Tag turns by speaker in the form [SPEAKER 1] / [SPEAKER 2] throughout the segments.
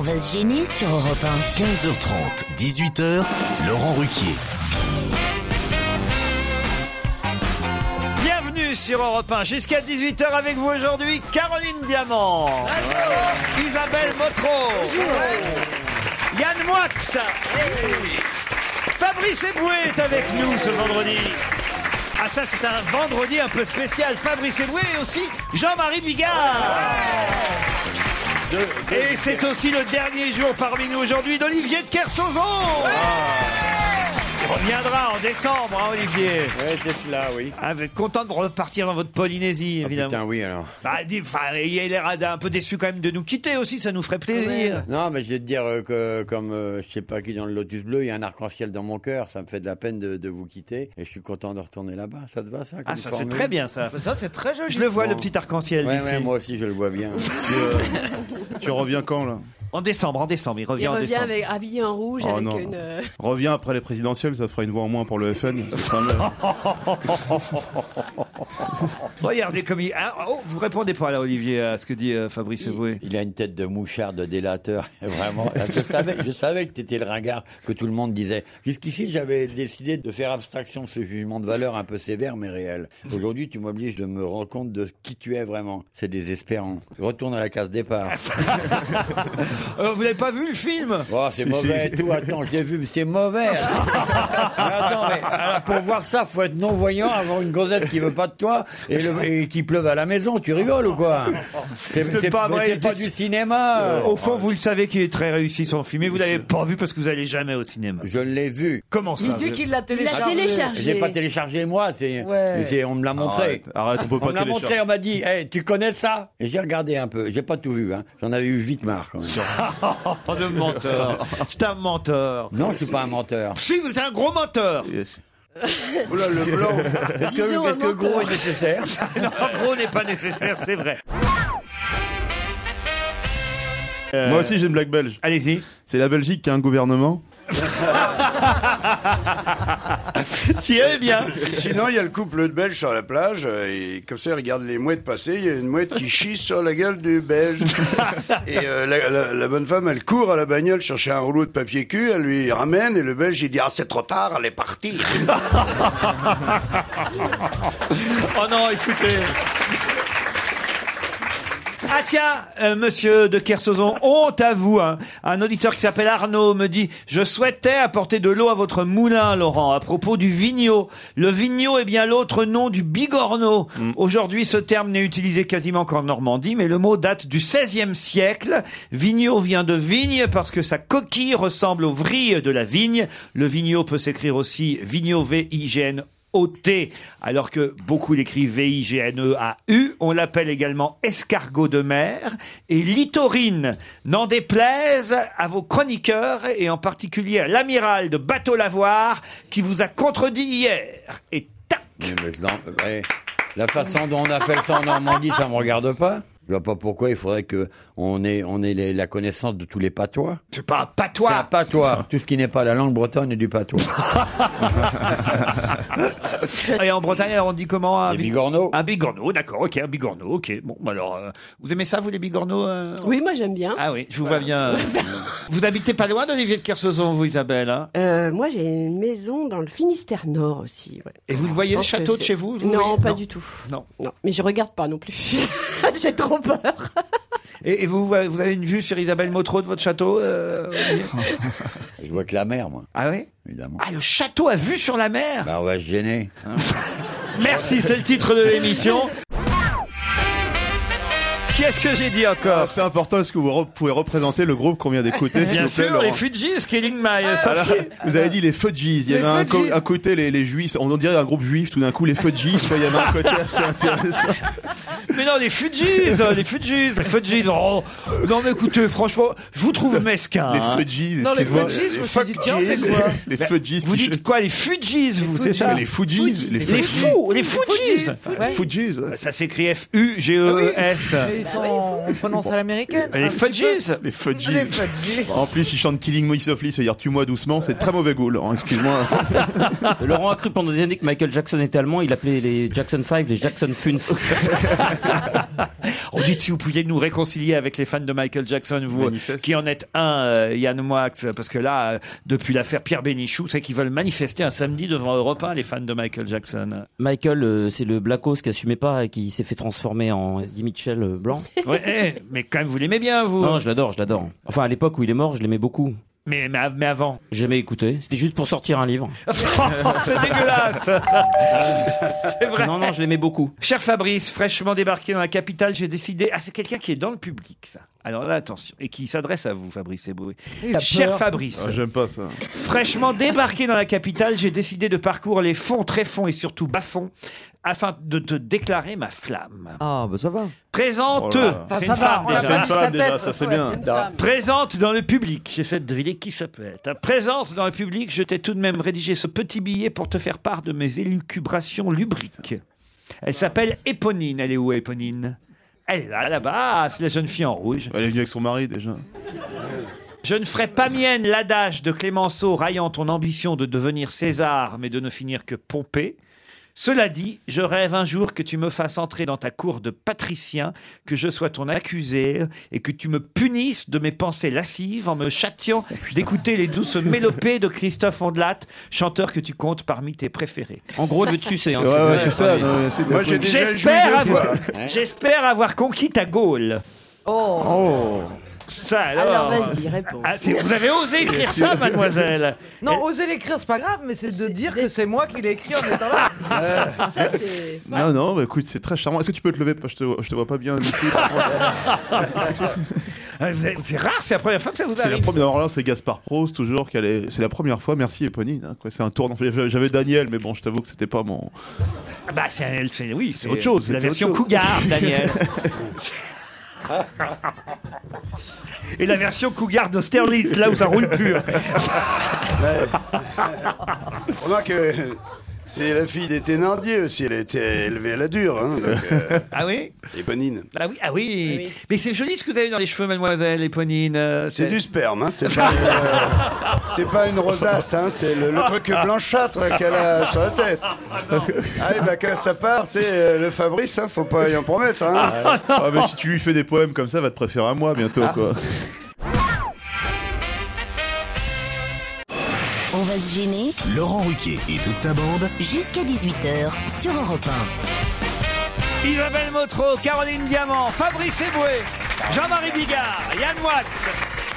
[SPEAKER 1] va se gêner sur Europe 1.
[SPEAKER 2] 15h30, 18h, Laurent Ruquier.
[SPEAKER 3] Bienvenue sur Europe 1 jusqu'à 18h avec vous aujourd'hui Caroline Diamant, Isabelle Motro, Yann Moix, Fabrice Eboué est avec nous ce vendredi. Ah ça c'est un vendredi un peu spécial. Fabrice Eboué et aussi Jean-Marie Bigard. Et c'est aussi le dernier jour parmi nous aujourd'hui d'Olivier de Kersauzon. Il reviendra en décembre, hein, Olivier.
[SPEAKER 4] Ouais, c'est cela, oui. Ah,
[SPEAKER 3] Ah, vous êtes content de repartir dans votre Polynésie, évidemment.
[SPEAKER 4] Putain, oui, alors.
[SPEAKER 3] Bah, dis- enfin, il a l'air d'un peu déçu quand même de nous quitter aussi, ça nous ferait plaisir.
[SPEAKER 4] Non, mais je vais te dire euh, que, comme euh, je sais pas qui dans le Lotus Bleu, il y a un arc-en-ciel dans mon cœur. Ça me fait de la peine de, de vous quitter. Et je suis content de retourner là-bas. Ça te va, ça
[SPEAKER 3] Ah,
[SPEAKER 4] comme
[SPEAKER 3] ça, c'est
[SPEAKER 4] formule
[SPEAKER 3] très bien, ça.
[SPEAKER 5] Ça, c'est très joli.
[SPEAKER 3] Je le vois, le petit arc-en-ciel
[SPEAKER 4] Ouais,
[SPEAKER 3] d'ici.
[SPEAKER 4] ouais, moi aussi, je le vois bien.
[SPEAKER 6] Tu reviens quand là
[SPEAKER 3] En décembre, en décembre, il revient
[SPEAKER 7] Il
[SPEAKER 3] en
[SPEAKER 7] revient
[SPEAKER 3] décembre.
[SPEAKER 7] avec, habillé en rouge
[SPEAKER 6] Oh
[SPEAKER 7] avec
[SPEAKER 6] non.
[SPEAKER 7] une. euh,
[SPEAKER 6] Reviens après les présidentielles, ça te fera une voix en moins pour le FN. ce sera mieux.
[SPEAKER 3] Regardez comme il. Ah, oh, vous répondez pas là, Olivier, à ce que dit euh, Fabrice Eboué.
[SPEAKER 4] Il a une tête de mouchard, de délateur. Vraiment. Je savais, je savais que t'étais le ringard que tout le monde disait. Jusqu'ici, j'avais décidé de faire abstraction de ce jugement de valeur un peu sévère, mais réel. Aujourd'hui, tu m'obliges de me rendre compte de qui tu es vraiment. C'est désespérant. Retourne à la case départ.
[SPEAKER 3] Euh, vous n'avez pas vu le film
[SPEAKER 4] Oh, c'est
[SPEAKER 6] Si,
[SPEAKER 4] mauvais,
[SPEAKER 6] si.
[SPEAKER 4] tout. Attends, je l'ai vu, mais c'est mauvais. alors. mais attends, mais alors, Ah,
[SPEAKER 3] Ah.
[SPEAKER 4] pour voir ça, faut être non-voyant, avoir une gonzesse qui veut pas de toi et, le- et qui pleuve à la maison. Tu rigoles ou quoi C'est
[SPEAKER 3] pas
[SPEAKER 4] mais
[SPEAKER 3] vrai,
[SPEAKER 4] C'est pas
[SPEAKER 3] tu-
[SPEAKER 4] du cinéma.
[SPEAKER 3] Euh, Au fond, vous le savez qu'il est très réussi son film, mais vous l'avez pas vu parce que vous allez jamais au cinéma.
[SPEAKER 4] Je l'ai vu.
[SPEAKER 3] Comment ça
[SPEAKER 5] Dis-tu
[SPEAKER 3] vous-
[SPEAKER 5] qu'il l'a
[SPEAKER 7] Il l'a
[SPEAKER 5] téléchargé.
[SPEAKER 4] J'ai
[SPEAKER 7] téléchargé.
[SPEAKER 4] pas téléchargé moi. C'est.
[SPEAKER 3] oh,
[SPEAKER 5] Ouais.
[SPEAKER 4] mais c'est- On me l'a montré.
[SPEAKER 6] Arrête, arrête, on peut
[SPEAKER 4] On
[SPEAKER 6] pas
[SPEAKER 4] me l'a
[SPEAKER 6] télécharger.
[SPEAKER 4] montré, on m'a dit, hey, tu connais ça Et j'ai regardé un peu, j'ai pas tout vu, hein. j'en avais eu vite marre quand même.
[SPEAKER 3] Oh, de menteur. C'est un menteur.
[SPEAKER 4] Non, je suis pas un menteur.
[SPEAKER 3] Si, vous êtes un gros menteur.
[SPEAKER 6] Yes.
[SPEAKER 4] Parce
[SPEAKER 7] Disons
[SPEAKER 4] que,
[SPEAKER 7] un
[SPEAKER 4] parce que
[SPEAKER 7] menteur.
[SPEAKER 4] gros est nécessaire.
[SPEAKER 3] Non, gros n'est pas nécessaire, c'est vrai. Euh,
[SPEAKER 6] Moi aussi j'ai une blague belge.
[SPEAKER 3] Allez-y.
[SPEAKER 6] C'est la Belgique qui a un gouvernement.
[SPEAKER 3] Si, eh bien.
[SPEAKER 8] Sinon, il y a le couple de Belges sur la plage, euh, et comme ça, ils regardent les mouettes passer. Il y a une mouette qui chie sur la gueule du Belge. Et euh, la, la- la bonne femme, elle court à la bagnole chercher un rouleau de papier cul, elle lui ramène, et le Belge, il dit Ah, c'est trop tard, elle est partie.
[SPEAKER 3] Oh non, écoutez. Ah tiens, euh, monsieur de Kersauzon, honte à vous. hein. Un auditeur qui s'appelle Arnaud me dit « Je souhaitais apporter de l'eau à votre moulin, Laurent, à propos du vigno. Le vigno est bien l'autre nom du bigorneau.
[SPEAKER 4] Mm.
[SPEAKER 3] Aujourd'hui, ce terme n'est utilisé quasiment qu'en Normandie, mais le mot date du XVIe siècle. Vigno vient de vigne parce que sa coquille ressemble aux vrilles de la vigne. Le vigno peut s'écrire aussi vigno, V-I-G-N, O-T, alors que beaucoup l'écrivent V-I-G-N-E-A-U, E on l'appelle également escargot de mer et litorine. N'en déplaise à vos chroniqueurs et en particulier à l'amiral de Bateau Lavoir qui vous a contredit hier. Et tac
[SPEAKER 4] Mais le gland- ouais. La façon dont on appelle ça en Normandie, ça me regarde pas. Je vois pas pourquoi il faudrait que on ait, on ait les- la connaissance de tous les patois.
[SPEAKER 3] C'est pas un
[SPEAKER 4] C'est un
[SPEAKER 3] patois
[SPEAKER 4] patois. Tout ce qui n'est pas la langue bretonne est du patois.
[SPEAKER 3] Et en Bretagne, alors on dit comment hein, un
[SPEAKER 4] Les
[SPEAKER 3] big-
[SPEAKER 4] bigorneaux.
[SPEAKER 3] Un bigorneau, d'accord, ok, un bigorneau, ok. Bon, bah alors, euh, vous aimez ça, vous, les bigorneaux euh
[SPEAKER 7] Oui, moi j'aime bien.
[SPEAKER 3] Ah oui, je vous vois bien. euh. vous habitez pas loin d'Olivier de Kersauzon, vous, Isabelle hein
[SPEAKER 7] Euh, moi j'ai une maison dans le Finistère Nord aussi. ouais.
[SPEAKER 3] Et vous le voyez,
[SPEAKER 7] Je
[SPEAKER 3] le
[SPEAKER 7] pense que
[SPEAKER 3] château de
[SPEAKER 7] c'est-
[SPEAKER 3] chez vous, vous
[SPEAKER 7] Non,
[SPEAKER 3] voyez
[SPEAKER 7] pas
[SPEAKER 3] Non.
[SPEAKER 7] du tout.
[SPEAKER 3] Non.
[SPEAKER 7] Non, mais je regarde pas non plus. j'ai trop peur.
[SPEAKER 3] Et, et vous, vous avez une vue sur Isabelle Motro de votre château euh, Olivier
[SPEAKER 4] Je vois que la mer, moi,
[SPEAKER 3] Ah oui
[SPEAKER 4] évidemment.
[SPEAKER 3] Ah, le château a vue sur la mer
[SPEAKER 4] Bah, on va se gêner.
[SPEAKER 3] Merci, c'est le titre de l'émission. Qu'est-ce que j'ai dit encore
[SPEAKER 6] Alors, c'est important, est-ce que vous re- pouvez représenter le groupe qu'on vient d'écouter s'il
[SPEAKER 3] Bien
[SPEAKER 6] vous plaît,
[SPEAKER 3] sûr,
[SPEAKER 6] Laurent
[SPEAKER 3] les Fujis, Killing My euh, Softly.
[SPEAKER 6] Vous avez dit les Fudgies, il y
[SPEAKER 3] Les
[SPEAKER 6] avait un, co-
[SPEAKER 3] Fudgies.
[SPEAKER 6] un côté les, les juifs, on en dirait un groupe juif, tout d'un coup les Fudgies, il y avait un côté assez intéressant.
[SPEAKER 3] Mais non, les Fujis, euh, les Fujis, les Fujis. oh. Non mais écoutez, franchement, je vous trouve mesquin.
[SPEAKER 6] Les
[SPEAKER 3] hein. Ben,
[SPEAKER 6] Fudgies,
[SPEAKER 5] Non, les
[SPEAKER 6] excuse-moi.
[SPEAKER 5] Fudgies, je me suis dit, tiens, c'est
[SPEAKER 6] Les-
[SPEAKER 5] quoi
[SPEAKER 6] Les Fudgies,
[SPEAKER 3] Vous
[SPEAKER 6] qui
[SPEAKER 3] dites quoi, les Fujis, vous, c'est ça
[SPEAKER 6] Mais les Fudgies, les
[SPEAKER 3] Les
[SPEAKER 6] Fudgies.
[SPEAKER 3] fous, les Fujis
[SPEAKER 5] Ouais. Ah
[SPEAKER 6] Fudgies, ouais.
[SPEAKER 3] E Ça s'écrit F-U-G-E-S.
[SPEAKER 5] Mais sont en prononce à l'américaine. Ah,
[SPEAKER 3] Les
[SPEAKER 5] Un petit peu.
[SPEAKER 3] fudgies
[SPEAKER 6] Les fudgies.
[SPEAKER 5] Les fudgies.
[SPEAKER 6] En plus, ils chantent Killing Me Softly, c'est-à-dire tue-moi doucement, c'est très mauvais goût, Laurent, excuse-moi.
[SPEAKER 9] Laurent a cru pendant des années que Michael Jackson était allemand. Il appelait les Jackson 5 les Jackson Funf.
[SPEAKER 3] On dit si Oh, vous pouviez nous réconcilier avec les fans de Michael Jackson, vous
[SPEAKER 6] Manifeste.
[SPEAKER 3] qui en êtes un, euh, Yann Moix, parce que là, euh, depuis l'affaire Pierre Bénichou, c'est qu'ils veulent manifester un samedi devant Europe 1, les fans de Michael Jackson.
[SPEAKER 9] Michael, euh, c'est le Blackos qui assumait pas et qui s'est fait transformer en Guy Mitchell euh, blanc.
[SPEAKER 3] Ouais, eh, mais quand même, vous l'aimez bien, vous.
[SPEAKER 9] Non, je l'adore, je l'adore. Enfin, à l'époque où il est mort, je l'aimais beaucoup.
[SPEAKER 3] Mais, mais, mais avant.
[SPEAKER 9] J'aimais écouter. C'était juste pour sortir un livre.
[SPEAKER 3] c'est dégueulasse. c'est vrai.
[SPEAKER 9] Non, non, je l'aimais beaucoup.
[SPEAKER 3] Cher Fabrice, fraîchement débarqué dans la capitale, j'ai décidé. Ah, c'est quelqu'un qui est dans le public, ça. Alors là, attention. Et qui s'adresse à vous, Fabrice Eboué.
[SPEAKER 5] a
[SPEAKER 3] Cher
[SPEAKER 5] peur.
[SPEAKER 3] Fabrice.
[SPEAKER 6] Ah, J'aime pas ça.
[SPEAKER 3] Fraîchement débarqué dans la capitale, j'ai décidé de parcourir les fonds, très fonds et surtout bas fonds afin de te déclarer ma flamme.
[SPEAKER 5] Ah, bah ça va.
[SPEAKER 3] Présente,
[SPEAKER 6] Oh là
[SPEAKER 5] Enfin,
[SPEAKER 3] c'est
[SPEAKER 5] ça
[SPEAKER 3] une
[SPEAKER 5] va,
[SPEAKER 3] femme
[SPEAKER 5] on l'a
[SPEAKER 6] C'est
[SPEAKER 3] déjà.
[SPEAKER 6] une
[SPEAKER 5] pas dit sa
[SPEAKER 6] femme déjà,
[SPEAKER 5] tête.
[SPEAKER 6] ça c'est bien.
[SPEAKER 3] Présente dans le public, j'essaie de deviner qui ça peut être. Présente dans le public, je t'ai tout de même rédigé ce petit billet pour te faire part de mes élucubrations lubriques. Elle s'appelle Éponine. Elle est où, Éponine Elle est là, là-bas, ah, c'est la jeune fille en rouge.
[SPEAKER 6] Elle est venue avec son mari déjà.
[SPEAKER 3] Je ne ferai pas mienne l'adage de Clémenceau raillant ton ambition de devenir César, mais de ne finir que Pompée. Cela dit, je rêve un jour que tu me fasses entrer dans ta cour de patricien, que je sois ton accusé et que tu me punisses de mes pensées lascives en me châtiant d'écouter les douces mélopées de Christophe Ondelat, chanteur que tu comptes parmi tes préférés.
[SPEAKER 9] En gros, elle veut te sucer. hein,
[SPEAKER 6] Ouais,
[SPEAKER 9] c'est-
[SPEAKER 6] ouais, c'est ça. non, mais c'est-
[SPEAKER 8] Moi, j'ai déjà joué
[SPEAKER 3] J'espère
[SPEAKER 8] deux fois.
[SPEAKER 3] avoir, j'espère avoir conquis ta Gaule.
[SPEAKER 7] Oh,
[SPEAKER 3] Ça alors.
[SPEAKER 7] alors vas-y, réponds.
[SPEAKER 3] Ah, c'est- vous avez osé écrire ça, mademoiselle
[SPEAKER 5] Non, oser l'écrire, c'est pas grave, mais c'est de dire que c'est moi qui l'ai écrit en étant là.
[SPEAKER 7] Ça, c'est.
[SPEAKER 6] Non, non, bah, écoute, c'est très charmant. Est-ce que tu peux te lever Je te, je te vois pas bien. Lucie.
[SPEAKER 3] Ah, vous avez- C'est rare, c'est la première fois que ça vous
[SPEAKER 6] C'est la
[SPEAKER 3] arrive.
[SPEAKER 6] première. Alors là, c'est Gaspard Proust, toujours. qu'elle est- C'est la première fois. Merci, Éponine. hein, quoi. c'est un tournant. J'avais j'avais Daniel, mais bon, je t'avoue que c'était pas mon.
[SPEAKER 3] Ah Bah, c'est, un- c'est- oui, c'est
[SPEAKER 6] autre chose,
[SPEAKER 3] c'est La
[SPEAKER 6] c'était
[SPEAKER 3] version
[SPEAKER 6] autre chose.
[SPEAKER 3] Cougar, Daniel. Et la version Cougar d'Austerlitz, là où ça roule pur.
[SPEAKER 8] Euh, Remarque, euh, c'est la fille des Thénardier aussi. Elle a été élevée à la dure. Hein, donc, euh,
[SPEAKER 3] Ah oui
[SPEAKER 8] Éponine.
[SPEAKER 3] Ah oui, ah oui.
[SPEAKER 7] Oui.
[SPEAKER 3] Mais c'est joli ce que vous avez dans les cheveux, mademoiselle Éponine. euh,
[SPEAKER 8] C'est du sperme, hein, c'est pas, euh, c'est pas une rosace, hein, c'est le, le truc blanchâtre qu'elle a sur la tête. Ah, et bah, quand ça part, c'est euh, le Fabrice, hein, faut pas y en promettre. Hein.
[SPEAKER 6] Ah, mais si tu lui fais des poèmes comme ça, va te préférer à moi bientôt, quoi.
[SPEAKER 1] On va se gêner
[SPEAKER 2] Laurent Ruquier et toute sa bande.
[SPEAKER 1] jusqu'à 18h sur Europe
[SPEAKER 3] Isabelle Motro, Caroline Diamant, Fabrice Eboué, Jean-Marie Bigard, Yann Watts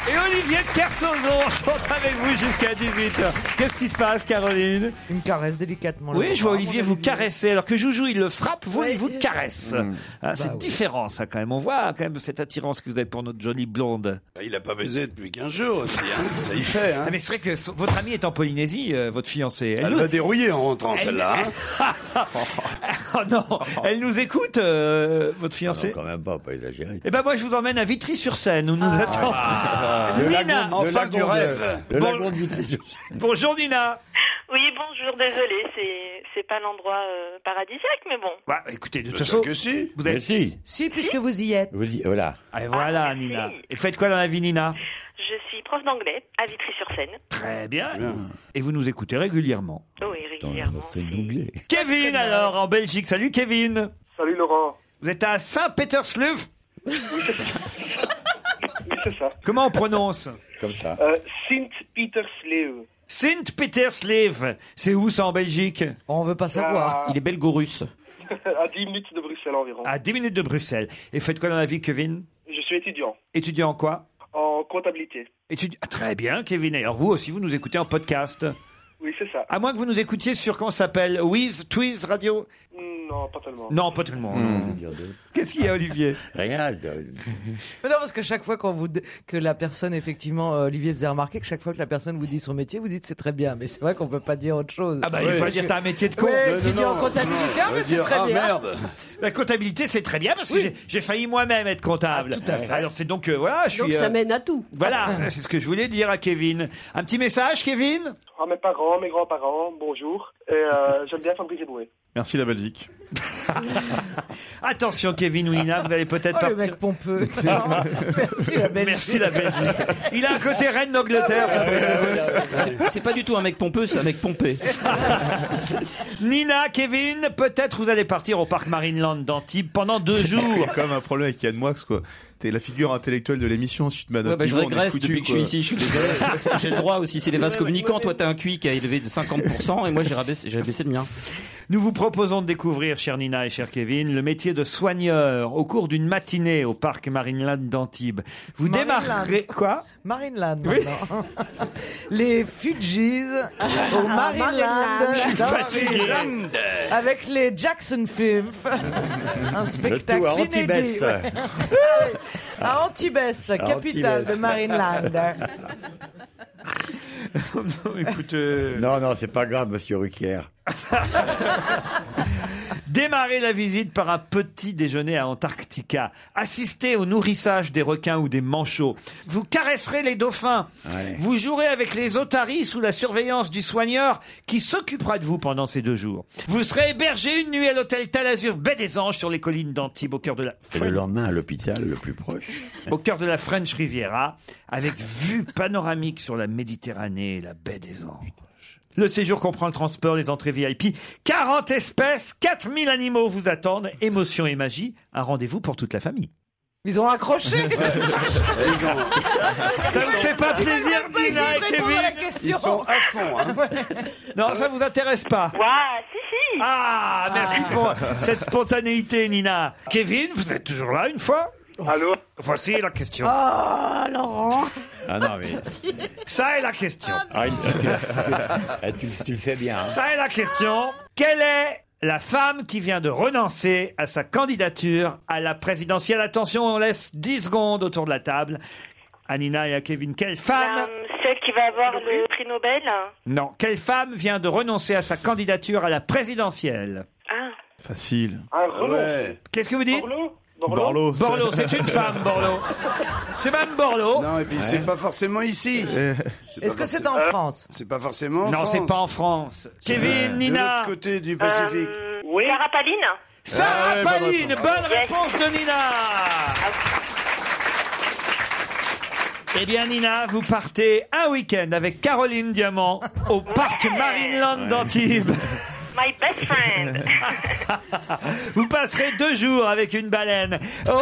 [SPEAKER 3] et Olivier de Kersozo sont avec vous jusqu'à 18h. Qu'est-ce qui se passe, Caroline
[SPEAKER 5] Une caresse délicatement.
[SPEAKER 3] Oui,
[SPEAKER 5] le
[SPEAKER 3] je vois
[SPEAKER 5] bras.
[SPEAKER 3] Olivier vous caresser, alors que Joujou, il le frappe, vous, il vous caresse.
[SPEAKER 8] Hmm.
[SPEAKER 3] Ah,
[SPEAKER 4] Bah
[SPEAKER 3] c'est différent, ça, quand même. On voit quand même cette attirance que vous avez pour notre jolie blonde.
[SPEAKER 8] Il a pas baisé depuis 15 jours aussi, hein, ça y fait. Hein.
[SPEAKER 3] Ah, mais c'est vrai que so- votre amie est en Polynésie, euh, votre fiancée. Elle
[SPEAKER 8] Elle
[SPEAKER 3] nous... Ah,
[SPEAKER 8] va dérouiller en rentrant celle-là. hein.
[SPEAKER 3] Oh non, elle nous écoute, euh, votre
[SPEAKER 4] Ah Non,
[SPEAKER 3] fiancée
[SPEAKER 4] quand même pas, pas exagérrer.
[SPEAKER 3] Eh ben moi, je vous emmène à Vitry-sur-Seine, où nous
[SPEAKER 4] Ah.
[SPEAKER 3] attend Nina.
[SPEAKER 8] Ah. Enfin du rêve.
[SPEAKER 4] Le
[SPEAKER 3] Bon.
[SPEAKER 4] lagon de Vitry.
[SPEAKER 3] Bonjour, Nina.
[SPEAKER 10] Oui, bonjour, désolé, c'est c'est pas l'endroit euh, paradisiaque, mais bon.
[SPEAKER 3] Bah, écoutez, de toute
[SPEAKER 8] Je
[SPEAKER 3] façon,
[SPEAKER 8] sais que si.
[SPEAKER 3] vous
[SPEAKER 4] Mais
[SPEAKER 3] êtes...
[SPEAKER 4] si,
[SPEAKER 5] Si, puisque vous y êtes.
[SPEAKER 4] vous y- voilà.
[SPEAKER 3] Allez, voilà,
[SPEAKER 10] Ah, merci.
[SPEAKER 3] Nina. Et faites quoi dans la vie, Nina
[SPEAKER 10] Je suis prof d'anglais à Vitry-sur-Seine.
[SPEAKER 3] Très bien. Et vous nous écoutez régulièrement.
[SPEAKER 10] Eh Oui,
[SPEAKER 4] Ah. Attends,
[SPEAKER 10] régulièrement.
[SPEAKER 4] C'est doublé.
[SPEAKER 3] Kevin, alors, en Belgique. Salut, Kevin.
[SPEAKER 11] Salut Laurent.
[SPEAKER 3] Vous êtes à Saint-Pétersleuf
[SPEAKER 11] Oui, c'est ça.
[SPEAKER 3] Comment on prononce
[SPEAKER 4] Comme ça.
[SPEAKER 11] Euh, Sint Petersleeuw.
[SPEAKER 3] Sint-Peterslev. C'est où ça en Belgique
[SPEAKER 5] On veut pas
[SPEAKER 11] Ah.
[SPEAKER 5] savoir.
[SPEAKER 9] Il est belgo-russe.
[SPEAKER 11] À 10 minutes de Bruxelles environ.
[SPEAKER 3] À 10 minutes de Bruxelles. Et faites quoi dans la vie, Kevin
[SPEAKER 11] Je suis étudiant
[SPEAKER 3] Étudiant en quoi
[SPEAKER 11] en comptabilité.
[SPEAKER 3] Étudi- Ah, Très bien, Kevin. Alors vous aussi, vous nous écoutez en podcast.
[SPEAKER 11] Oui, c'est ça.
[SPEAKER 3] À moins que vous nous écoutiez sur comment ça s'appelle Wiz, Twiz Radio
[SPEAKER 11] Non, pas tellement.
[SPEAKER 3] Non, pas tout le monde.
[SPEAKER 8] Hmm.
[SPEAKER 3] Qu'est-ce qu'il y a, Olivier
[SPEAKER 4] Rien. de-
[SPEAKER 5] Mais non, parce que chaque fois qu'on vous d- que la personne, effectivement, euh, Olivier faisait remarquer que chaque fois que la personne vous dit son métier, vous dites c'est très bien. Mais c'est vrai qu'on peut pas dire autre chose.
[SPEAKER 3] Ah bah, il
[SPEAKER 8] Ouais,
[SPEAKER 3] faut pas
[SPEAKER 8] je-
[SPEAKER 3] dire t'as un métier de con.
[SPEAKER 5] Ouais,
[SPEAKER 8] Non,
[SPEAKER 5] tu
[SPEAKER 8] non,
[SPEAKER 5] dis en
[SPEAKER 8] non.
[SPEAKER 5] comptabilité,
[SPEAKER 8] On
[SPEAKER 5] mais
[SPEAKER 8] va
[SPEAKER 5] c'est
[SPEAKER 8] dire,
[SPEAKER 5] très
[SPEAKER 8] ah,
[SPEAKER 5] bien.
[SPEAKER 8] merde.
[SPEAKER 3] La Bah, comptabilité, c'est très bien parce que j'ai- j'ai failli moi-même être comptable.
[SPEAKER 5] Ah,
[SPEAKER 3] Alors c'est donc, euh, voilà, je suis...
[SPEAKER 7] Donc ça
[SPEAKER 3] euh,
[SPEAKER 7] mène à tout.
[SPEAKER 3] Voilà, c'est ce que je voulais dire à Kevin. Un petit message, Kevin
[SPEAKER 11] Ah, mes parents, mes grands-parents, bonjour. Et euh, j'aime bien Fabrice Eboué.
[SPEAKER 6] Merci la Belgique.
[SPEAKER 3] Attention, Kevin Ounina, vous allez peut-être
[SPEAKER 5] Oh, le
[SPEAKER 3] partir.
[SPEAKER 5] mec pompeux. Merci, la Belgique. Ah,
[SPEAKER 3] Merci, la Belgique. Il
[SPEAKER 9] Ah,
[SPEAKER 3] a un côté reine d'Angleterre, Fabrice.
[SPEAKER 9] C'est pas du tout un mec pompeux, c'est un mec pompé.
[SPEAKER 3] Nina, Kevin, peut-être vous allez partir au parc Marineland d'Antibes pendant deux jours.
[SPEAKER 6] Comme un problème avec Yann Moix, quoi. T'es la figure intellectuelle de l'émission, si tu te mets à
[SPEAKER 9] Ouais,
[SPEAKER 6] notre
[SPEAKER 9] bah, je
[SPEAKER 6] niveau, on est
[SPEAKER 9] régresse
[SPEAKER 6] foutu,
[SPEAKER 9] depuis que je suis
[SPEAKER 6] quoi.
[SPEAKER 9] ici, je suis désolé. J'ai le droit aussi, c'est les vases communicants. Toi, t'as un QI qui a élevé de 50% et moi, j'ai rabaissé, j'ai rabaissé le mien.
[SPEAKER 3] Nous vous proposons de découvrir, chère Nina et cher Kevin, le métier de soigneur au cours d'une matinée au parc Marineland d'Antibes. Vous
[SPEAKER 5] Marineland.
[SPEAKER 3] démarrerez quoi
[SPEAKER 5] Marineland, maintenant. Les Fujis au Marineland.
[SPEAKER 3] Ah, Je suis
[SPEAKER 5] dans-
[SPEAKER 3] fatigué.
[SPEAKER 5] Avec les Jackson Films. Un spectacle
[SPEAKER 4] tout à
[SPEAKER 5] inédit.
[SPEAKER 4] Antibes.
[SPEAKER 5] ouais. à Antibes, capitale
[SPEAKER 4] Antibes.
[SPEAKER 5] de Marineland.
[SPEAKER 3] euh,
[SPEAKER 4] Non, non, c'est pas grave, monsieur Ruquier.
[SPEAKER 3] Démarrez la visite par un petit déjeuner à Antarctica. Assistez au nourrissage des requins ou des manchots. Vous caresserez les dauphins.
[SPEAKER 4] Ouais.
[SPEAKER 3] Vous jouerez avec les otaries sous la surveillance du soigneur qui s'occupera de vous pendant ces deux jours. Vous serez hébergé une nuit à l'hôtel Talazur, baie des Anges, sur les collines d'Antibes, au cœur de la
[SPEAKER 4] Et le lendemain, à l'hôpital le plus proche.
[SPEAKER 3] au cœur de la French Riviera, avec vue panoramique sur la Méditerranée et la baie des Anges. Le séjour comprend le transport, les entrées VIP, 40 espèces, 4000 animaux vous attendent, émotion et magie, un rendez-vous pour toute la famille.
[SPEAKER 5] Ils ont accroché.
[SPEAKER 3] Ça vous fait pas
[SPEAKER 5] Ils
[SPEAKER 3] plaisir,
[SPEAKER 5] ont même pas essayé
[SPEAKER 3] Nina
[SPEAKER 5] de
[SPEAKER 3] et
[SPEAKER 5] répondre à la
[SPEAKER 3] Kevin
[SPEAKER 5] question.
[SPEAKER 8] fond.
[SPEAKER 3] Ah,
[SPEAKER 8] Hein.
[SPEAKER 3] Non, ça vous intéresse pas.
[SPEAKER 10] Ouah, si, si.
[SPEAKER 3] Ah, merci pour cette spontanéité, Nina. Kevin, vous êtes toujours là une fois
[SPEAKER 11] Allô
[SPEAKER 3] Voici la question.
[SPEAKER 10] Oh, Laurent.
[SPEAKER 4] Ah non, mais.
[SPEAKER 3] Ça est la question.
[SPEAKER 4] Ah, il- Ah, tu, tu le fais bien. hein.
[SPEAKER 3] Ça est la question. Quelle est la femme qui vient de renoncer à sa candidature à la présidentielle Attention, on laisse 10 secondes autour de la table. À Nina et à Kevin, quelle
[SPEAKER 10] Ben,
[SPEAKER 3] femme
[SPEAKER 10] celle qui va avoir le prix Nobel.
[SPEAKER 3] Non, quelle femme vient de renoncer à sa candidature à la présidentielle
[SPEAKER 10] Ah,
[SPEAKER 6] Facile.
[SPEAKER 11] Un relou.
[SPEAKER 8] Ah Ouais.
[SPEAKER 3] Qu'est-ce que vous dites
[SPEAKER 11] Borloo
[SPEAKER 6] Borlo. ça-
[SPEAKER 3] Borloo, c'est une femme, Borloo. C'est même Borloo.
[SPEAKER 8] Non, et puis c'est pas forcément ici. C'est
[SPEAKER 5] Euh. Est-ce
[SPEAKER 8] pas
[SPEAKER 5] que c'est
[SPEAKER 8] forcément-
[SPEAKER 5] en France
[SPEAKER 8] C'est pas forcément. en
[SPEAKER 3] Non, c'est
[SPEAKER 8] France.
[SPEAKER 3] pas en France.
[SPEAKER 8] Euh,
[SPEAKER 3] Kevin,
[SPEAKER 8] De
[SPEAKER 3] Nina,
[SPEAKER 8] l'autre côté du Pacifique.
[SPEAKER 10] euh,
[SPEAKER 11] Oui.
[SPEAKER 10] Sarah Palin.
[SPEAKER 3] Sarah
[SPEAKER 8] Ah ouais, bonne
[SPEAKER 3] Palin, bonne
[SPEAKER 10] Yes.
[SPEAKER 3] réponse de Nina. Eh bien, Nina, vous partez un week-end avec Caroline Diamant au parc Marineland d'Antibes.
[SPEAKER 10] My best friend.
[SPEAKER 3] Vous passerez deux jours avec une baleine. Oh,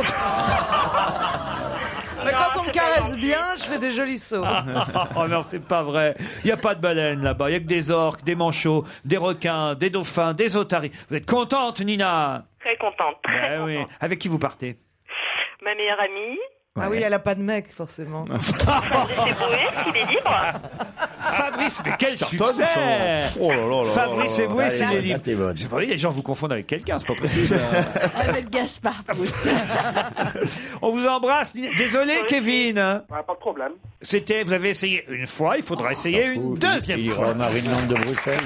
[SPEAKER 5] Mais quand
[SPEAKER 10] Non,
[SPEAKER 5] on me
[SPEAKER 10] c'est
[SPEAKER 5] caresse
[SPEAKER 10] gentil.
[SPEAKER 5] bien, je fais des jolis sauts.
[SPEAKER 3] oh non, c'est pas vrai. Il n'y a pas de baleine là-bas. Il n'y a que des orques, des manchots, des requins, des dauphins, des otaries. Vous êtes contente, Nina
[SPEAKER 10] Très contente, très
[SPEAKER 3] Eh oui.
[SPEAKER 10] contente.
[SPEAKER 3] Avec qui vous partez
[SPEAKER 10] Ma meilleure amie.
[SPEAKER 5] Ah oui, elle a pas de mec, forcément.
[SPEAKER 3] Oh.
[SPEAKER 10] Fabrice Eboué, s'il est libre.
[SPEAKER 3] Fabrice,
[SPEAKER 6] Ah,
[SPEAKER 5] Ah,
[SPEAKER 3] mais quel
[SPEAKER 6] Carton,
[SPEAKER 3] succès
[SPEAKER 6] ça- Oh là là là là là
[SPEAKER 3] Fabrice
[SPEAKER 6] là.
[SPEAKER 3] Eboué,
[SPEAKER 4] Allez,
[SPEAKER 3] c'est
[SPEAKER 4] là,
[SPEAKER 3] les
[SPEAKER 4] là, t'es bonne.
[SPEAKER 3] J'ai pas dit, les gens vous confondent avec quelqu'un, c'est pas possible.
[SPEAKER 12] Ahmed Gaspard Proust.
[SPEAKER 3] On vous embrasse. Désolé, Kevin. hein.
[SPEAKER 11] Ah, pas de problème.
[SPEAKER 3] C'était, vous avez essayé une fois, il faudra essayer une
[SPEAKER 4] Il-
[SPEAKER 3] deuxième
[SPEAKER 4] Ah, il ira
[SPEAKER 3] fois.
[SPEAKER 4] au Marineland de Bruxelles.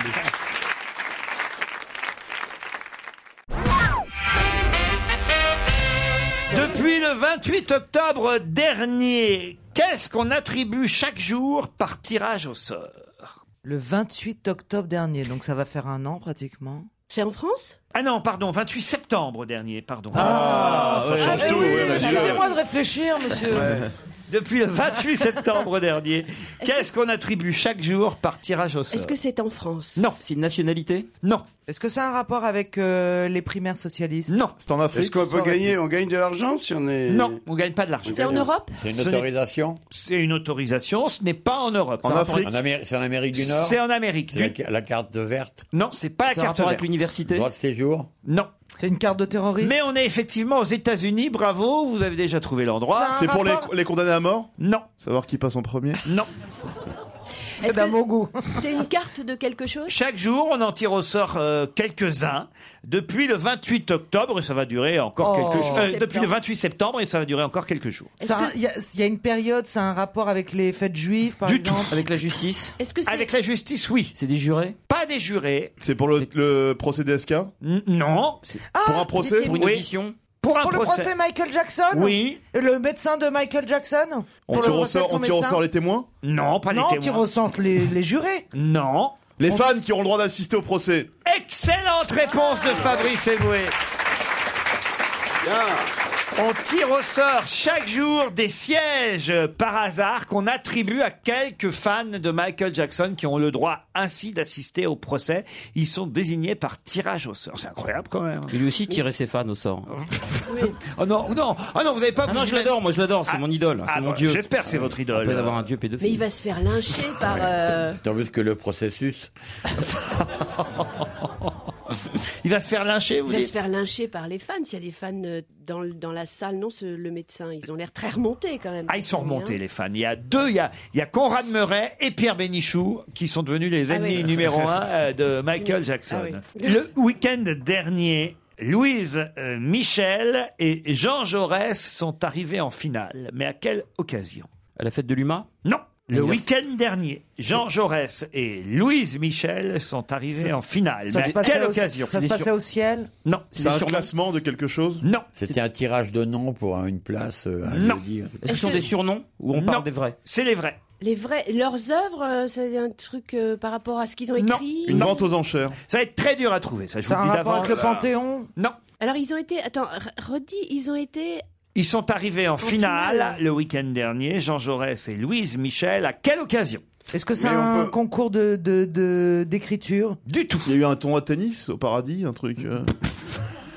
[SPEAKER 3] Depuis le 28 octobre dernier, qu'est-ce qu'on attribue chaque jour par tirage au sort
[SPEAKER 5] Le 28 octobre dernier, donc ça va faire un an pratiquement.
[SPEAKER 7] C'est en France
[SPEAKER 3] Ah non, pardon, 28 septembre dernier, pardon.
[SPEAKER 6] Ah, ça change tout. ouais, parce que-
[SPEAKER 5] excusez-moi de réfléchir, monsieur.
[SPEAKER 3] Depuis le 28 septembre dernier, qu'est-ce qu'on attribue chaque jour par tirage au sort
[SPEAKER 7] Est-ce que c'est en France
[SPEAKER 3] Non,
[SPEAKER 9] C'est une nationalité
[SPEAKER 3] non,
[SPEAKER 5] Est-ce que ça a un rapport avec euh, les primaires socialistes
[SPEAKER 3] non,
[SPEAKER 6] C'est en
[SPEAKER 8] Est-ce
[SPEAKER 6] Afrique.
[SPEAKER 8] qu'on peut gagner On gagne de l'argent si on est.
[SPEAKER 3] non, on gagne pas de l'argent.
[SPEAKER 7] C'est en Europe
[SPEAKER 4] C'est une
[SPEAKER 3] Ce n'est-
[SPEAKER 4] autorisation
[SPEAKER 3] C'est une autorisation, ce n'est pas en Europe.
[SPEAKER 6] En
[SPEAKER 3] Ça
[SPEAKER 6] Afrique.
[SPEAKER 4] En Amérique- C'est en Amérique du Nord
[SPEAKER 3] C'est en Amérique.
[SPEAKER 4] C'est
[SPEAKER 3] du-
[SPEAKER 4] la ca- la carte verte
[SPEAKER 3] Non, c'est pas la
[SPEAKER 9] C'est un
[SPEAKER 3] carte
[SPEAKER 9] rapport avec
[SPEAKER 3] verte.
[SPEAKER 9] l'université
[SPEAKER 4] Droit de séjour
[SPEAKER 3] Non.
[SPEAKER 5] C'est une carte de terrorisme
[SPEAKER 3] Mais on est effectivement aux États-Unis. Bravo, vous avez déjà trouvé l'endroit.
[SPEAKER 5] Ça-
[SPEAKER 6] C'est pour les,
[SPEAKER 5] rapport-
[SPEAKER 6] les condamnés à mort
[SPEAKER 3] Non,
[SPEAKER 6] Savoir qui passe en premier
[SPEAKER 3] non.
[SPEAKER 5] C'est
[SPEAKER 12] Est-ce
[SPEAKER 5] d'un
[SPEAKER 12] que-
[SPEAKER 5] bon goût.
[SPEAKER 12] C'est une carte de quelque chose
[SPEAKER 3] Chaque jour, on en tire au sort euh, quelques-uns. Depuis le 28 octobre, et ça va durer encore
[SPEAKER 5] Oh.
[SPEAKER 3] quelques jours. Euh, depuis
[SPEAKER 12] Septembre.
[SPEAKER 3] le 28 septembre, et ça va durer encore quelques jours.
[SPEAKER 12] Est-ce
[SPEAKER 5] Ça a-
[SPEAKER 12] que-
[SPEAKER 5] Il y, a- il y a une période, ça a un rapport avec les fêtes juives, par
[SPEAKER 3] Du
[SPEAKER 5] exemple
[SPEAKER 9] Avec la justice
[SPEAKER 12] Est-ce que c'est
[SPEAKER 3] Avec la justice, oui.
[SPEAKER 9] C'est des jurés
[SPEAKER 3] Pas des jurés.
[SPEAKER 6] C'est pour le, le procès DSK
[SPEAKER 3] N- non.
[SPEAKER 6] Pour un procès
[SPEAKER 9] Pour une
[SPEAKER 3] Oui.
[SPEAKER 9] audition
[SPEAKER 3] Pour un
[SPEAKER 5] Ah, Pour le procès Michael Jackson
[SPEAKER 3] Oui.
[SPEAKER 5] Le médecin de Michael Jackson
[SPEAKER 6] On
[SPEAKER 5] Pour le
[SPEAKER 6] tire au
[SPEAKER 5] procès de
[SPEAKER 6] sort,
[SPEAKER 5] son
[SPEAKER 6] on tire au
[SPEAKER 5] médecin
[SPEAKER 6] sort les témoins
[SPEAKER 3] Non, pas
[SPEAKER 5] Non,
[SPEAKER 3] les
[SPEAKER 5] on tire
[SPEAKER 3] témoins.
[SPEAKER 5] au centre les, les jurés.
[SPEAKER 3] Non.
[SPEAKER 6] Les fans qui auront le droit d'assister au procès.
[SPEAKER 3] Excellente réponse de Fabrice Eboué. On tire au sort chaque jour des sièges euh, par hasard qu'on attribue à quelques fans de Michael Jackson qui ont le droit ainsi d'assister au procès. Ils sont désignés par tirage au sort. C'est incroyable quand même.
[SPEAKER 9] Il lui aussi tirait ses fans au sort.
[SPEAKER 3] Oh non, non, ah non, vous n'avez pas.
[SPEAKER 9] non, je l'adore, moi je l'adore, c'est mon idole, c'est
[SPEAKER 3] ah,
[SPEAKER 9] mon
[SPEAKER 3] bah,
[SPEAKER 9] dieu.
[SPEAKER 3] j'espère que c'est votre idole.
[SPEAKER 9] Après d'avoir un dieu pédophile.
[SPEAKER 12] Mais il va se faire lyncher par. euh,
[SPEAKER 4] Tant plus que le processus.
[SPEAKER 3] Il va se faire lyncher,
[SPEAKER 12] Il va se faire lyncher par les fans. S'il y a des fans euh, dans, le- dans la salle, non, ce- le médecin, ils ont l'air très remontés quand même.
[SPEAKER 3] Ah, ils sont remontés, les fans. Il y a deux, il y a, il y a Conrad Murray et Pierre Bénichou qui sont devenus les
[SPEAKER 12] Ah
[SPEAKER 3] ennemis
[SPEAKER 12] oui.
[SPEAKER 3] numéro un euh, de Michael Jackson.
[SPEAKER 12] Ah oui.
[SPEAKER 3] Le week-end dernier, Louise euh, Michel et Jean Jaurès sont arrivés en finale. Mais à quelle occasion
[SPEAKER 9] À la fête de l'UMA
[SPEAKER 3] Non. Le
[SPEAKER 9] Anniversaire.
[SPEAKER 3] week-end dernier, Jean Jaurès et Louise Michel sont arrivés
[SPEAKER 5] Ça-
[SPEAKER 3] en finale.
[SPEAKER 5] ça
[SPEAKER 3] Mais
[SPEAKER 5] se
[SPEAKER 3] à
[SPEAKER 5] passait
[SPEAKER 3] quelle
[SPEAKER 5] au-
[SPEAKER 3] occasion
[SPEAKER 5] ça se passait au ciel
[SPEAKER 3] Non.
[SPEAKER 5] C'est un
[SPEAKER 4] classement
[SPEAKER 6] de quelque chose
[SPEAKER 3] Non.
[SPEAKER 4] C'était un tirage de noms pour euh, une place euh, à
[SPEAKER 3] Non.
[SPEAKER 4] jeudi.
[SPEAKER 9] Est-ce que ce sont des surnoms ou on parle des vrais
[SPEAKER 3] C'est les vrais.
[SPEAKER 12] Les vrais, leurs œuvres, euh, c'est un truc euh, par rapport à ce qu'ils ont écrit.
[SPEAKER 6] vente aux enchères.
[SPEAKER 3] Ça va être très dur à trouver, ça, je
[SPEAKER 5] Ça a un
[SPEAKER 3] vous le dis
[SPEAKER 5] rapport
[SPEAKER 3] d'avance.
[SPEAKER 5] avec le Panthéon
[SPEAKER 3] Non.
[SPEAKER 12] Alors ils ont été, attends, r- redis, ils ont été
[SPEAKER 3] Ils sont arrivés en, finale,
[SPEAKER 12] finale.
[SPEAKER 3] le week-end dernier, Jean Jaurès et Louise Michel. À quelle occasion
[SPEAKER 5] Est-ce que c'est
[SPEAKER 3] Euh.
[SPEAKER 5] un concours de- de- de- d'écriture
[SPEAKER 3] Du tout.
[SPEAKER 6] Il y a eu un tournoi de tennis au paradis, un truc. euh.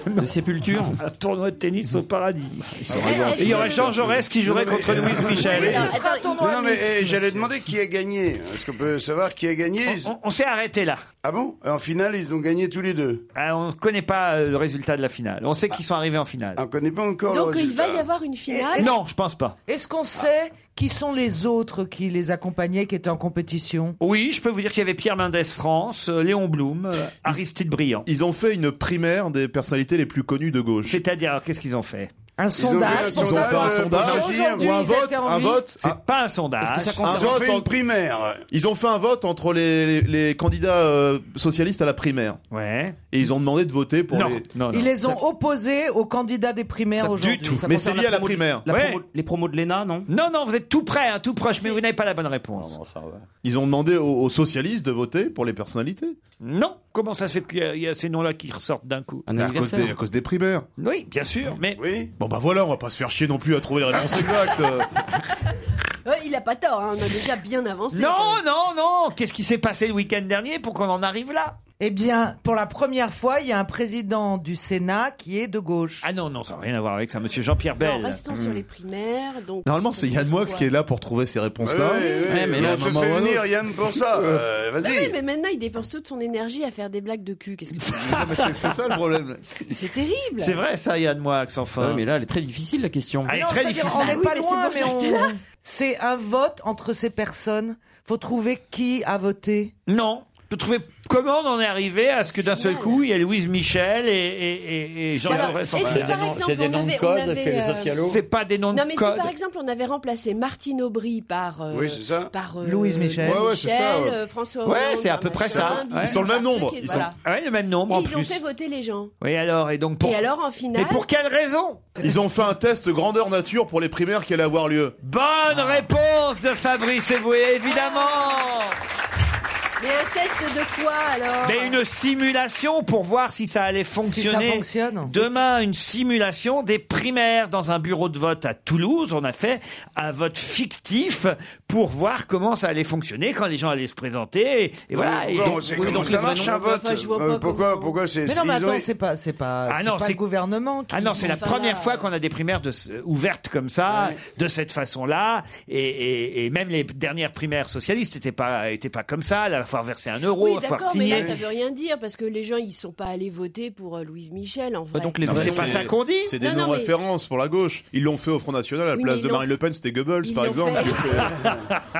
[SPEAKER 9] De sépulture
[SPEAKER 3] Un tournoi de tennis au paradis.
[SPEAKER 8] Eh,
[SPEAKER 3] Et il y aurait Jean Jaurès qui jouerait contre Louise Michel.
[SPEAKER 7] ben,
[SPEAKER 8] Non, non, mais eh, j'allais demander qui a gagné. Est-ce qu'on peut savoir qui a gagné
[SPEAKER 3] On, on- on s'est arrêté là.
[SPEAKER 8] Ah bon En finale, ils ont gagné tous les deux.
[SPEAKER 3] Ah, on ne connaît pas euh, le résultat de la finale. On sait qu'ils sont arrivés en finale.
[SPEAKER 8] On ne connaît pas
[SPEAKER 6] Oh,
[SPEAKER 8] encore
[SPEAKER 12] Donc il va y avoir une finale.
[SPEAKER 3] Non, je pense pas.
[SPEAKER 5] Est-ce qu'on sait qui sont les autres qui les accompagnaient, qui étaient en compétition
[SPEAKER 3] Oui, je peux vous dire qu'il y avait Pierre Mendès France, euh, Léon Blum, euh, Aristide Briand.
[SPEAKER 6] Ils ont fait une primaire des personnalités les plus connues de gauche.
[SPEAKER 3] C'est-à-dire, alors, qu'est-ce qu'ils ont fait
[SPEAKER 5] Un sondage
[SPEAKER 6] Ils ont
[SPEAKER 5] pour
[SPEAKER 6] fait
[SPEAKER 5] savoir
[SPEAKER 6] un
[SPEAKER 5] si
[SPEAKER 6] sondage
[SPEAKER 5] aujourd'hui
[SPEAKER 6] ou un
[SPEAKER 5] ils
[SPEAKER 6] vote,
[SPEAKER 5] étaient en
[SPEAKER 6] un
[SPEAKER 5] vie.
[SPEAKER 6] vote.
[SPEAKER 3] C'est pas un sondage.
[SPEAKER 6] Est-ce que ça concerne-
[SPEAKER 8] Ils ont fait
[SPEAKER 6] Vote en-
[SPEAKER 8] une primaire.
[SPEAKER 6] Ils ont fait un vote entre les, les- les candidats euh, socialistes à la primaire.
[SPEAKER 3] Ouais.
[SPEAKER 6] Et ils ont demandé de voter pour
[SPEAKER 3] Non,
[SPEAKER 6] les.
[SPEAKER 3] non,
[SPEAKER 5] Ils les ont opposés aux candidats des primaires aujourd'hui. Ça
[SPEAKER 6] Mais c'est
[SPEAKER 5] concerne
[SPEAKER 6] lié à la
[SPEAKER 5] promo-
[SPEAKER 6] primaire.
[SPEAKER 9] La promo- Les promos de l'ENA, non
[SPEAKER 3] Non, non, vous êtes tout près, hein, tout proche, mais vous n'avez pas la bonne réponse.
[SPEAKER 6] Ils ont demandé aux, aux socialistes de voter pour les personnalités.
[SPEAKER 3] Non, comment ça se fait qu'il y a- il y a ces noms-là qui ressortent d'un coup
[SPEAKER 9] Un
[SPEAKER 6] À cause, des, à
[SPEAKER 9] anniversaire
[SPEAKER 6] cause des primaires.
[SPEAKER 3] Oui, bien sûr, mais
[SPEAKER 8] Oui.
[SPEAKER 6] Bon bah voilà, on va pas se faire chier non plus à trouver les réponses exactes.
[SPEAKER 12] Euh, il a pas tort, hein, on a déjà bien avancé.
[SPEAKER 3] non, non, non. Qu'est-ce qui s'est passé le week-end dernier pour qu'on en arrive là
[SPEAKER 5] Eh bien, pour la première fois, il y a un président du Sénat qui est de gauche.
[SPEAKER 3] Ah non, non, ça n'a rien à voir avec ça, Monsieur Jean-Pierre
[SPEAKER 12] Non,
[SPEAKER 3] Bell. Hmm.
[SPEAKER 12] restons sur les primaires. Donc
[SPEAKER 6] Normalement, c'est Yann Moix qui est là pour trouver ces réponses-là.
[SPEAKER 8] Ouais, ouais, ouais,
[SPEAKER 9] mais là,
[SPEAKER 8] on se
[SPEAKER 9] maman,
[SPEAKER 8] fait
[SPEAKER 9] voilà.
[SPEAKER 8] venir Yann pour ça.
[SPEAKER 6] Bah,
[SPEAKER 8] Euh,
[SPEAKER 12] Ah oui,
[SPEAKER 8] Vas-y.
[SPEAKER 12] mais maintenant il dépense toute son énergie à faire des blagues de cul. Qu'est-ce que c'est
[SPEAKER 6] Non, Ah, mais c'est- c'est ça le problème.
[SPEAKER 12] C'est terrible.
[SPEAKER 3] C'est vrai ça, Yann Moix,
[SPEAKER 9] Ah
[SPEAKER 3] enfin.
[SPEAKER 9] oui, mais là, elle est très difficile la question.
[SPEAKER 3] Elle est
[SPEAKER 5] Non,
[SPEAKER 3] très
[SPEAKER 5] c'est-à-dire,
[SPEAKER 3] difficile.
[SPEAKER 5] On n'est
[SPEAKER 12] Oui, mais
[SPEAKER 5] pas
[SPEAKER 12] c'est
[SPEAKER 5] loin,
[SPEAKER 12] pour
[SPEAKER 5] mais
[SPEAKER 12] ça
[SPEAKER 5] on... c'est un vote entre ces personnes. Faut trouver qui a voté.
[SPEAKER 3] Non. Vous trouvez comment on en est arrivé à ce que d'un seul coup il y a Louise Michel et, et- et- et Jean
[SPEAKER 12] Alors,
[SPEAKER 3] Jaurès en
[SPEAKER 12] et si
[SPEAKER 3] finale
[SPEAKER 12] par
[SPEAKER 4] noms-
[SPEAKER 12] exemple
[SPEAKER 4] c'est des
[SPEAKER 12] on
[SPEAKER 4] noms de
[SPEAKER 12] avait,
[SPEAKER 4] code,
[SPEAKER 12] on avait,
[SPEAKER 4] c'est les
[SPEAKER 12] euh,
[SPEAKER 4] socialos.
[SPEAKER 3] C'est pas des noms
[SPEAKER 12] Non
[SPEAKER 3] de
[SPEAKER 12] mais
[SPEAKER 3] code.
[SPEAKER 12] si par exemple on avait remplacé Martine Aubry par euh,
[SPEAKER 8] Oui, c'est ça.
[SPEAKER 12] par euh,
[SPEAKER 5] Louise Michel.
[SPEAKER 6] Ouais, ouais, c'est ça,
[SPEAKER 12] Michel,
[SPEAKER 6] ouais.
[SPEAKER 12] euh, François
[SPEAKER 3] Ouais,
[SPEAKER 12] Hollande,
[SPEAKER 3] c'est à peu près ça,
[SPEAKER 12] machin,
[SPEAKER 3] hein.
[SPEAKER 12] bidule,
[SPEAKER 3] Ils
[SPEAKER 6] sont le même
[SPEAKER 12] un
[SPEAKER 6] nombre,
[SPEAKER 12] truc, et
[SPEAKER 6] ils
[SPEAKER 12] voilà.
[SPEAKER 3] Ouais, le même nombre
[SPEAKER 12] Et
[SPEAKER 3] en
[SPEAKER 12] ils
[SPEAKER 3] plus.
[SPEAKER 12] ont fait voter les gens.
[SPEAKER 3] Oui, alors et donc pour.
[SPEAKER 12] Et alors en finale
[SPEAKER 3] Mais pour quelle raison
[SPEAKER 6] Ils ont fait un test grandeur nature pour les primaires qui allaient avoir lieu.
[SPEAKER 3] Bonne
[SPEAKER 12] Ah.
[SPEAKER 3] réponse de Fabrice Eboué, évidemment.
[SPEAKER 12] Mais un test de quoi alors
[SPEAKER 3] Mais une simulation pour voir si ça allait
[SPEAKER 5] Si ça
[SPEAKER 3] fonctionner.
[SPEAKER 5] fonctionne.
[SPEAKER 3] Demain, une simulation des primaires dans un bureau de vote à Toulouse. On a fait un vote fictif pour voir comment ça allait fonctionner quand les gens allaient se présenter. Et, et voilà. Et
[SPEAKER 8] Bon,
[SPEAKER 3] donc-
[SPEAKER 8] c'est
[SPEAKER 9] oui,
[SPEAKER 8] comment
[SPEAKER 9] donc
[SPEAKER 8] ça
[SPEAKER 9] les vrais
[SPEAKER 8] marche
[SPEAKER 9] noms,
[SPEAKER 8] un vote.
[SPEAKER 12] enfin, je vois pas
[SPEAKER 8] Euh, Pourquoi,
[SPEAKER 12] comment-
[SPEAKER 8] pourquoi c'est
[SPEAKER 5] Mais non, mais
[SPEAKER 8] ils ont-
[SPEAKER 5] attends, c'est pas, c'est pas,
[SPEAKER 3] Ah
[SPEAKER 5] c'est
[SPEAKER 3] non,
[SPEAKER 5] pas
[SPEAKER 3] c'est-
[SPEAKER 5] le gouvernement qui.
[SPEAKER 3] ah non, c'est la
[SPEAKER 12] Enfin,
[SPEAKER 3] première
[SPEAKER 12] là,
[SPEAKER 3] fois
[SPEAKER 12] euh,
[SPEAKER 3] qu'on a des primaires de ce- ouvertes comme ça, de cette façon-là, et, et- et même les dernières primaires socialistes n'étaient pas, étaient pas comme ça. Là, il va falloir verser un euro, il
[SPEAKER 12] Oui
[SPEAKER 3] va falloir
[SPEAKER 12] d'accord mais
[SPEAKER 3] signer.
[SPEAKER 12] là ça veut rien dire parce que les gens ils sont pas allés voter pour euh, Louise Michel en
[SPEAKER 3] Bah,
[SPEAKER 12] vrai.
[SPEAKER 9] donc les
[SPEAKER 6] Non,
[SPEAKER 3] Mais
[SPEAKER 9] vrais.
[SPEAKER 3] c'est pas
[SPEAKER 6] c'est-
[SPEAKER 3] ça qu'on dit.
[SPEAKER 6] C'est des
[SPEAKER 12] Non, non,
[SPEAKER 6] non-références pour la gauche. Ils l'ont fait au Front National à la
[SPEAKER 12] Oui, mais
[SPEAKER 6] place
[SPEAKER 12] ils
[SPEAKER 6] de
[SPEAKER 12] l'ont
[SPEAKER 6] Marine Le Pen, c'était Goebbels
[SPEAKER 12] Ils
[SPEAKER 6] par
[SPEAKER 12] l'ont
[SPEAKER 6] exemple.
[SPEAKER 12] fait.
[SPEAKER 6] Donc, euh,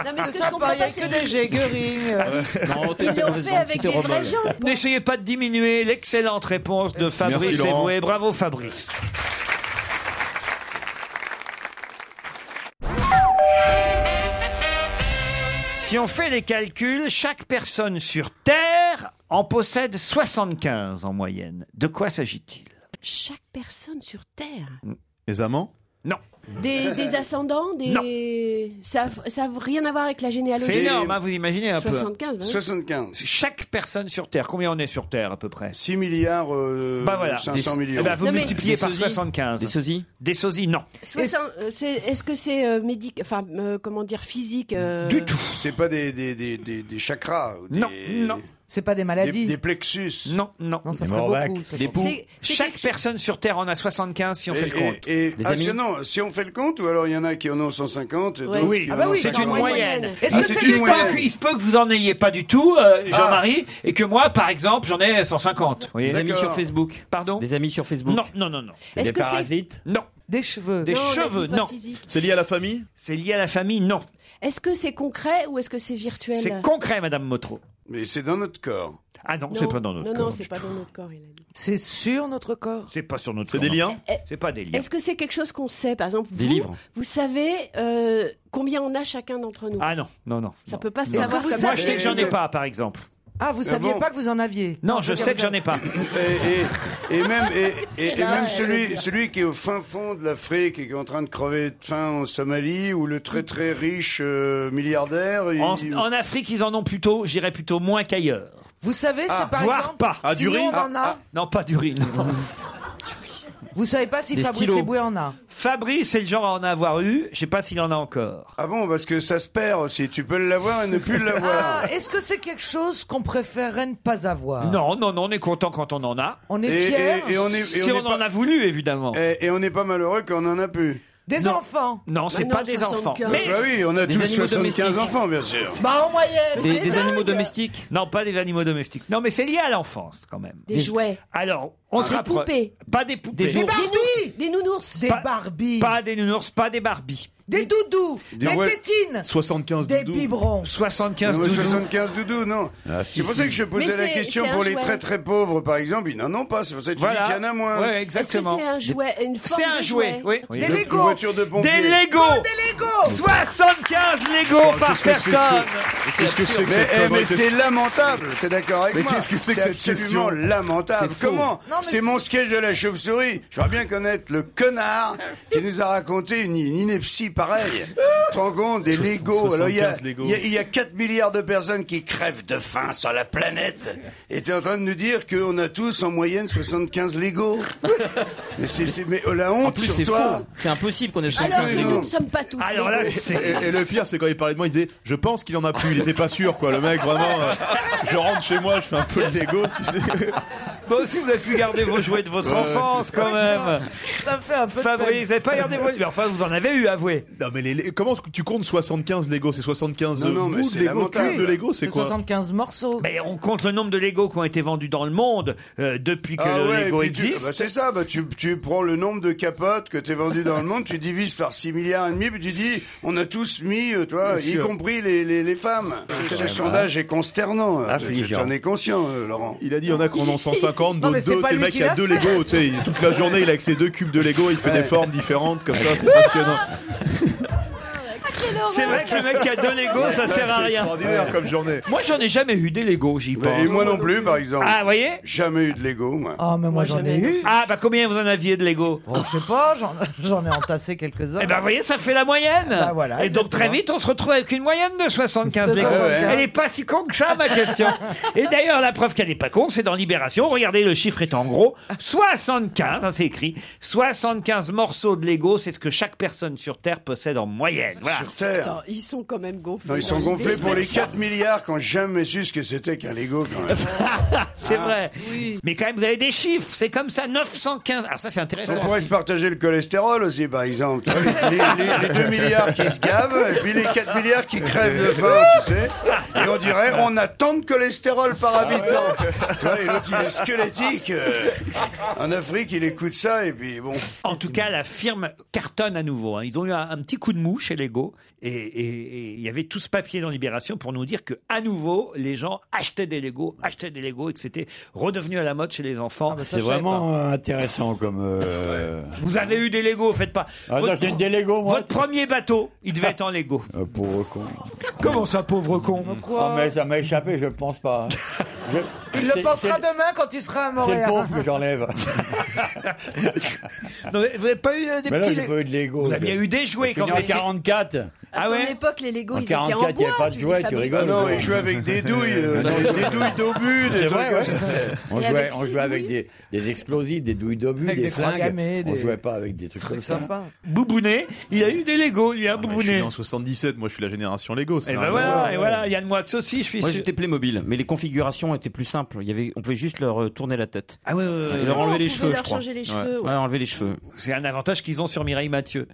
[SPEAKER 12] Non mais ce que je
[SPEAKER 5] Ça,
[SPEAKER 12] comprends
[SPEAKER 5] pareil,
[SPEAKER 12] pas
[SPEAKER 5] que
[SPEAKER 12] c'est
[SPEAKER 5] des Gégering.
[SPEAKER 6] Ah
[SPEAKER 5] euh,
[SPEAKER 9] Non, t'es
[SPEAKER 12] ils l'ont
[SPEAKER 9] mauvaise
[SPEAKER 12] fait
[SPEAKER 9] langue,
[SPEAKER 12] avec
[SPEAKER 9] tu
[SPEAKER 12] des
[SPEAKER 9] te
[SPEAKER 12] vrais
[SPEAKER 9] rebelles.
[SPEAKER 12] gens.
[SPEAKER 3] N'essayez pas de diminuer l'excellente réponse de Fabrice
[SPEAKER 6] Laurent.
[SPEAKER 3] Eboué. Bravo Fabrice. Si on fait les calculs, chaque personne sur Terre en possède 75 en moyenne. De quoi s'agit-il
[SPEAKER 12] Chaque personne sur terre.
[SPEAKER 6] Les amants
[SPEAKER 3] Non.
[SPEAKER 12] Des, des ascendants des... Ça n'a rien à voir avec la généalogie.
[SPEAKER 3] C'est énorme, hein, vous imaginez un
[SPEAKER 12] 75,
[SPEAKER 3] peu.
[SPEAKER 12] bah oui.
[SPEAKER 3] 75. Chaque personne sur Terre, combien on est sur Terre à peu près
[SPEAKER 8] 6 milliards,
[SPEAKER 3] bah voilà.
[SPEAKER 8] 500 millions.
[SPEAKER 3] Eh ben, vous
[SPEAKER 12] Non, mais-
[SPEAKER 3] multipliez
[SPEAKER 12] Des
[SPEAKER 3] par
[SPEAKER 12] sosies
[SPEAKER 3] 75. Des
[SPEAKER 9] sosies
[SPEAKER 3] Des sosies, non.
[SPEAKER 12] Soixante- euh, c'est- Est-ce que c'est euh, médic... enfin, euh, comment dire, physique euh,
[SPEAKER 8] C'est pas des, des, des, des, des chakras. ou Des,
[SPEAKER 3] Non, non.
[SPEAKER 5] C'est pas des
[SPEAKER 8] Des, des plexus.
[SPEAKER 3] Non, non.
[SPEAKER 8] ça Des ferait Morvac, beaucoup, ça. bah, des poux. C'est-
[SPEAKER 3] Chaque personne sur Terre en a 75 si on
[SPEAKER 8] Et-
[SPEAKER 3] fait le
[SPEAKER 8] et-
[SPEAKER 3] compte.
[SPEAKER 8] Et, ah, sinon, si on fait le compte, ou alors il y en a qui en ont 150. et
[SPEAKER 3] Ouais.
[SPEAKER 8] d'autres
[SPEAKER 3] Oui.
[SPEAKER 8] qui
[SPEAKER 3] Ah
[SPEAKER 8] en
[SPEAKER 3] bah
[SPEAKER 8] ont
[SPEAKER 3] oui, c'est
[SPEAKER 8] 50.
[SPEAKER 3] une moyenne.
[SPEAKER 8] Ah, c'est une
[SPEAKER 3] il,
[SPEAKER 8] euh,
[SPEAKER 3] se
[SPEAKER 8] moyenne. Ah.
[SPEAKER 3] peut que, il se peut que vous en ayez pas du tout, euh, Jean-Marie, et que moi, par exemple, j'en ai 150. Vous voyez
[SPEAKER 9] Des amis sur Facebook.
[SPEAKER 3] Pardon
[SPEAKER 9] Des amis sur Facebook.
[SPEAKER 3] Non, non, non, non.
[SPEAKER 9] Est-ce Des que c'est- parasites
[SPEAKER 3] Non.
[SPEAKER 5] Des cheveux.
[SPEAKER 3] Des
[SPEAKER 12] Non, on a dit
[SPEAKER 3] cheveux,
[SPEAKER 12] pas
[SPEAKER 3] non.
[SPEAKER 12] physique.
[SPEAKER 3] C'est lié à la famille C'est lié à la famille, non.
[SPEAKER 12] Est-ce que c'est concret ou est-ce que c'est virtuel
[SPEAKER 3] C'est concret, Madame Motro.
[SPEAKER 8] Mais c'est dans notre corps.
[SPEAKER 3] Ah non, c'est pas dans notre
[SPEAKER 12] non,
[SPEAKER 3] corps.
[SPEAKER 12] Non, c'est pas dans notre corps. il a dit.
[SPEAKER 5] C'est sur notre corps
[SPEAKER 3] C'est pas sur notre C'est des liens C'est pas des liens.
[SPEAKER 12] Est-ce que c'est quelque chose qu'on sait Par exemple, vous,
[SPEAKER 3] Des livres.
[SPEAKER 12] vous savez euh, combien on a chacun d'entre nous
[SPEAKER 3] Ah non, non, non.
[SPEAKER 12] Ça
[SPEAKER 3] non.
[SPEAKER 12] peut pas se
[SPEAKER 3] Non.
[SPEAKER 12] savoir comme ça.
[SPEAKER 3] Moi, je sais que j'en ai pas, par exemple.
[SPEAKER 5] Ah, vous
[SPEAKER 3] Ah
[SPEAKER 5] saviez
[SPEAKER 3] bon
[SPEAKER 5] pas que vous en aviez euh,
[SPEAKER 3] Non, je sais que j'en ai pas.
[SPEAKER 8] Et, et- et même, et, et- et
[SPEAKER 5] là, euh,
[SPEAKER 8] même
[SPEAKER 5] elle veut
[SPEAKER 3] euh,
[SPEAKER 8] celui,
[SPEAKER 5] dire.
[SPEAKER 8] celui qui est au fin fond de l'Afrique et qui est en train de crever de faim en Somalie, ou le très très riche euh, milliardaire. il-
[SPEAKER 3] En, en Afrique, ils en ont plutôt, j'irais plutôt moins qu'ailleurs.
[SPEAKER 5] Vous savez,
[SPEAKER 8] Ah,
[SPEAKER 5] c'est par
[SPEAKER 3] voire
[SPEAKER 5] exemple.
[SPEAKER 3] pas. Ah, du
[SPEAKER 5] sinon,
[SPEAKER 3] riz
[SPEAKER 5] on en a.
[SPEAKER 3] Non, pas d'urine.
[SPEAKER 5] Vous savez pas si
[SPEAKER 3] Des
[SPEAKER 5] Fabrice
[SPEAKER 3] stylos.
[SPEAKER 5] Eboué en a
[SPEAKER 3] Fabrice, c'est le genre à en avoir eu. Je sais pas s'il en a encore.
[SPEAKER 8] Ah bon, parce que ça se perd aussi. Tu peux l'avoir et ne plus l'avoir.
[SPEAKER 5] Ah, Est-ce que c'est quelque chose qu'on préférerait ne pas avoir
[SPEAKER 3] Ah. Non, non, non, on est content quand on en a.
[SPEAKER 5] On est Et- fiers. et- et on est- et
[SPEAKER 3] si
[SPEAKER 8] on
[SPEAKER 3] on,
[SPEAKER 8] est pas-
[SPEAKER 3] en a voulu, évidemment.
[SPEAKER 8] Et, et on n'est pas malheureux quand on en a plus.
[SPEAKER 5] Des enfants
[SPEAKER 3] Non, c'est
[SPEAKER 5] Bah
[SPEAKER 3] pas des enfants.
[SPEAKER 8] Mais Bah oui, on a tous 75 enfants, bien sûr.
[SPEAKER 5] Bah en moyenne
[SPEAKER 3] Des, animaux domestiques Non, pas des animaux domestiques. Non, mais c'est lié à l'enfance quand même.
[SPEAKER 12] Des jouets.
[SPEAKER 3] Alors, on se
[SPEAKER 12] Des
[SPEAKER 3] rapproche.
[SPEAKER 12] poupées.
[SPEAKER 3] Pas des poupées.
[SPEAKER 5] Des Barbies
[SPEAKER 12] Des nounours
[SPEAKER 5] Des Barbies
[SPEAKER 3] Pas des nounours, pas des Barbies.
[SPEAKER 5] Des doudous Des, tétines
[SPEAKER 6] 75
[SPEAKER 5] Des biberons
[SPEAKER 3] 75
[SPEAKER 8] Non, mais
[SPEAKER 3] doudous. Ah,
[SPEAKER 8] 75 doudous, non. c'est pour ça que je posais
[SPEAKER 12] Mais
[SPEAKER 8] la
[SPEAKER 12] c'est-
[SPEAKER 8] question
[SPEAKER 12] c'est un
[SPEAKER 8] pour les
[SPEAKER 12] jouet.
[SPEAKER 8] très très pauvres, par exemple. Ils n'en ont pas. C'est pour ça que tu
[SPEAKER 3] Voilà.
[SPEAKER 8] dis qu'il y en a moins.
[SPEAKER 3] Ouais,
[SPEAKER 12] Est-ce que c'est un jouet Une forme
[SPEAKER 3] C'est un
[SPEAKER 12] de
[SPEAKER 3] jouet, oui.
[SPEAKER 8] Oui.
[SPEAKER 3] Des
[SPEAKER 8] Une
[SPEAKER 3] Lego.
[SPEAKER 8] voiture de pompier.
[SPEAKER 3] Des Lego.
[SPEAKER 5] Oh, des Legos
[SPEAKER 3] 75 Lego
[SPEAKER 8] Oh,
[SPEAKER 3] par
[SPEAKER 8] qu'est-ce que c'est que
[SPEAKER 3] personne.
[SPEAKER 8] ce- qu'est-ce que c'est que cette
[SPEAKER 3] Mais, eh, mais
[SPEAKER 8] connerie de-
[SPEAKER 3] c'est
[SPEAKER 8] lamentable, t'es d'accord avec
[SPEAKER 3] Mais
[SPEAKER 8] moi
[SPEAKER 3] qu'est-ce que c'est que cette
[SPEAKER 8] absolument
[SPEAKER 3] question
[SPEAKER 8] lamentable.
[SPEAKER 3] C'est faux.
[SPEAKER 8] Comment
[SPEAKER 3] Non, mais
[SPEAKER 8] C'est mon sketch de la chauve-souris. J'aimerais bien connaître le connard qui nous a raconté une, une ineptie pareille. Tu te rends compte des Lego Alors il y a,
[SPEAKER 6] 75 Lego.
[SPEAKER 8] il y a- il y a 4 milliards de personnes qui crèvent de faim sur la planète. Et t'es en train de nous dire qu'on a tous en moyenne 75 Lego. mais c'est c'est- mais oh, la honte
[SPEAKER 9] En plus,
[SPEAKER 8] sur
[SPEAKER 9] c'est faux.
[SPEAKER 8] toi.
[SPEAKER 9] C'est impossible qu'on ait
[SPEAKER 3] Ah
[SPEAKER 12] Alors,
[SPEAKER 9] 75
[SPEAKER 12] nous, nous
[SPEAKER 9] Lego.
[SPEAKER 12] ne sommes pas tous
[SPEAKER 3] Alors
[SPEAKER 12] Lego.
[SPEAKER 3] là,
[SPEAKER 6] Et, et le pire, c'est quand il parlait de moi, il disait Je pense qu'il en a plus. Il était pas sûr, quoi. Le mec, vraiment. euh, je rentre chez moi, je fais un peu de Lego, tu sais.
[SPEAKER 3] Bah aussi, vous avez pu garder vos jouets de votre
[SPEAKER 6] Ouais, ouais,
[SPEAKER 3] enfance
[SPEAKER 6] c'est
[SPEAKER 3] quand même.
[SPEAKER 5] Ça me fait un peu de
[SPEAKER 3] Fabrice,
[SPEAKER 5] peine.
[SPEAKER 3] vous n'avez pas gardé vos. Mais enfin, vous en avez eu, avoué.
[SPEAKER 6] Non, mais les- les- comment tu comptes 75 Lego C'est 75
[SPEAKER 8] Non, non, mais
[SPEAKER 6] bouts de
[SPEAKER 8] c'est
[SPEAKER 6] Lego,
[SPEAKER 8] lamentable.
[SPEAKER 6] cubes de Lego, c'est quoi
[SPEAKER 5] 75 morceaux.
[SPEAKER 3] Mais on compte le nombre de Lego qui ont été vendus dans le monde euh, depuis que le
[SPEAKER 8] ouais,
[SPEAKER 3] Lego
[SPEAKER 8] et puis tu-
[SPEAKER 3] existe.
[SPEAKER 8] bah, c'est ça, bah, tu, tu prends le nombre de capotes que t'es vendu dans le monde, tu divises par 6 milliards et demi, puis tu dis, on a tous mis, euh, toi,
[SPEAKER 6] Bien
[SPEAKER 8] y
[SPEAKER 6] sûr.
[SPEAKER 8] compris les, les, les femmes. Ce, ce sondage est consternant. euh, tu- tu en es conscient, euh, Laurent.
[SPEAKER 6] Il a dit, il y en a qu'on en 150,
[SPEAKER 5] Non, mais
[SPEAKER 6] d'autres
[SPEAKER 5] c'est
[SPEAKER 6] deux.
[SPEAKER 5] pas
[SPEAKER 6] Tu sais, le
[SPEAKER 5] lui
[SPEAKER 6] mec
[SPEAKER 5] qui
[SPEAKER 6] qui a
[SPEAKER 5] l'a
[SPEAKER 6] deux
[SPEAKER 5] fait.
[SPEAKER 6] Lego, tu sais, il- toute la journée, il a avec ses deux cubes de Lego, il fait des formes différentes, comme ça, c'est passionnant.
[SPEAKER 3] C'est vrai que le mec qui a deux Lego, ça
[SPEAKER 8] Bah,
[SPEAKER 3] sert à
[SPEAKER 6] C'est
[SPEAKER 3] rien.
[SPEAKER 6] extraordinaire comme journée.
[SPEAKER 3] Moi, j'en ai jamais eu des Lego, j'y pense.
[SPEAKER 8] Bah, et moi non plus, par exemple.
[SPEAKER 3] Ah, vous voyez
[SPEAKER 8] Jamais eu de Lego, moi.
[SPEAKER 5] Oh, mais moi, j'en ai eu.
[SPEAKER 3] Ah, bah combien vous en aviez de Lego
[SPEAKER 5] Oh, je sais pas, j'en- j'en ai entassé quelques-uns.
[SPEAKER 3] Eh ben, vous voyez, ça fait la moyenne.
[SPEAKER 5] Ah, bah, voilà,
[SPEAKER 3] et donc, très
[SPEAKER 5] exactement.
[SPEAKER 3] vite, on se retrouve avec une moyenne de 75
[SPEAKER 5] De
[SPEAKER 3] Lego.
[SPEAKER 5] 75.
[SPEAKER 3] Elle est pas si con que ça, ma question. et d'ailleurs, la preuve qu'elle n'est pas con, c'est dans Libération. Regardez, le chiffre est en gros 75, hein, c'est écrit. 75 morceaux de Lego, c'est ce que chaque personne sur Terre possède en moyenne. Voilà.
[SPEAKER 8] Sur Terre.
[SPEAKER 12] Attends, ils sont quand même gonflés.
[SPEAKER 8] Non, ils sont
[SPEAKER 12] dans
[SPEAKER 8] gonflés
[SPEAKER 12] l'idée.
[SPEAKER 8] pour les 4 milliards qui n'ont jamais su ce que c'était qu'un Lego, quand même.
[SPEAKER 3] C'est
[SPEAKER 8] Ah.
[SPEAKER 3] vrai. Mais quand même, vous avez des chiffres. C'est comme ça, 915. Alors ça, c'est intéressant.
[SPEAKER 8] On pourrait se partager le cholestérol aussi, par exemple. Les, les- les 2 milliards qui se gavent, et puis les 4 milliards qui crèvent de faim, tu sais. Et on dirait, on a tant de cholestérol par habitant.
[SPEAKER 3] Ah
[SPEAKER 8] Tu vois, et l'autre, il est squelettique. euh, En Afrique, il écoute ça, et puis bon.
[SPEAKER 3] En tout cas, la firme cartonne à nouveau. hein. Ils ont eu un, un petit coup de mou chez Lego. Et et- et il y avait tout ce papier dans Libération pour nous dire que à nouveau, les gens achetaient des Lego, achetaient des Lego et que c'était redevenu à la mode chez les enfants.
[SPEAKER 8] Ah, bah,
[SPEAKER 4] C'est vraiment euh, intéressant comme. euh,
[SPEAKER 3] Vous avez eu des Lego, faites pas.
[SPEAKER 4] Ah, non, j'ai eu des Lego, moi. Ah.
[SPEAKER 3] votre premier bateau, il devait être en Lego.
[SPEAKER 4] euh, pauvre con.
[SPEAKER 3] Comment ça, pauvre con
[SPEAKER 4] Ah, mais ça m'a échappé, je pense pas.
[SPEAKER 5] Il le
[SPEAKER 4] C'est-
[SPEAKER 5] pensera
[SPEAKER 4] c'est-
[SPEAKER 5] demain quand il sera à
[SPEAKER 4] C'est le
[SPEAKER 5] Montréal.
[SPEAKER 4] pauvre que j'enlève.
[SPEAKER 3] vous n'avez pas eu euh, des
[SPEAKER 4] Mais non,
[SPEAKER 3] petits
[SPEAKER 4] j'ai
[SPEAKER 3] lé-
[SPEAKER 4] pas eu de Lego.
[SPEAKER 3] Vous aviez eu des jouets quand Ah
[SPEAKER 4] En
[SPEAKER 3] même.
[SPEAKER 4] 44.
[SPEAKER 12] À son époque, Ah, les Legos,
[SPEAKER 4] En
[SPEAKER 12] ils étaient en
[SPEAKER 4] 44, il y avait
[SPEAKER 12] bois,
[SPEAKER 4] pas de
[SPEAKER 12] tu
[SPEAKER 4] jouets,
[SPEAKER 12] les
[SPEAKER 4] tu
[SPEAKER 12] fabriques.
[SPEAKER 4] rigoles.
[SPEAKER 8] Ah non, il jouait avec des douilles, euh, des, des douilles d'obus, des
[SPEAKER 4] C'est
[SPEAKER 8] trucs
[SPEAKER 4] vrai,
[SPEAKER 8] comme
[SPEAKER 4] ouais.
[SPEAKER 8] ça.
[SPEAKER 4] On
[SPEAKER 12] Et
[SPEAKER 4] jouait,
[SPEAKER 12] avec
[SPEAKER 4] on
[SPEAKER 12] six
[SPEAKER 4] jouait avec
[SPEAKER 12] douilles.
[SPEAKER 4] des, des explosifs, des douilles d'obus,
[SPEAKER 5] Avec
[SPEAKER 4] des,
[SPEAKER 5] des
[SPEAKER 4] flingues.
[SPEAKER 5] fringues à main,
[SPEAKER 4] On
[SPEAKER 5] des-
[SPEAKER 4] jouait pas avec des trucs comme ça.
[SPEAKER 3] Boubounet, il a eu des Lego, lui, hein,
[SPEAKER 6] Ah, Je suis
[SPEAKER 3] Boubounet.
[SPEAKER 6] né en 77, moi je suis la génération Lego.
[SPEAKER 3] Et ben voilà, et voilà, Yann Moix aussi, je suis
[SPEAKER 9] Moi
[SPEAKER 3] sûr.
[SPEAKER 9] j'étais Playmobil, mais les configurations étaient plus simples. Il y avait, on pouvait juste leur euh, tourner la tête.
[SPEAKER 3] Ah ouais, ouais, ouais,
[SPEAKER 9] Et leur
[SPEAKER 3] ouais.
[SPEAKER 9] enlever
[SPEAKER 3] On
[SPEAKER 9] les
[SPEAKER 3] pouvait
[SPEAKER 9] cheveux,
[SPEAKER 3] leur
[SPEAKER 9] je crois.
[SPEAKER 3] changer les cheveux,
[SPEAKER 9] Ouais,
[SPEAKER 3] ouais.
[SPEAKER 9] enlever les cheveux.
[SPEAKER 3] C'est un avantage qu'ils ont sur Mireille Mathieu.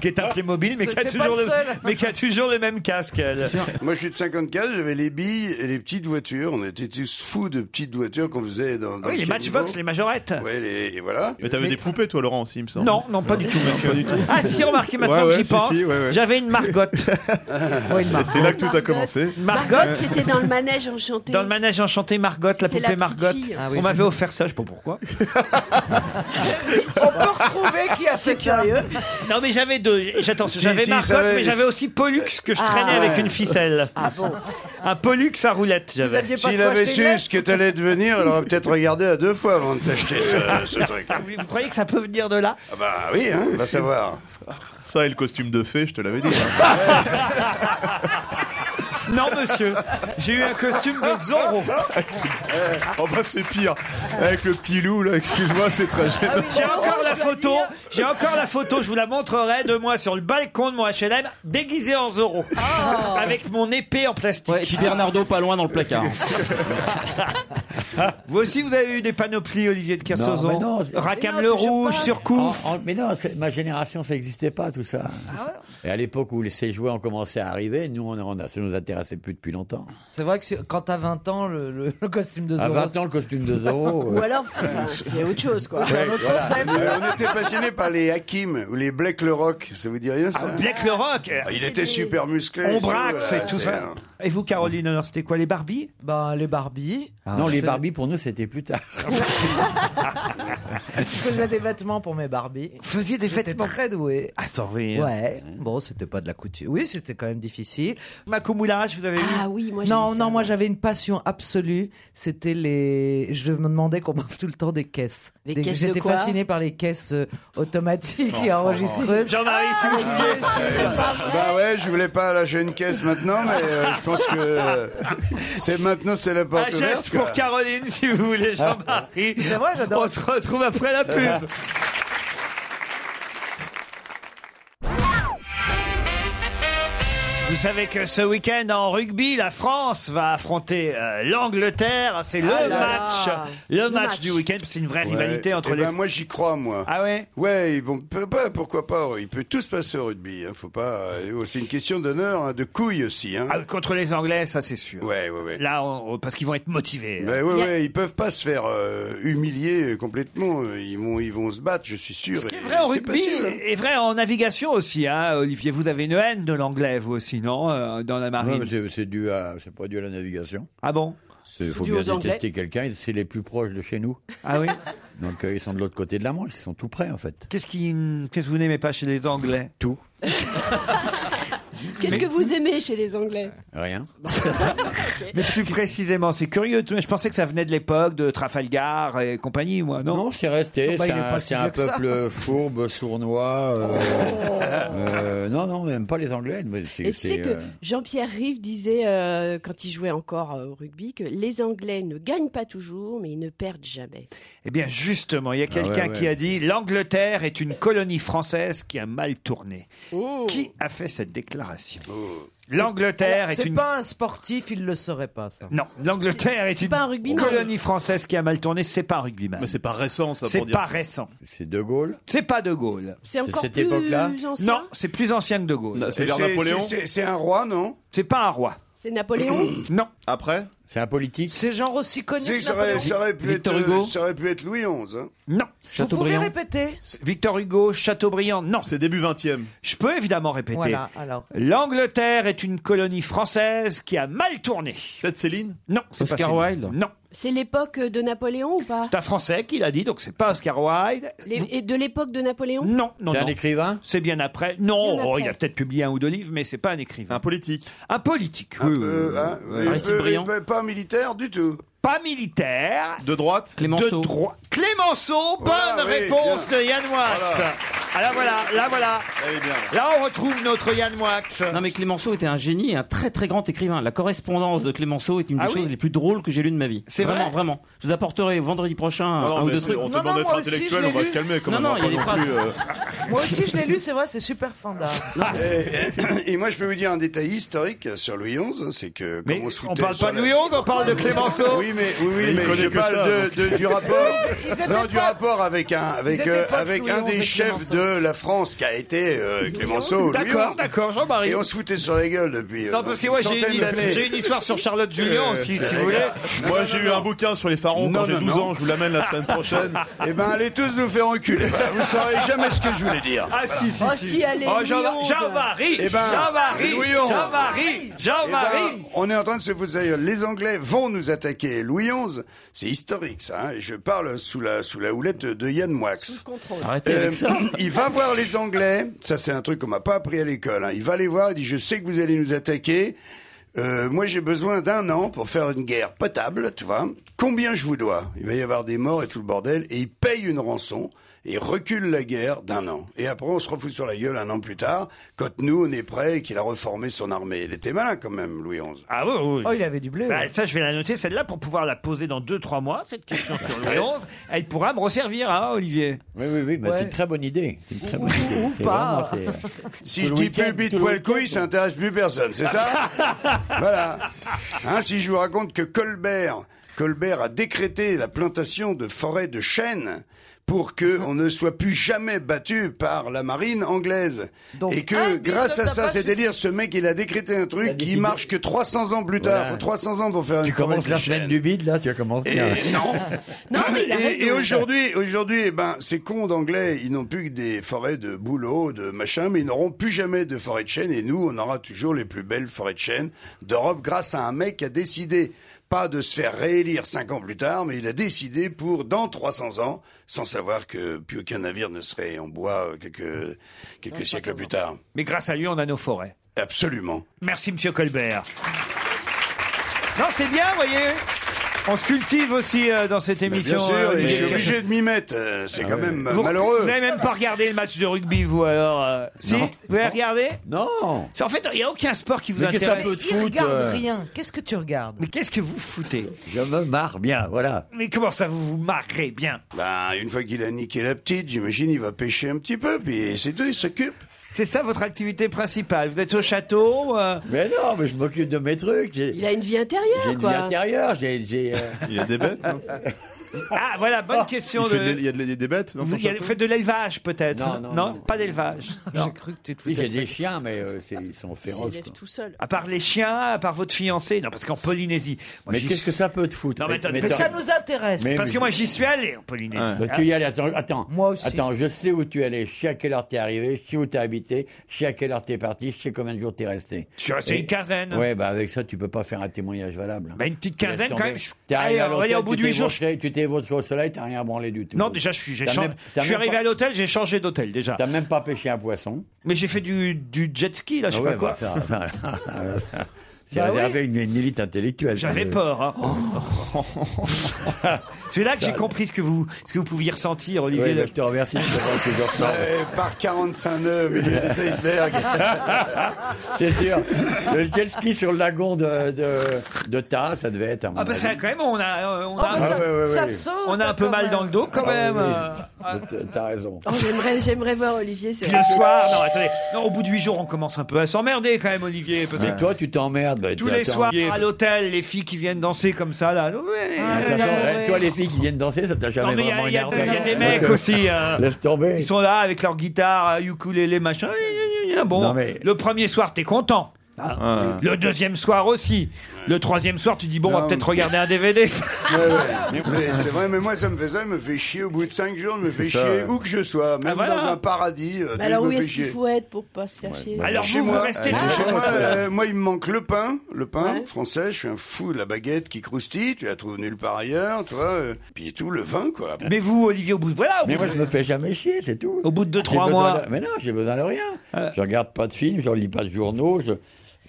[SPEAKER 3] qui est un Playmobil, mais
[SPEAKER 8] Ah, C'est-
[SPEAKER 3] qui, a
[SPEAKER 8] c'est
[SPEAKER 3] toujours
[SPEAKER 8] pas le
[SPEAKER 3] le,
[SPEAKER 8] seul.
[SPEAKER 3] mais qui a toujours le même casque. elle.
[SPEAKER 8] Moi, je suis de 54, j'avais les billes et les petites voitures. On était tous fous de petites voitures qu'on faisait dans, dans
[SPEAKER 3] Oui,
[SPEAKER 8] le
[SPEAKER 3] les
[SPEAKER 8] caniveau.
[SPEAKER 3] Matchbox, les majorettes.
[SPEAKER 8] Ouais, les- et voilà.
[SPEAKER 6] Mais t'avais des poupées, toi, Laurent, aussi, il me semble.
[SPEAKER 3] Non, non, pas du tout, monsieur.
[SPEAKER 6] pas du tout.
[SPEAKER 3] Ah si, remarquez maintenant
[SPEAKER 6] Ouais,
[SPEAKER 3] que
[SPEAKER 6] ouais,
[SPEAKER 3] j'y
[SPEAKER 6] si,
[SPEAKER 3] pense.
[SPEAKER 6] si, ouais, ouais.
[SPEAKER 3] J'avais une Margotte.
[SPEAKER 6] Et c'est là que tout a commencé.
[SPEAKER 3] Margotte,
[SPEAKER 12] C'était dans le manège enchanté.
[SPEAKER 3] Dans le manège enchanté, Margotte, la
[SPEAKER 12] C'était
[SPEAKER 3] poupée
[SPEAKER 12] la petite
[SPEAKER 3] Margotte.
[SPEAKER 12] fille. Ah oui,
[SPEAKER 3] on
[SPEAKER 12] je-
[SPEAKER 3] m'avait offert ça, je sais pas pourquoi.
[SPEAKER 5] On peut retrouver qui a fait ça.
[SPEAKER 3] Non, mais j'avais deux. J'attends,
[SPEAKER 8] Si,
[SPEAKER 3] j'avais
[SPEAKER 8] si, ça
[SPEAKER 3] Margotte,
[SPEAKER 8] va,
[SPEAKER 3] mais j'avais
[SPEAKER 8] si.
[SPEAKER 3] aussi Pollux que je traînais
[SPEAKER 8] Ah.
[SPEAKER 3] avec une ficelle. Un Pollux à roulette, j'avais.
[SPEAKER 5] aviez
[SPEAKER 8] S'il avait su ce que t'allais devenir, il aurait peut-être regardé à deux fois avant de t'acheter ce, ce truc.
[SPEAKER 3] Ah Vous vous croyez que ça peut venir de là
[SPEAKER 8] Ah bah oui, hein, on va savoir.
[SPEAKER 6] Ça et le costume de fée, je te l'avais dit. hein.
[SPEAKER 3] Non, monsieur. J'ai eu un costume de Zorro.
[SPEAKER 6] oh bah c'est pire. Avec le petit loup, là, excuse-moi, c'est très
[SPEAKER 4] Ah
[SPEAKER 6] gênant.
[SPEAKER 3] J'ai encore la photo. J'ai encore la photo. Je vous la montrerai de moi sur le balcon de mon HLM, déguisé en Zorro,
[SPEAKER 4] Ah.
[SPEAKER 3] avec mon épée en plastique.
[SPEAKER 9] Ouais, et puis Bernardo pas loin dans le placard.
[SPEAKER 3] Vous aussi, vous avez eu des panoplies, Olivier de Kersauzon.
[SPEAKER 4] mais non, c'est-
[SPEAKER 3] Racame le rouge, surcouf.
[SPEAKER 4] En- en- mais non, c'est- ma génération, ça n'existait pas, tout ça.
[SPEAKER 5] Ah
[SPEAKER 4] Et à l'époque où ces jouets ont commencé à arriver, nous, on, on a, ça nous intéressait plus depuis longtemps.
[SPEAKER 5] C'est vrai que c'est- quand t'as 20 ans, le, le- le costume de
[SPEAKER 4] À
[SPEAKER 5] Zorro.
[SPEAKER 4] 20 ans, le costume de Zorro.
[SPEAKER 12] Ou
[SPEAKER 4] euh,
[SPEAKER 12] alors, enfin, c'est autre chose, quoi.
[SPEAKER 4] Ouais, voilà.
[SPEAKER 8] Euh, on était passionné par les Hakim ou les Blake le Rock. Ça vous dit rien, ça
[SPEAKER 3] Black le Rock.
[SPEAKER 8] Ah, Il était super musclé. et tout,
[SPEAKER 3] Ombrax et
[SPEAKER 8] voilà,
[SPEAKER 3] tout
[SPEAKER 8] c'est
[SPEAKER 3] ça.
[SPEAKER 8] un-
[SPEAKER 4] oh.
[SPEAKER 3] Et vous, Caroline, alors c'était quoi les Barbies
[SPEAKER 5] Ben, les Barbie.
[SPEAKER 4] non, les
[SPEAKER 5] Je fais-
[SPEAKER 9] Ah,
[SPEAKER 4] Barbie, pour nous, c'était plus tard.
[SPEAKER 5] Je faisais des vêtements pour mes Barbie.
[SPEAKER 3] Faisiez des
[SPEAKER 5] J'étais
[SPEAKER 3] vêtements.
[SPEAKER 5] très doué.
[SPEAKER 3] Ah, sans rire.
[SPEAKER 5] Ouais. Bon, c'était pas de la couture. Oui, c'était quand même difficile.
[SPEAKER 3] Macomoulage, vous avez eu
[SPEAKER 12] Ah oui, moi j'ai
[SPEAKER 5] non,
[SPEAKER 12] eu ça.
[SPEAKER 5] non, moi j'avais une passion absolue. C'était les. Je me demandais qu'on m'offre tout le temps des caisses.
[SPEAKER 12] Des
[SPEAKER 5] Des-
[SPEAKER 12] caisses de
[SPEAKER 5] J'étais
[SPEAKER 12] quoi
[SPEAKER 5] fasciné par les caisses euh, automatiques et enregistreuses.
[SPEAKER 3] Jean-Marie, si vous voulez.
[SPEAKER 8] Bah ouais, je voulais pas lâcher une caisse maintenant, mais euh, je pense que euh, c'est maintenant c'est la
[SPEAKER 3] Un
[SPEAKER 8] porte
[SPEAKER 3] geste
[SPEAKER 8] ouverte.
[SPEAKER 3] Ah, pour
[SPEAKER 8] quoi.
[SPEAKER 3] Caroline, si vous voulez,
[SPEAKER 8] Ah.
[SPEAKER 3] Jean-Marie.
[SPEAKER 5] C'est vrai, j'adore.
[SPEAKER 3] On se retrouve après la pub. Vous savez que ce week-end en rugby, la France va affronter euh, l'Angleterre. C'est le,
[SPEAKER 8] Ah là là.
[SPEAKER 3] match, le,
[SPEAKER 12] Le
[SPEAKER 3] match,
[SPEAKER 12] match.
[SPEAKER 3] du week-end. C'est une vraie
[SPEAKER 8] Ouais.
[SPEAKER 3] rivalité entre
[SPEAKER 8] Eh
[SPEAKER 3] les.
[SPEAKER 8] ben, moi j'y crois moi.
[SPEAKER 3] Ah ouais.
[SPEAKER 8] Ouais, bon, peut pas, pourquoi pas Il peut tout se passer au rugby. Hein, faut pas. euh, C'est une question d'honneur, hein, de couilles aussi. Hein.
[SPEAKER 3] Ah, contre les Anglais, ça c'est sûr.
[SPEAKER 8] Ouais, ouais, ouais.
[SPEAKER 3] Là, on- on- parce qu'ils vont être motivés.
[SPEAKER 8] Ben
[SPEAKER 12] Il
[SPEAKER 8] ouais,
[SPEAKER 12] y a-
[SPEAKER 8] ouais, ils peuvent pas se faire euh, humilier euh, complètement. euh, Ils vont, ils vont se battre, je suis sûr.
[SPEAKER 3] Ce qui est
[SPEAKER 8] et
[SPEAKER 3] vrai en
[SPEAKER 8] c'est
[SPEAKER 3] rugby
[SPEAKER 8] facile, hein.
[SPEAKER 3] est vrai en navigation aussi, hein, Olivier. Vous avez une haine de l'anglais, vous aussi, non euh, Dans
[SPEAKER 4] Non,
[SPEAKER 3] la marine.
[SPEAKER 4] mais c'est- c'est dû à, c'est pas dû à la navigation.
[SPEAKER 3] Ah bon
[SPEAKER 4] Il faut
[SPEAKER 12] dû
[SPEAKER 4] bien
[SPEAKER 12] aux Anglais.
[SPEAKER 4] détester quelqu'un. C'est les plus proches de chez nous.
[SPEAKER 3] Ah oui
[SPEAKER 4] Donc, euh, ils sont de l'autre côté de la Manche. Ils sont tout près, en fait.
[SPEAKER 3] Qu'est-ce qui, qu'est-ce que vous n'aimez pas chez les Anglais
[SPEAKER 4] Tout.
[SPEAKER 12] Qu'est-ce que vous aimez chez les Anglais
[SPEAKER 3] Ah,
[SPEAKER 4] Rien.
[SPEAKER 3] Mais plus précisément, c'est curieux. tout- Je pensais que ça venait de l'époque de Trafalgar et compagnie, moi, non,
[SPEAKER 4] Non, c'est resté.
[SPEAKER 5] bah,
[SPEAKER 4] c'est
[SPEAKER 5] il est
[SPEAKER 4] un,
[SPEAKER 5] pas
[SPEAKER 4] c'est
[SPEAKER 5] si
[SPEAKER 4] un
[SPEAKER 5] vieux que ça.
[SPEAKER 4] peuple euh, fourbe, sournois. euh, euh, non, non, on n'aime pas les Anglais. mais c'est-
[SPEAKER 12] Et tu sais
[SPEAKER 4] c'est,
[SPEAKER 12] que
[SPEAKER 4] euh,
[SPEAKER 12] Jean-Pierre Rive disait, euh, quand il jouait encore euh, au rugby, que les Anglais ne gagnent pas toujours, mais ils ne perdent jamais.
[SPEAKER 3] Eh bien, justement, il y a quelqu'un
[SPEAKER 4] Ah ouais, ouais.
[SPEAKER 3] qui a dit l'Angleterre est une colonie française qui a mal tourné.
[SPEAKER 5] Oh.
[SPEAKER 3] Qui a fait cette déclaration L'Angleterre est
[SPEAKER 5] C'est
[SPEAKER 3] une
[SPEAKER 5] pas un sportif, il le saurait pas, ça.
[SPEAKER 3] non, l'Angleterre est,
[SPEAKER 12] c'est
[SPEAKER 3] une
[SPEAKER 12] pas un rugbyman.
[SPEAKER 3] colonie française qui a mal tourné. C'est pas un rugbyman.
[SPEAKER 6] Mais c'est pas récent, ça, pour
[SPEAKER 3] C'est
[SPEAKER 6] dire
[SPEAKER 3] pas
[SPEAKER 6] ça.
[SPEAKER 3] récent.
[SPEAKER 4] c'est De Gaulle.
[SPEAKER 3] C'est pas De Gaulle.
[SPEAKER 12] C'est encore
[SPEAKER 4] cette
[SPEAKER 12] plus
[SPEAKER 4] époque-là
[SPEAKER 12] ancien.
[SPEAKER 3] Non, c'est plus ancien que De Gaulle.
[SPEAKER 6] C'est
[SPEAKER 8] Et
[SPEAKER 6] vers
[SPEAKER 8] c'est-
[SPEAKER 6] Napoléon
[SPEAKER 8] c'est- c'est- C'est un roi, non
[SPEAKER 3] C'est pas un roi.
[SPEAKER 12] C'est Napoléon
[SPEAKER 3] Non.
[SPEAKER 6] Après
[SPEAKER 4] C'est un politique.
[SPEAKER 5] C'est genre aussi connu
[SPEAKER 8] Tu sais que
[SPEAKER 5] que
[SPEAKER 8] ça aurait, ça
[SPEAKER 5] Napoléon.
[SPEAKER 8] aurait pu
[SPEAKER 9] Victor
[SPEAKER 8] être, euh,
[SPEAKER 9] Hugo
[SPEAKER 8] ça aurait pu être Louis XI. hein.
[SPEAKER 3] Non.
[SPEAKER 5] Vous pouvez
[SPEAKER 9] Chateaubriand.
[SPEAKER 5] répéter
[SPEAKER 3] Victor Hugo, Chateaubriand, non.
[SPEAKER 6] C'est début 20 e
[SPEAKER 3] Je peux évidemment répéter.
[SPEAKER 5] Voilà, alors.
[SPEAKER 3] L'Angleterre est une colonie française qui a mal tourné.
[SPEAKER 6] Peut-être Céline
[SPEAKER 3] Non, c'est
[SPEAKER 9] Oscar
[SPEAKER 3] pas Céline.
[SPEAKER 9] Wilde
[SPEAKER 3] Non,
[SPEAKER 12] C'est l'époque de Napoléon ou pas
[SPEAKER 3] C'est un Français qui l'a dit, donc c'est pas Oscar Wilde.
[SPEAKER 12] Les- Et de l'époque de Napoléon
[SPEAKER 3] Non, non, C'est un écrivain C'est bien après. Non,
[SPEAKER 12] Bien après.
[SPEAKER 3] oh, il a peut-être publié un ou deux livres, mais c'est pas un écrivain. Un politique Un politique, oui. oui, oui, oui.
[SPEAKER 8] Euh, euh, euh, Pas militaire du tout.
[SPEAKER 3] Pas militaire.
[SPEAKER 6] De droite
[SPEAKER 3] De droite. Clémenceau, bonne
[SPEAKER 8] Voilà, oui,
[SPEAKER 3] réponse
[SPEAKER 8] bien.
[SPEAKER 3] de Yann Moix.
[SPEAKER 8] Voilà.
[SPEAKER 3] Ah, là voilà, là voilà. Là on retrouve notre Yann Moix.
[SPEAKER 9] Non mais Clémenceau était un génie, et un très très grand écrivain. La correspondance de Clémenceau est une des
[SPEAKER 3] Ah oui
[SPEAKER 9] choses les plus drôles que j'ai lues de ma vie.
[SPEAKER 3] C'est
[SPEAKER 9] vraiment,
[SPEAKER 3] vrai
[SPEAKER 9] vraiment. Je vous apporterai vendredi prochain
[SPEAKER 6] Non, non,
[SPEAKER 9] un ou
[SPEAKER 6] mais
[SPEAKER 9] deux
[SPEAKER 6] c'est-
[SPEAKER 9] trucs.
[SPEAKER 6] on te demande d'être intellectuel, on va se calmer quand
[SPEAKER 9] non,
[SPEAKER 6] même.
[SPEAKER 9] Non,
[SPEAKER 6] on
[SPEAKER 9] il y a
[SPEAKER 6] va
[SPEAKER 9] des
[SPEAKER 6] pas
[SPEAKER 9] phrases.
[SPEAKER 6] non plus, euh,
[SPEAKER 5] Moi aussi, je l'ai lu, c'est vrai, c'est super fandard.
[SPEAKER 8] Et, et moi, je peux vous dire un détail historique sur Louis XI, hein, c'est que comme on se foutait
[SPEAKER 3] parle
[SPEAKER 8] sur
[SPEAKER 3] pas de
[SPEAKER 8] la-
[SPEAKER 3] Louis XI, on parle de Clémenceau.
[SPEAKER 8] Oui, mais oui, oui,
[SPEAKER 3] Il
[SPEAKER 8] mais
[SPEAKER 3] connaît
[SPEAKER 8] je
[SPEAKER 3] que
[SPEAKER 8] parle
[SPEAKER 3] ça,
[SPEAKER 8] de-
[SPEAKER 3] donc.
[SPEAKER 8] de- du rapport,
[SPEAKER 3] Ils étaient
[SPEAKER 8] non, du
[SPEAKER 3] pas-
[SPEAKER 8] rapport avec un avec
[SPEAKER 3] Ils étaient
[SPEAKER 8] euh,
[SPEAKER 3] pas
[SPEAKER 8] avec
[SPEAKER 3] Louis
[SPEAKER 8] un
[SPEAKER 3] XI
[SPEAKER 8] des
[SPEAKER 3] et
[SPEAKER 8] chefs
[SPEAKER 3] Clémenceau.
[SPEAKER 8] de la France qui a été euh, Clémenceau. Louis
[SPEAKER 3] D'accord,
[SPEAKER 8] XI.
[SPEAKER 3] d'accord, Jean-Marie.
[SPEAKER 8] Et on se foutait sur la gueule depuis. euh,
[SPEAKER 3] Non, parce que moi,
[SPEAKER 8] une
[SPEAKER 3] j'ai une-
[SPEAKER 8] centaine d'années.
[SPEAKER 3] j'ai une histoire sur Charlotte
[SPEAKER 6] Euh,
[SPEAKER 3] Julien aussi, si vous voulez.
[SPEAKER 6] Moi, j'ai eu un bouquin sur les pharaons
[SPEAKER 8] Non,
[SPEAKER 6] quand j'ai
[SPEAKER 8] non,
[SPEAKER 6] 12
[SPEAKER 8] non.
[SPEAKER 6] ans, je vous l'amène la semaine prochaine.
[SPEAKER 8] Eh ben, allez tous nous faire enculer. Voilà, Vous saurez jamais ce que je voulais dire.
[SPEAKER 3] Ah si, si,
[SPEAKER 8] Voilà.
[SPEAKER 3] si. Oh, Jean- Jean-Marie,
[SPEAKER 8] Eh ben,
[SPEAKER 3] Jean-Marie,
[SPEAKER 8] Louis XI.
[SPEAKER 3] Jean-Marie,
[SPEAKER 8] Eh
[SPEAKER 3] Jean-Marie.
[SPEAKER 8] ben, on est en train de se foutre de sa gueule. Les Anglais vont nous attaquer. Louis XI, c'est historique ça. hein. Je parle sous la, sous la houlette de Yann Moix.
[SPEAKER 9] Arrêtez avec ça.
[SPEAKER 8] Euh, Il va voir les Anglais. Ça, c'est un truc qu'on m'a pas appris à l'école. hein. Il va les voir. Il dit, je sais que vous allez nous attaquer. Euh, moi, j'ai besoin d'un an pour faire une guerre potable, tu vois. Combien je vous dois Il va y avoir des morts et tout le bordel. Et il paye une rançon et recule la guerre d'un an. Et après, on se refout sur la gueule un an plus tard, quand nous, on est prêts et qu'il a reformé son armée. Il était malin quand même, Louis XI.
[SPEAKER 3] Ah oui, oui, oui.
[SPEAKER 5] Oh, il avait du bleu.
[SPEAKER 3] Bah,
[SPEAKER 5] ouais.
[SPEAKER 3] ça, je vais la noter, celle-là, pour pouvoir la poser dans 2-3 mois, cette question sur Louis XI. Elle pourra me resservir, hein, Olivier
[SPEAKER 4] Oui, oui, oui, bah,
[SPEAKER 3] Ouais.
[SPEAKER 4] c'est une très bonne idée. C'est une très bonne idée.
[SPEAKER 5] ou
[SPEAKER 4] C'est
[SPEAKER 5] pas.
[SPEAKER 4] vraiment, hein.
[SPEAKER 8] Si
[SPEAKER 4] Tout
[SPEAKER 8] je
[SPEAKER 4] le
[SPEAKER 8] dis
[SPEAKER 4] week-end,
[SPEAKER 8] plus bite
[SPEAKER 4] tout le
[SPEAKER 8] poil couille, ça intéresse plus personne, c'est ça Voilà. Hein, si je vous raconte que Colbert, Colbert a décrété la plantation de forêts de chênes pour que on ne soit plus jamais battu par la marine anglaise.
[SPEAKER 5] Donc, ah,
[SPEAKER 8] et
[SPEAKER 5] un
[SPEAKER 8] que
[SPEAKER 5] bit
[SPEAKER 8] grâce
[SPEAKER 5] de
[SPEAKER 8] à ça,
[SPEAKER 5] tabac
[SPEAKER 8] c'est-à-dire ce mec, il a décrété un
[SPEAKER 4] Il a
[SPEAKER 8] truc qui
[SPEAKER 4] décidé.
[SPEAKER 8] marche que 300 ans plus tard.
[SPEAKER 4] Voilà.
[SPEAKER 8] Faut 300 ans pour faire
[SPEAKER 4] tu
[SPEAKER 8] une forêt
[SPEAKER 4] commences
[SPEAKER 8] de
[SPEAKER 4] la
[SPEAKER 8] chênes.
[SPEAKER 4] semaine du bide, là, tu commences bien.
[SPEAKER 8] Et non.
[SPEAKER 4] il a raison.
[SPEAKER 8] Ah, et, et aujourd'hui, aujourd'hui, eh ben, ces cons d'anglais, ils n'ont plus que des forêts de bouleaux, de machin, mais ils n'auront plus jamais de forêts de chêne. Et nous, on aura toujours les plus belles forêts de chêne d'Europe grâce à un mec qui a décidé pas de se faire réélire cinq ans plus tard, mais il a décidé pour dans 300 ans, sans savoir que plus aucun navire ne serait en bois euh, quelques quelques siècles plus tard.
[SPEAKER 3] Mais grâce à lui, on a nos forêts.
[SPEAKER 8] Absolument.
[SPEAKER 3] Merci, Monsieur Colbert. Non, c'est bien, vous voyez. On se cultive aussi euh, dans cette
[SPEAKER 8] Mais
[SPEAKER 3] émission.
[SPEAKER 8] Bah, bien sûr,
[SPEAKER 3] euh,
[SPEAKER 8] et je suis
[SPEAKER 3] Olivier.
[SPEAKER 8] obligé de m'y mettre. euh, C'est
[SPEAKER 3] Ah
[SPEAKER 4] Ah
[SPEAKER 8] quand même euh,
[SPEAKER 3] Vous,
[SPEAKER 8] malheureux.
[SPEAKER 3] vous n'avez même pas regardé le match de rugby, vous, alors euh, Si Vous avez regardé
[SPEAKER 4] Non
[SPEAKER 3] En fait, il n'y a aucun sport qui vous
[SPEAKER 4] Mais qu'est-ce que ça
[SPEAKER 3] intéresse.
[SPEAKER 4] peut euh,
[SPEAKER 5] Il regarde rien. Qu'est-ce que tu regardes
[SPEAKER 3] Mais qu'est-ce que vous foutez
[SPEAKER 4] Je me marre bien, voilà.
[SPEAKER 3] Mais comment ça, vous vous marrez bien
[SPEAKER 8] Ben, une fois qu'il a niqué la petite, j'imagine il va pêcher un petit peu, puis c'est tout, il s'occupe.
[SPEAKER 3] C'est ça votre activité principale Vous êtes au château euh,
[SPEAKER 4] Mais non, mais je m'occupe de mes trucs. J'ai
[SPEAKER 12] Il a une vie intérieure,
[SPEAKER 4] j'ai une vie
[SPEAKER 12] quoi.
[SPEAKER 4] intérieure, j'ai... j'ai, euh, Oh,
[SPEAKER 6] Il y a des bêtes. non
[SPEAKER 3] Ah, voilà, bonne question.
[SPEAKER 6] Il fait
[SPEAKER 3] de-
[SPEAKER 6] de- il y a de- des bêtes. dans
[SPEAKER 3] Vous
[SPEAKER 6] ton
[SPEAKER 3] il y a-
[SPEAKER 6] château
[SPEAKER 3] faites de l'élevage, peut-être
[SPEAKER 4] Non, non, non.
[SPEAKER 3] pas d'élevage.
[SPEAKER 5] J'ai cru que tu te
[SPEAKER 4] Oui,
[SPEAKER 5] foutais.
[SPEAKER 4] j'ai
[SPEAKER 5] de ça.
[SPEAKER 4] des chiens, mais euh, c'est- ils sont
[SPEAKER 12] Il
[SPEAKER 4] féroces.
[SPEAKER 12] s'élève
[SPEAKER 4] quoi.
[SPEAKER 12] tout seul.
[SPEAKER 3] À part les chiens, à part votre fiancé. Non, parce qu'en Polynésie. moi,
[SPEAKER 4] Mais
[SPEAKER 3] j'y
[SPEAKER 4] qu'est-ce
[SPEAKER 3] suis-
[SPEAKER 4] que ça peut te foutre
[SPEAKER 3] Non, mais attends,
[SPEAKER 5] Mais
[SPEAKER 3] Mais
[SPEAKER 5] ça nous intéresse.
[SPEAKER 4] Mais-
[SPEAKER 3] Parce que moi, j'y suis allé en Polynésie. Ah.
[SPEAKER 6] Ouais.
[SPEAKER 4] Bah, tu y allais, attends, attends.
[SPEAKER 5] Moi aussi.
[SPEAKER 4] Attends, je sais où tu allais, je sais à quelle heure t'es arrivé, je sais où t'es habité, je sais à quelle heure t'es parti, je sais combien de jours t'es resté.
[SPEAKER 3] Je suis resté
[SPEAKER 4] Et-
[SPEAKER 3] une quinzaine.
[SPEAKER 4] Ouais, bah avec ça, tu peux pas faire un témoignage valable.
[SPEAKER 3] Bah, une petite
[SPEAKER 4] Tu laisses
[SPEAKER 3] quinzaine,
[SPEAKER 4] tomber.
[SPEAKER 3] quand même, je-
[SPEAKER 4] T'es arrivé
[SPEAKER 3] Allez,
[SPEAKER 4] à
[SPEAKER 3] on va
[SPEAKER 4] l'hôtel,
[SPEAKER 3] dire au bout
[SPEAKER 4] tu
[SPEAKER 3] de
[SPEAKER 4] t'es
[SPEAKER 3] huit jours,
[SPEAKER 4] vautré- Tu t'es vautré au soleil, t'as rien branlé du tout.
[SPEAKER 3] Non, déjà, je suis, j'ai
[SPEAKER 4] T'as
[SPEAKER 3] changé-
[SPEAKER 4] même-
[SPEAKER 3] je
[SPEAKER 4] t'as
[SPEAKER 3] suis
[SPEAKER 4] même
[SPEAKER 3] arrivé
[SPEAKER 4] pas-
[SPEAKER 3] à l'hôtel, j'ai changé d'hôtel déjà.
[SPEAKER 4] T'as même pas pêché un poisson.
[SPEAKER 3] Mais j'ai fait du, du jet ski, là,
[SPEAKER 4] Ah
[SPEAKER 3] je sais
[SPEAKER 4] ouais,
[SPEAKER 3] pas quoi.
[SPEAKER 4] bah, ça- C'est
[SPEAKER 5] Bah
[SPEAKER 4] réservé à une, une élite intellectuelle.
[SPEAKER 3] J'avais
[SPEAKER 4] Euh,
[SPEAKER 3] peur. hein. C'est là que j'ai compris ce que vous ce que vous pouviez ressentir, Olivier.
[SPEAKER 4] Ouais, bah, je te remercie. de savoir que je ressens.
[SPEAKER 8] Euh, par 45 nœuds au milieu des icebergs.
[SPEAKER 4] C'est sûr. Le jet ski sur le lagon de, de, de Tas, ça devait être. à mon
[SPEAKER 3] Ah bah
[SPEAKER 4] avis.
[SPEAKER 3] ça quand même, on a euh, on
[SPEAKER 5] Oh,
[SPEAKER 3] a,
[SPEAKER 5] bah, ça,
[SPEAKER 4] Ah ouais, ouais,
[SPEAKER 5] ça
[SPEAKER 4] ouais.
[SPEAKER 5] saute,
[SPEAKER 3] on a un peu
[SPEAKER 5] quand
[SPEAKER 3] mal
[SPEAKER 5] même.
[SPEAKER 3] dans le dos quand
[SPEAKER 4] Ah
[SPEAKER 3] même.
[SPEAKER 4] oui, oui.
[SPEAKER 3] euh.
[SPEAKER 4] T'as- T'as raison.
[SPEAKER 12] Oh, j'aimerais, j'aimerais voir Olivier sur
[SPEAKER 3] Puis le soir, non attendez, non, au bout de huit jours, on commence un peu à s'emmerder quand même, Olivier, parce que
[SPEAKER 4] Mais toi, tu t'emmerdes. bah,
[SPEAKER 3] tous
[SPEAKER 4] t'es-
[SPEAKER 3] les
[SPEAKER 4] t'es
[SPEAKER 3] soirs
[SPEAKER 4] ennuyé.
[SPEAKER 3] à l'hôtel, les filles qui viennent danser comme ça là. Ouais.
[SPEAKER 4] De toute façon,
[SPEAKER 12] Ouais.
[SPEAKER 4] eh, Toi, les filles qui viennent danser, ça t'a
[SPEAKER 3] Ah, Non
[SPEAKER 4] jamais
[SPEAKER 3] mais il y, a-
[SPEAKER 4] vraiment
[SPEAKER 3] il y a
[SPEAKER 4] énervé.
[SPEAKER 3] il y a des mecs aussi. euh,
[SPEAKER 4] Laisse tomber.
[SPEAKER 3] Ils sont là avec leur guitare, euh, ukulélé, machin. Bon,
[SPEAKER 4] Non, mais-
[SPEAKER 3] le premier soir, t'es content. hein.
[SPEAKER 6] Ah.
[SPEAKER 3] Le deuxième soir aussi. Le troisième soir, tu dis, bon, on va
[SPEAKER 8] Non,
[SPEAKER 3] peut-être
[SPEAKER 8] mais-
[SPEAKER 3] regarder un DVD.
[SPEAKER 8] Ouais, ouais. Mais c'est vrai, mais moi ça me fait ça, il me fait chier au bout de 5 jours, il me
[SPEAKER 3] C'est
[SPEAKER 8] fait
[SPEAKER 3] ça,
[SPEAKER 8] chier
[SPEAKER 3] ouais.
[SPEAKER 8] où que je sois, même
[SPEAKER 3] Ah, voilà.
[SPEAKER 8] dans un paradis. euh,
[SPEAKER 12] Mais
[SPEAKER 8] tout,
[SPEAKER 12] Bah alors
[SPEAKER 8] il
[SPEAKER 12] où
[SPEAKER 8] me fait
[SPEAKER 12] est-ce qu'il
[SPEAKER 8] chier.
[SPEAKER 12] faut être pour pas se faire chier Ah,
[SPEAKER 8] Alors chez moi, euh, chez moi, euh, moi, il me manque le pain, le pain
[SPEAKER 12] Ouais.
[SPEAKER 8] français. Je suis un fou de la baguette qui croustille. Tu la trouves nulle part ailleurs, toi. euh, Puis tout le vin, quoi.
[SPEAKER 3] Mais vous, Olivier, au bout de voilà.
[SPEAKER 4] Mais moi, je me fais jamais chier, c'est tout.
[SPEAKER 3] Au bout de deux,
[SPEAKER 4] J'ai
[SPEAKER 3] trois
[SPEAKER 4] besoin
[SPEAKER 3] mois.
[SPEAKER 4] de- Mais non, j'ai besoin de rien. Je regarde pas de films, je lis pas de journaux, je,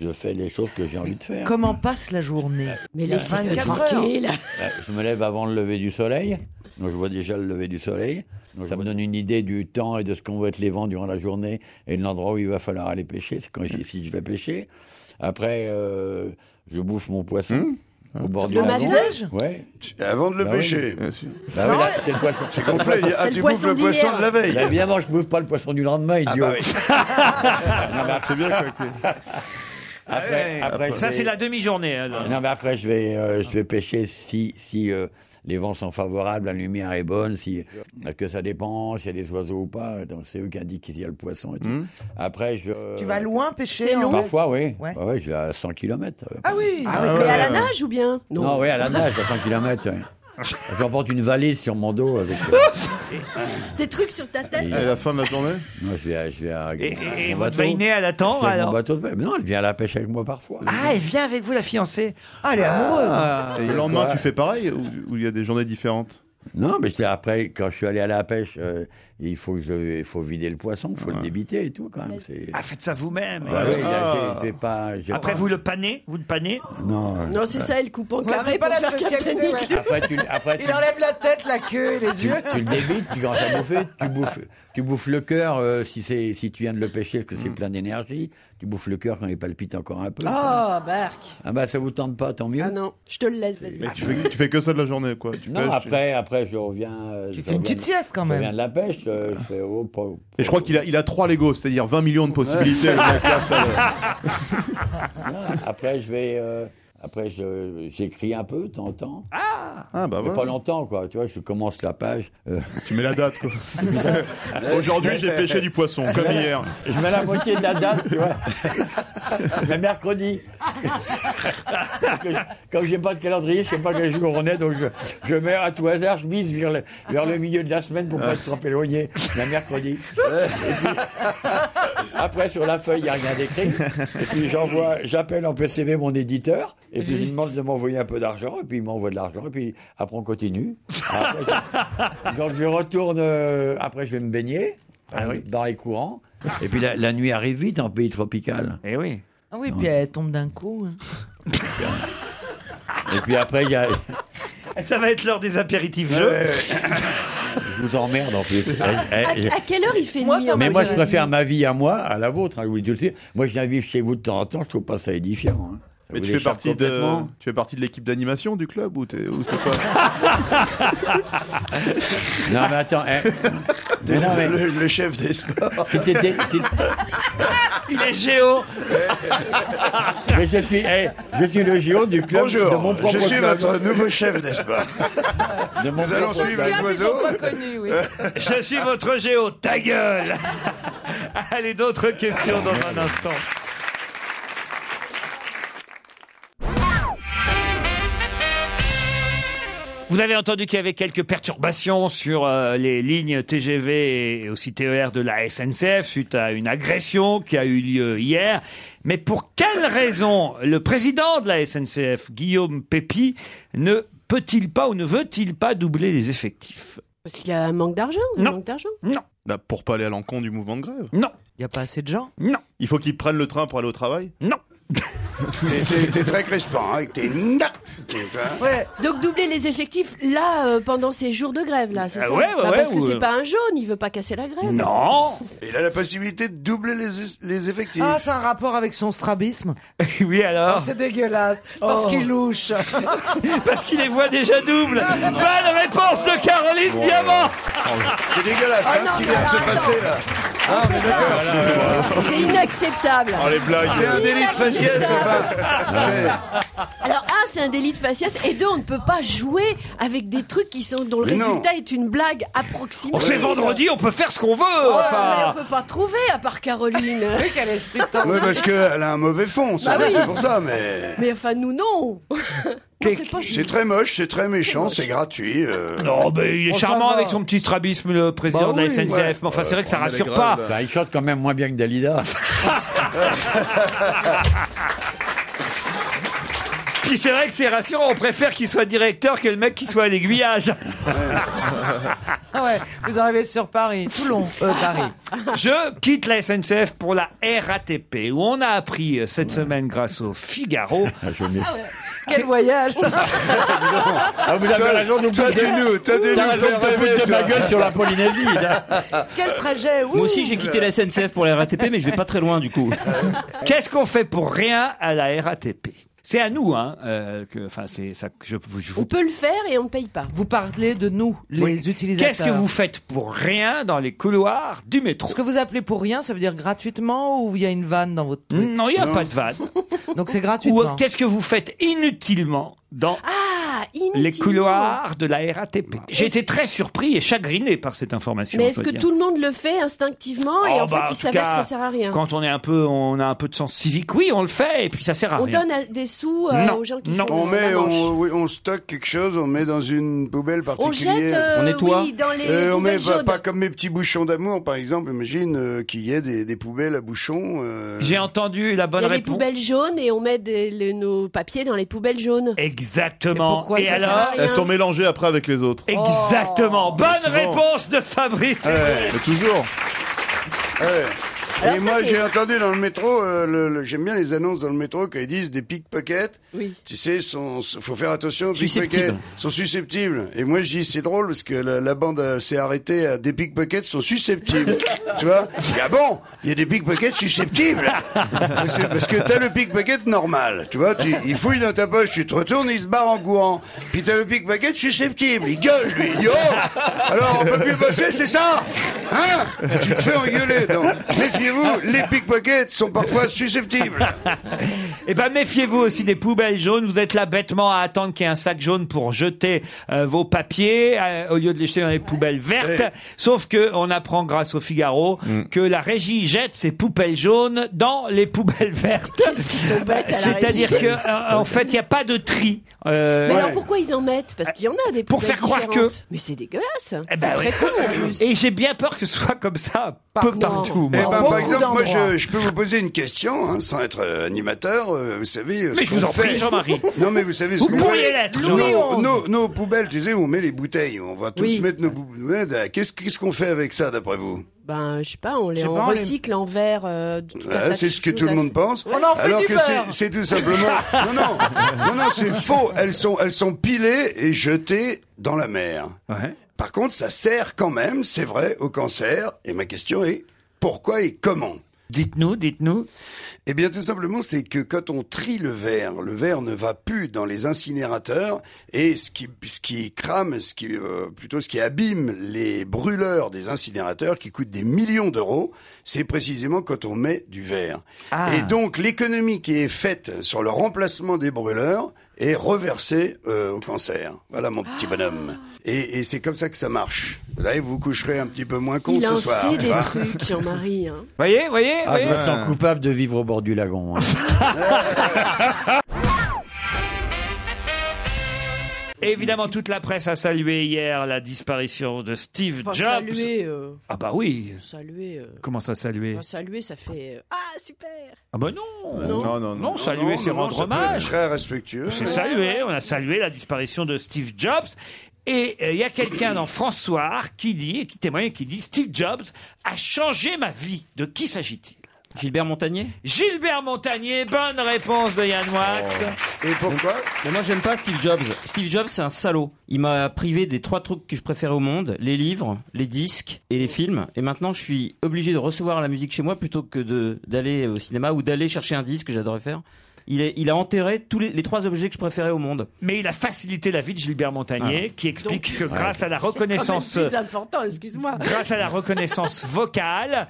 [SPEAKER 4] je fais les choses que j'ai envie de faire.
[SPEAKER 5] Comment passe la journée
[SPEAKER 12] Mais
[SPEAKER 5] Il y a
[SPEAKER 12] laissez-le
[SPEAKER 5] 24
[SPEAKER 12] tranquille.
[SPEAKER 5] heures.
[SPEAKER 4] Ouais, Je me lève avant le lever du soleil. Donc je vois déjà le lever du soleil. ça me donne une idée du temps et de ce qu'on va être les vents durant la journée et de l'endroit où il va falloir aller pêcher. C'est quand j'y- si je vais pêcher. Après, euh, je bouffe mon poisson. Au bord du
[SPEAKER 12] Le
[SPEAKER 4] lagon.
[SPEAKER 12] matinage
[SPEAKER 4] Ouais.
[SPEAKER 8] Hum Ah. Avant de le
[SPEAKER 4] Bah oui.
[SPEAKER 8] pêcher.
[SPEAKER 4] Bah oui, là, c'est le poisson.
[SPEAKER 8] C'est complet.
[SPEAKER 4] le poisson.
[SPEAKER 8] Ah, C'est tu le bouffes poisson le d'hier. poisson de la veille. Ah, bah
[SPEAKER 4] Bah, évidemment, je bouffe pas le poisson du lendemain, idiot. c'est bien Après, après,
[SPEAKER 3] ça,
[SPEAKER 4] je
[SPEAKER 3] c'est
[SPEAKER 4] vais-
[SPEAKER 3] la demi-journée. hein, alors.
[SPEAKER 4] non, mais après, je vais, euh, je vais pêcher si, si euh, les vents sont favorables, la lumière est bonne, si, que ça dépend, s'il y a des oiseaux ou pas. Donc, c'est eux qui indiquent s'il y a le poisson et tout.
[SPEAKER 6] Hmm.
[SPEAKER 4] Après, je.
[SPEAKER 5] Tu vas loin pêcher
[SPEAKER 12] C'est
[SPEAKER 5] en-
[SPEAKER 12] long.
[SPEAKER 4] Parfois, oui.
[SPEAKER 5] Ouais.
[SPEAKER 4] Ouais. ouais, je vais à 100 km.
[SPEAKER 5] Ah oui
[SPEAKER 12] Ah ouais,
[SPEAKER 4] ouais,
[SPEAKER 12] mais à la
[SPEAKER 4] ouais.
[SPEAKER 12] nage ou bien
[SPEAKER 4] Non, oui, à la nage, à 100 km. J'emporte une valise sur mon dos avec. euh,
[SPEAKER 12] Des trucs sur ta tête
[SPEAKER 4] et-
[SPEAKER 6] la fin de la journée
[SPEAKER 4] Non, je vais à. Je vais à
[SPEAKER 3] Et- et- et
[SPEAKER 4] mon bateau.
[SPEAKER 3] votre Vahiné, elle attend,
[SPEAKER 4] Je vais avec
[SPEAKER 3] alors
[SPEAKER 4] mon bateau de pêche. Mais Non, elle vient à la pêche avec moi parfois.
[SPEAKER 3] Ah, elle vient avec vous, la fiancée.
[SPEAKER 5] Ah, elle est amoureuse.
[SPEAKER 6] Et le lendemain, tu fais pareil ou ou il y a des journées différentes
[SPEAKER 4] Non, mais c'est après, quand je suis allé à la pêche, euh, il faut, que je- il faut vider le poisson, il faut le débiter et tout, quand même. c'est-
[SPEAKER 3] Ah, faites ça vous-même.
[SPEAKER 4] Bah oui, là, j'ai- j'ai pas- j'ai
[SPEAKER 3] Après,
[SPEAKER 4] pas-
[SPEAKER 3] vous le panez Vous le panez
[SPEAKER 4] Non.
[SPEAKER 12] Non, c'est ça, elle coupe en
[SPEAKER 5] Ouais,
[SPEAKER 12] carré
[SPEAKER 5] c'est pas
[SPEAKER 12] pour
[SPEAKER 5] la
[SPEAKER 12] faire capter
[SPEAKER 5] spécialité,
[SPEAKER 12] Nick.
[SPEAKER 5] ouais.
[SPEAKER 4] Après, tu, après, tu,
[SPEAKER 5] Il enlève la tête, la queue et les
[SPEAKER 4] tu-
[SPEAKER 5] yeux.
[SPEAKER 4] tu le débites, tu commences à bouffer, tu bouffes, tu bouffes le cœur euh, si, c'est- si tu viens de le pêcher, parce que c'est plein d'énergie. Tu bouffes le cœur quand il palpite encore un peu.
[SPEAKER 12] Oh, Barc
[SPEAKER 4] Ah bah, ça vous tente pas, tant mieux.
[SPEAKER 12] Ah non, je te le laisse, vas-y.
[SPEAKER 6] Mais tu fais, tu fais que ça de la journée, quoi. Tu
[SPEAKER 4] Non,
[SPEAKER 6] pêches.
[SPEAKER 4] après, après, je reviens. euh, je
[SPEAKER 5] fais une
[SPEAKER 4] reviens-
[SPEAKER 5] petite sieste, quand même.
[SPEAKER 4] Je reviens de la pêche, euh, je fais. oh, po-
[SPEAKER 6] Et je crois qu'il a, il a 3 Lego, c'est-à-dire 20 millions de possibilités. le mec, là, ça, là.
[SPEAKER 4] Non, après, je vais. euh, après, je- j'écris un peu, de temps en temps.
[SPEAKER 6] Ah, bah
[SPEAKER 4] Mais
[SPEAKER 6] voilà.
[SPEAKER 4] pas longtemps, quoi. Tu vois, je commence la page. euh,
[SPEAKER 6] Tu mets la date, quoi. Aujourd'hui, j'ai pêché du poisson, comme hier.
[SPEAKER 4] je mets la moitié de la date, tu vois. Le mercredi. Parce que je- Comme j'ai pas de calendrier, je sais pas quel jour on est, donc je, je mets à tout hasard, je vise vers le, vers le milieu de la semaine pour pas se trop éloigner. Le mercredi. Et puis, après, sur la feuille, il n'y a rien d'écrit. Et puis, j'envoie, j'appelle en PCV mon éditeur, et puis je lui demande de m'envoyer un peu d'argent, et puis il m'envoie de l'argent, et puis après, on continue. Après, je- donc, je retourne, euh, après, je vais me baigner
[SPEAKER 3] Ah
[SPEAKER 4] euh, dans les courants. Et puis la, la nuit arrive vite en pays tropical.
[SPEAKER 3] Eh oui.
[SPEAKER 5] Ah oui, puis elle tombe d'un coup. hein.
[SPEAKER 4] Et puis après, il y a-
[SPEAKER 3] Eh, Ça va être l'heure des apéritifs jeux.
[SPEAKER 4] je vous emmerde en plus.
[SPEAKER 3] Ah,
[SPEAKER 4] Eh,
[SPEAKER 12] À,
[SPEAKER 4] eh,
[SPEAKER 12] à quelle heure il fait
[SPEAKER 5] Moi,
[SPEAKER 12] nuit euh,
[SPEAKER 5] ça
[SPEAKER 12] en
[SPEAKER 4] mais moi, je
[SPEAKER 12] Bulgarie
[SPEAKER 4] préfère ma vie à moi, à la vôtre. hein, je vous le dis tout de suite. Moi, je viens vivre chez vous de temps en temps. Je trouve pas ça édifiant. hein. Ça
[SPEAKER 6] Mais
[SPEAKER 4] vous
[SPEAKER 6] tu fais,
[SPEAKER 4] déchappe
[SPEAKER 6] partie de,
[SPEAKER 4] complètement.
[SPEAKER 6] tu fais partie de l'équipe d'animation du club ou, t'es- ou c'est quoi
[SPEAKER 4] Non, mais attends.
[SPEAKER 3] hein.
[SPEAKER 4] eh, mais non, mais
[SPEAKER 8] Le, le chef des sports.
[SPEAKER 4] si t'étais- si-
[SPEAKER 3] Il est géo.
[SPEAKER 4] mais je suis, eh, je suis le géo du club de
[SPEAKER 8] Bonjour,
[SPEAKER 4] mon propre
[SPEAKER 8] je suis
[SPEAKER 4] club.
[SPEAKER 8] votre nouveau chef des sports.
[SPEAKER 4] De mon
[SPEAKER 8] Nous allons
[SPEAKER 4] propre
[SPEAKER 8] suivre
[SPEAKER 4] club.
[SPEAKER 8] les oiseaux.
[SPEAKER 3] Je suis votre géo. Ta gueule. Allez, d'autres questions dans un instant. Vous avez entendu qu'il y avait quelques perturbations sur euh, les lignes TGV et aussi TER de la SNCF suite à une agression qui a eu lieu hier. Mais pour quelle raison le président de la SNCF, Guillaume Pépi, ne peut-il pas ou ne veut-il pas doubler les effectifs
[SPEAKER 12] Parce qu'il a un manque d'argent un
[SPEAKER 3] Non.
[SPEAKER 12] manque d'argent.
[SPEAKER 3] Non,
[SPEAKER 6] Bah, Pour pas aller à l'encontre du mouvement de grève.
[SPEAKER 3] non,
[SPEAKER 5] Il n'y a pas assez de gens.
[SPEAKER 3] non,
[SPEAKER 6] Il faut qu'ils prennent le train pour aller au travail
[SPEAKER 3] non.
[SPEAKER 8] T'es- T'es t'es très crespant, hein, avec tes nda. T'es pas-
[SPEAKER 5] Ouais.
[SPEAKER 12] Donc doubler les effectifs là euh, pendant ces jours de grève là, c'est
[SPEAKER 3] Ah
[SPEAKER 12] ça
[SPEAKER 3] ouais, ouais,
[SPEAKER 12] Bah,
[SPEAKER 3] ouais,
[SPEAKER 12] Parce que
[SPEAKER 3] ou-
[SPEAKER 12] c'est pas un jaune, il veut pas casser la grève.
[SPEAKER 3] Non
[SPEAKER 8] Il a la possibilité de doubler les, les effectifs.
[SPEAKER 5] Ah, c'est un rapport avec son strabisme. Ah,
[SPEAKER 3] Oui alors
[SPEAKER 5] C'est dégueulasse. Parce qu'il louche.
[SPEAKER 3] Parce qu'il les voit déjà doubles Bonne réponse de Caroline Diamant
[SPEAKER 12] Ah
[SPEAKER 8] C'est dégueulasse, hein, ce qui vient de se passer là. Ah, mais d'accord.
[SPEAKER 12] C'est inacceptable.
[SPEAKER 8] Oh, les blagues. C'est un délit de faciès,
[SPEAKER 12] Inacceptable.
[SPEAKER 8] enfin. C'est-
[SPEAKER 12] Alors, un, c'est un délit de faciès, et deux, on ne peut pas jouer avec des trucs qui sont, dont le
[SPEAKER 3] Mais non.
[SPEAKER 12] résultat est une blague approximative.
[SPEAKER 3] On sait Oh, vendredi, on peut faire ce qu'on veut.
[SPEAKER 12] Ouais, mais
[SPEAKER 3] enfin.
[SPEAKER 12] on peut pas trouver, à part Caroline. oui, quel esprit
[SPEAKER 8] Oui, parce qu'elle a un mauvais fond, c'est
[SPEAKER 12] Bah
[SPEAKER 8] vrai,
[SPEAKER 12] oui.
[SPEAKER 8] c'est pour ça, mais.
[SPEAKER 12] Mais enfin, nous, non. Non, c'est pas
[SPEAKER 8] C'est très moche, c'est très méchant, c'est gratuit. euh.
[SPEAKER 3] Non, mais il est
[SPEAKER 8] Oh, ça
[SPEAKER 3] charmant
[SPEAKER 8] va.
[SPEAKER 3] avec son petit strabisme, le président
[SPEAKER 8] Bah
[SPEAKER 3] de la
[SPEAKER 8] oui.
[SPEAKER 3] SNCF.
[SPEAKER 8] Ouais.
[SPEAKER 3] Mais enfin, c'est vrai que ça
[SPEAKER 4] On est
[SPEAKER 3] rassure
[SPEAKER 4] grave,
[SPEAKER 3] pas.
[SPEAKER 4] là. Bah, il chante quand même moins bien que Dalida.
[SPEAKER 3] Puis c'est vrai que c'est rassurant. On préfère qu'il soit directeur que le mec qui soit à l'aiguillage.
[SPEAKER 5] Ah ouais, vous arrivez sur Paris, Toulon, euh, Paris.
[SPEAKER 3] Je quitte la SNCF pour la RATP, où on a appris euh, cette semaine grâce au Figaro.
[SPEAKER 8] Ah,
[SPEAKER 5] Quel voyage
[SPEAKER 4] Ah, vous avez
[SPEAKER 8] Toi-
[SPEAKER 4] raison, nous
[SPEAKER 8] toi, tu
[SPEAKER 4] bouger.
[SPEAKER 8] nous- toi, tu
[SPEAKER 4] T'as
[SPEAKER 8] nous
[SPEAKER 4] raison
[SPEAKER 8] fais
[SPEAKER 4] de te
[SPEAKER 8] rêver,
[SPEAKER 4] foutre de
[SPEAKER 8] tu
[SPEAKER 4] ma
[SPEAKER 8] vois.
[SPEAKER 4] gueule sur la Polynésie.
[SPEAKER 5] Quel
[SPEAKER 12] Euh,
[SPEAKER 5] trajet
[SPEAKER 9] Moi aussi, j'ai quitté la SNCF pour la RATP, mais je vais pas très loin du coup.
[SPEAKER 12] Euh,
[SPEAKER 3] Qu'est-ce qu'on fait pour rien à la RATP C'est à nous, hein. euh, que, enfin, c'est ça que je, je vous
[SPEAKER 12] On peut le faire et on ne paye pas.
[SPEAKER 5] Vous parlez de nous, les
[SPEAKER 3] Oui.
[SPEAKER 5] utilisateurs.
[SPEAKER 3] Qu'est-ce que vous faites pour rien dans les couloirs du métro
[SPEAKER 5] Ce que vous appelez pour rien, ça veut dire gratuitement ou il y a une vanne dans votre truc
[SPEAKER 3] Non, il n'y a pas de vanne.
[SPEAKER 5] Donc c'est
[SPEAKER 3] Ou
[SPEAKER 5] gratuitement.
[SPEAKER 3] euh, qu'est-ce que vous faites inutilement dans
[SPEAKER 12] Ah, inutilement.
[SPEAKER 3] les couloirs de la RATP J'ai été très surpris et chagriné par cette information.
[SPEAKER 12] Mais
[SPEAKER 3] on
[SPEAKER 12] est-ce
[SPEAKER 3] peut
[SPEAKER 12] que
[SPEAKER 3] dire.
[SPEAKER 12] tout le monde le fait instinctivement et
[SPEAKER 3] Oh,
[SPEAKER 12] en
[SPEAKER 3] bah,
[SPEAKER 12] fait, il
[SPEAKER 3] tout
[SPEAKER 12] s'avère que
[SPEAKER 3] cas,
[SPEAKER 12] ça sert à rien
[SPEAKER 3] Quand on est un peu, on a un peu de sens civique, oui, on le fait, et puis ça sert à
[SPEAKER 12] On
[SPEAKER 3] Ah, rien.
[SPEAKER 12] donne à- des sous euh,
[SPEAKER 3] Non,
[SPEAKER 12] aux gens qui
[SPEAKER 3] non.
[SPEAKER 12] font la
[SPEAKER 8] On met,
[SPEAKER 12] manche.
[SPEAKER 8] on, oui, on stocke quelque chose, on met dans une poubelle particulière. Euh,
[SPEAKER 12] jette, euh, On nettoie. oui, dans les
[SPEAKER 8] on met
[SPEAKER 12] poubelles
[SPEAKER 8] pas,
[SPEAKER 12] jaunes.
[SPEAKER 8] pas comme mes petits bouchons d'amour, par exemple. Imagine euh, qu'il y ait des, des poubelles à bouchons. euh.
[SPEAKER 3] J'ai entendu la
[SPEAKER 12] Il y
[SPEAKER 3] bonne
[SPEAKER 12] a les
[SPEAKER 3] réponse.
[SPEAKER 12] poubelles jaunes et on met des- les- nos papiers dans les poubelles jaunes.
[SPEAKER 3] Exactement.
[SPEAKER 12] Et pourquoi
[SPEAKER 3] et
[SPEAKER 12] ça sert
[SPEAKER 3] alors
[SPEAKER 12] à rien Oh.
[SPEAKER 6] Elles sont mélangées après avec les autres. Oh.
[SPEAKER 3] Exactement. Bonne
[SPEAKER 6] souvent.
[SPEAKER 3] réponse de Fabrice.
[SPEAKER 8] Ouais,
[SPEAKER 6] mais toujours.
[SPEAKER 8] ouais.
[SPEAKER 12] Alors
[SPEAKER 8] Et
[SPEAKER 12] ça,
[SPEAKER 8] moi,
[SPEAKER 12] c'est-
[SPEAKER 8] j'ai entendu dans le métro, euh, le- le- j'aime bien les annonces dans le métro qu'ils disent des pickpockets.
[SPEAKER 12] Oui.
[SPEAKER 8] Tu sais, sont, sont- faut faire attention aux pickpockets.
[SPEAKER 9] Susceptibles.
[SPEAKER 8] sont susceptibles. Et moi, je dis, c'est drôle parce que la, la bande euh, s'est arrêtée à des pickpockets sont susceptibles. tu vois Je dis, Ah bon Il y a des pickpockets susceptibles Parce que, parce que t'as le pickpocket normal. Tu vois tu, Il fouille dans ta poche, tu te retournes, il se barre en courant. Puis t'as le pickpocket susceptible. Il gueule, lui. Il dit, Oh Alors, on peut plus bosser, c'est ça Hein Tu te fais engueuler. Donc, méfiez-vous, les pickpockets sont parfois susceptibles.
[SPEAKER 3] Eh ben méfiez-vous aussi des poubelles jaunes. Vous êtes là bêtement à attendre qu'il y ait un sac jaune pour jeter euh, vos papiers euh, au lieu de les jeter dans les poubelles vertes.
[SPEAKER 8] Ouais.
[SPEAKER 3] Sauf que on apprend grâce au Figaro que la régie jette ses poubelles jaunes dans les poubelles vertes.
[SPEAKER 12] sont bêtes à la
[SPEAKER 3] C'est-à-dire
[SPEAKER 12] régie.
[SPEAKER 3] que euh, en fait il n'y a pas de tri. Euh,
[SPEAKER 12] Mais
[SPEAKER 3] ouais.
[SPEAKER 12] alors pourquoi ils en mettent Parce qu'il y en a des
[SPEAKER 3] Pour
[SPEAKER 12] poubelles
[SPEAKER 3] faire croire
[SPEAKER 12] Bah, différentes.
[SPEAKER 3] que-
[SPEAKER 12] Mais c'est dégueulasse.
[SPEAKER 3] Eh ben
[SPEAKER 12] c'est
[SPEAKER 3] ouais.
[SPEAKER 12] très con en plus.
[SPEAKER 3] Et j'ai bien peur que ce soit comme ça un peu
[SPEAKER 12] Non.
[SPEAKER 3] partout.
[SPEAKER 8] Eh
[SPEAKER 3] moi.
[SPEAKER 8] ben,
[SPEAKER 12] beaucoup
[SPEAKER 8] par exemple, moi,
[SPEAKER 12] d'endroits.
[SPEAKER 8] je, je peux vous poser une question, hein, sans être euh, animateur, euh, vous savez. euh,
[SPEAKER 3] Mais
[SPEAKER 8] ce
[SPEAKER 3] je vous
[SPEAKER 8] qu'on
[SPEAKER 3] en prie,
[SPEAKER 8] fait.
[SPEAKER 3] Jean-Marie.
[SPEAKER 8] Non, mais vous savez
[SPEAKER 3] Vous
[SPEAKER 8] ce qu'on
[SPEAKER 3] pourriez
[SPEAKER 8] fait.
[SPEAKER 3] l'être,
[SPEAKER 8] Nos-
[SPEAKER 3] Jean-Marie.
[SPEAKER 8] nos, nos poubelles, tu sais, où on met les bouteilles, on va tous
[SPEAKER 12] Oui.
[SPEAKER 8] mettre nos bouteilles. Ah, Qu'est-ce qu'est-ce qu'on fait avec ça, d'après vous
[SPEAKER 12] Ben, je sais pas, on les
[SPEAKER 5] Je sais
[SPEAKER 12] on
[SPEAKER 5] pas, on les-
[SPEAKER 12] recycle en verre. euh, de tout un
[SPEAKER 8] Voilà,
[SPEAKER 12] tas de
[SPEAKER 8] Ah, C'est ce que
[SPEAKER 12] choses
[SPEAKER 8] tout le
[SPEAKER 12] à-
[SPEAKER 8] monde pense.
[SPEAKER 5] On en fait
[SPEAKER 8] alors
[SPEAKER 5] du
[SPEAKER 8] que
[SPEAKER 5] beurre.
[SPEAKER 8] c'est- c'est tout simplement. Non, non, non, non c'est faux. Elles sont, elles sont pilées et jetées dans la mer.
[SPEAKER 3] Ouais.
[SPEAKER 8] Par contre, ça sert quand même, c'est vrai, au cancer. Et ma question est pourquoi et comment
[SPEAKER 3] Dites-nous, dites-nous.
[SPEAKER 8] Eh bien, tout simplement, c'est que quand on trie le verre, le verre ne va plus dans les incinérateurs et ce qui, ce qui crame, ce qui, euh, plutôt ce qui abîme les brûleurs des incinérateurs qui coûtent des millions d'euros, c'est précisément quand on met du verre.
[SPEAKER 3] Ah.
[SPEAKER 8] Et donc, l'économie qui est faite sur le remplacement des brûleurs est reversée euh, au cancer. Voilà mon petit bonhomme.
[SPEAKER 12] Ah.
[SPEAKER 8] Et, et c'est comme ça que ça marche. Là, vous coucherez un petit peu moins con
[SPEAKER 12] Il en
[SPEAKER 8] ce soir. hein.
[SPEAKER 12] sait
[SPEAKER 8] Bah. tu
[SPEAKER 12] des
[SPEAKER 8] vois.
[SPEAKER 12] trucs, Jean-Marie. hein.
[SPEAKER 3] Voyez, voyez,
[SPEAKER 4] Ah, je me
[SPEAKER 3] voyez.
[SPEAKER 4] sens coupable de vivre au bord du lagon. hein.
[SPEAKER 3] Évidemment, toute la presse a salué hier la disparition de Steve
[SPEAKER 12] Enfin,
[SPEAKER 3] Jobs.
[SPEAKER 12] saluer, euh,
[SPEAKER 3] Ah bah oui.
[SPEAKER 12] saluer, euh,
[SPEAKER 3] Comment ça saluer
[SPEAKER 12] enfin, saluer, ça fait euh, ah super.
[SPEAKER 3] Ah bah non.
[SPEAKER 12] Non.
[SPEAKER 6] Non, non, non.
[SPEAKER 3] Non, saluer,
[SPEAKER 8] Non,
[SPEAKER 3] c'est
[SPEAKER 8] non, non,
[SPEAKER 3] rendre
[SPEAKER 8] ça peut être
[SPEAKER 3] hommage.
[SPEAKER 8] Très respectueux.
[SPEAKER 3] C'est saluer, on a salué la disparition de Steve Jobs. Et euh, il y a quelqu'un dans François qui dit, qui témoigne, qui dit Steve Jobs a changé ma vie. De qui s'agit-il
[SPEAKER 9] Gilbert Montagnier
[SPEAKER 3] Gilbert Montagnier, bonne réponse de Yann Wax.
[SPEAKER 8] Et pourquoi
[SPEAKER 9] Mais moi j'aime pas Steve Jobs. Steve Jobs c'est un salaud. Il m'a privé des trois trucs que je préférais au monde, les livres, les disques et les films. Et maintenant je suis obligé de recevoir la musique chez moi plutôt que de- d'aller au cinéma ou d'aller chercher un disque que j'adorais faire. Il, est- il a enterré tous les, les trois objets que je préférais au monde.
[SPEAKER 3] Mais il a facilité la vie de Gilbert Montagnier,
[SPEAKER 9] Ah.
[SPEAKER 3] qui explique
[SPEAKER 9] Donc-
[SPEAKER 3] que grâce à la reconnaissance... euh,
[SPEAKER 12] C'est quand même plus important, excuse-moi.
[SPEAKER 3] Grâce à la reconnaissance vocale,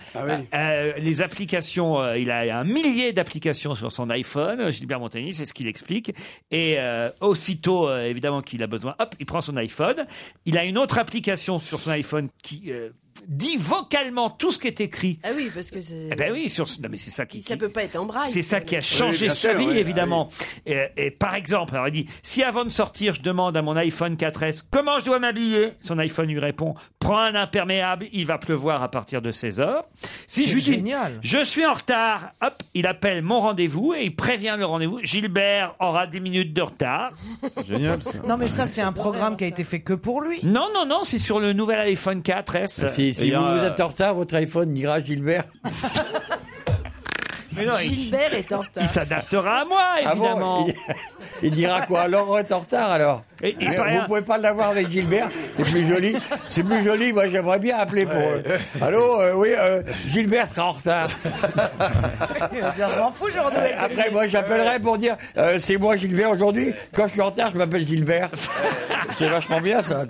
[SPEAKER 3] euh, les applications, euh, il a un millier d'applications sur son iPhone, euh, Gilbert Montagnier, c'est ce qu'il explique. Et euh, aussitôt, euh, évidemment, qu'il a besoin, hop, il prend son iPhone. Il a une autre application sur son iPhone qui euh, dit vocalement tout ce qui est écrit.
[SPEAKER 12] Ah oui, parce que c'est.
[SPEAKER 3] Eh ben oui, sur ce- non mais c'est ça qui,
[SPEAKER 12] Ça peut pas être en braille.
[SPEAKER 3] c'est ça qui a changé
[SPEAKER 8] bien
[SPEAKER 3] sa
[SPEAKER 8] sûr,
[SPEAKER 3] vie,
[SPEAKER 8] oui,
[SPEAKER 3] évidemment. Et, et par exemple, alors il dit si avant de sortir, je demande à mon iPhone 4S comment je dois m'habiller, son iPhone lui répond prends un imperméable, il va pleuvoir à partir de 16 heures. Si
[SPEAKER 5] C'est
[SPEAKER 3] je lui dis
[SPEAKER 5] génial.
[SPEAKER 3] je suis en retard, hop, il appelle mon rendez-vous et il prévient le rendez-vous. Gilbert aura 10 minutes de retard.
[SPEAKER 6] Génial.
[SPEAKER 5] Non, mais ça, c'est un programme qui a été fait que pour lui.
[SPEAKER 3] Non, non, non, c'est sur le nouvel iPhone 4S.
[SPEAKER 4] Ah, Bah, Si, si
[SPEAKER 3] Et,
[SPEAKER 4] vous,
[SPEAKER 3] euh,
[SPEAKER 4] vous êtes en retard, votre iPhone dira Gilbert.
[SPEAKER 3] mais non, il-
[SPEAKER 12] Gilbert est en
[SPEAKER 3] il
[SPEAKER 12] retard.
[SPEAKER 3] s'adaptera à moi,
[SPEAKER 4] Ah bon,
[SPEAKER 3] évidemment.
[SPEAKER 4] il, il dira quoi Laurent est en retard alors
[SPEAKER 3] Et- et
[SPEAKER 4] Mais
[SPEAKER 3] pas rien.
[SPEAKER 4] Vous pouvez pas l'avoir avec Gilbert C'est plus joli. C'est plus joli. Moi, j'aimerais bien appeler pour. euh, Allô euh, Oui, euh, Gilbert sera en retard.
[SPEAKER 5] Il va dire, Je m'en fous, je renouvelle.
[SPEAKER 4] Après, moi, j'appellerai pour dire euh, c'est moi Gilbert aujourd'hui. Quand je suis en retard, je m'appelle Gilbert. C'est vachement bien ça.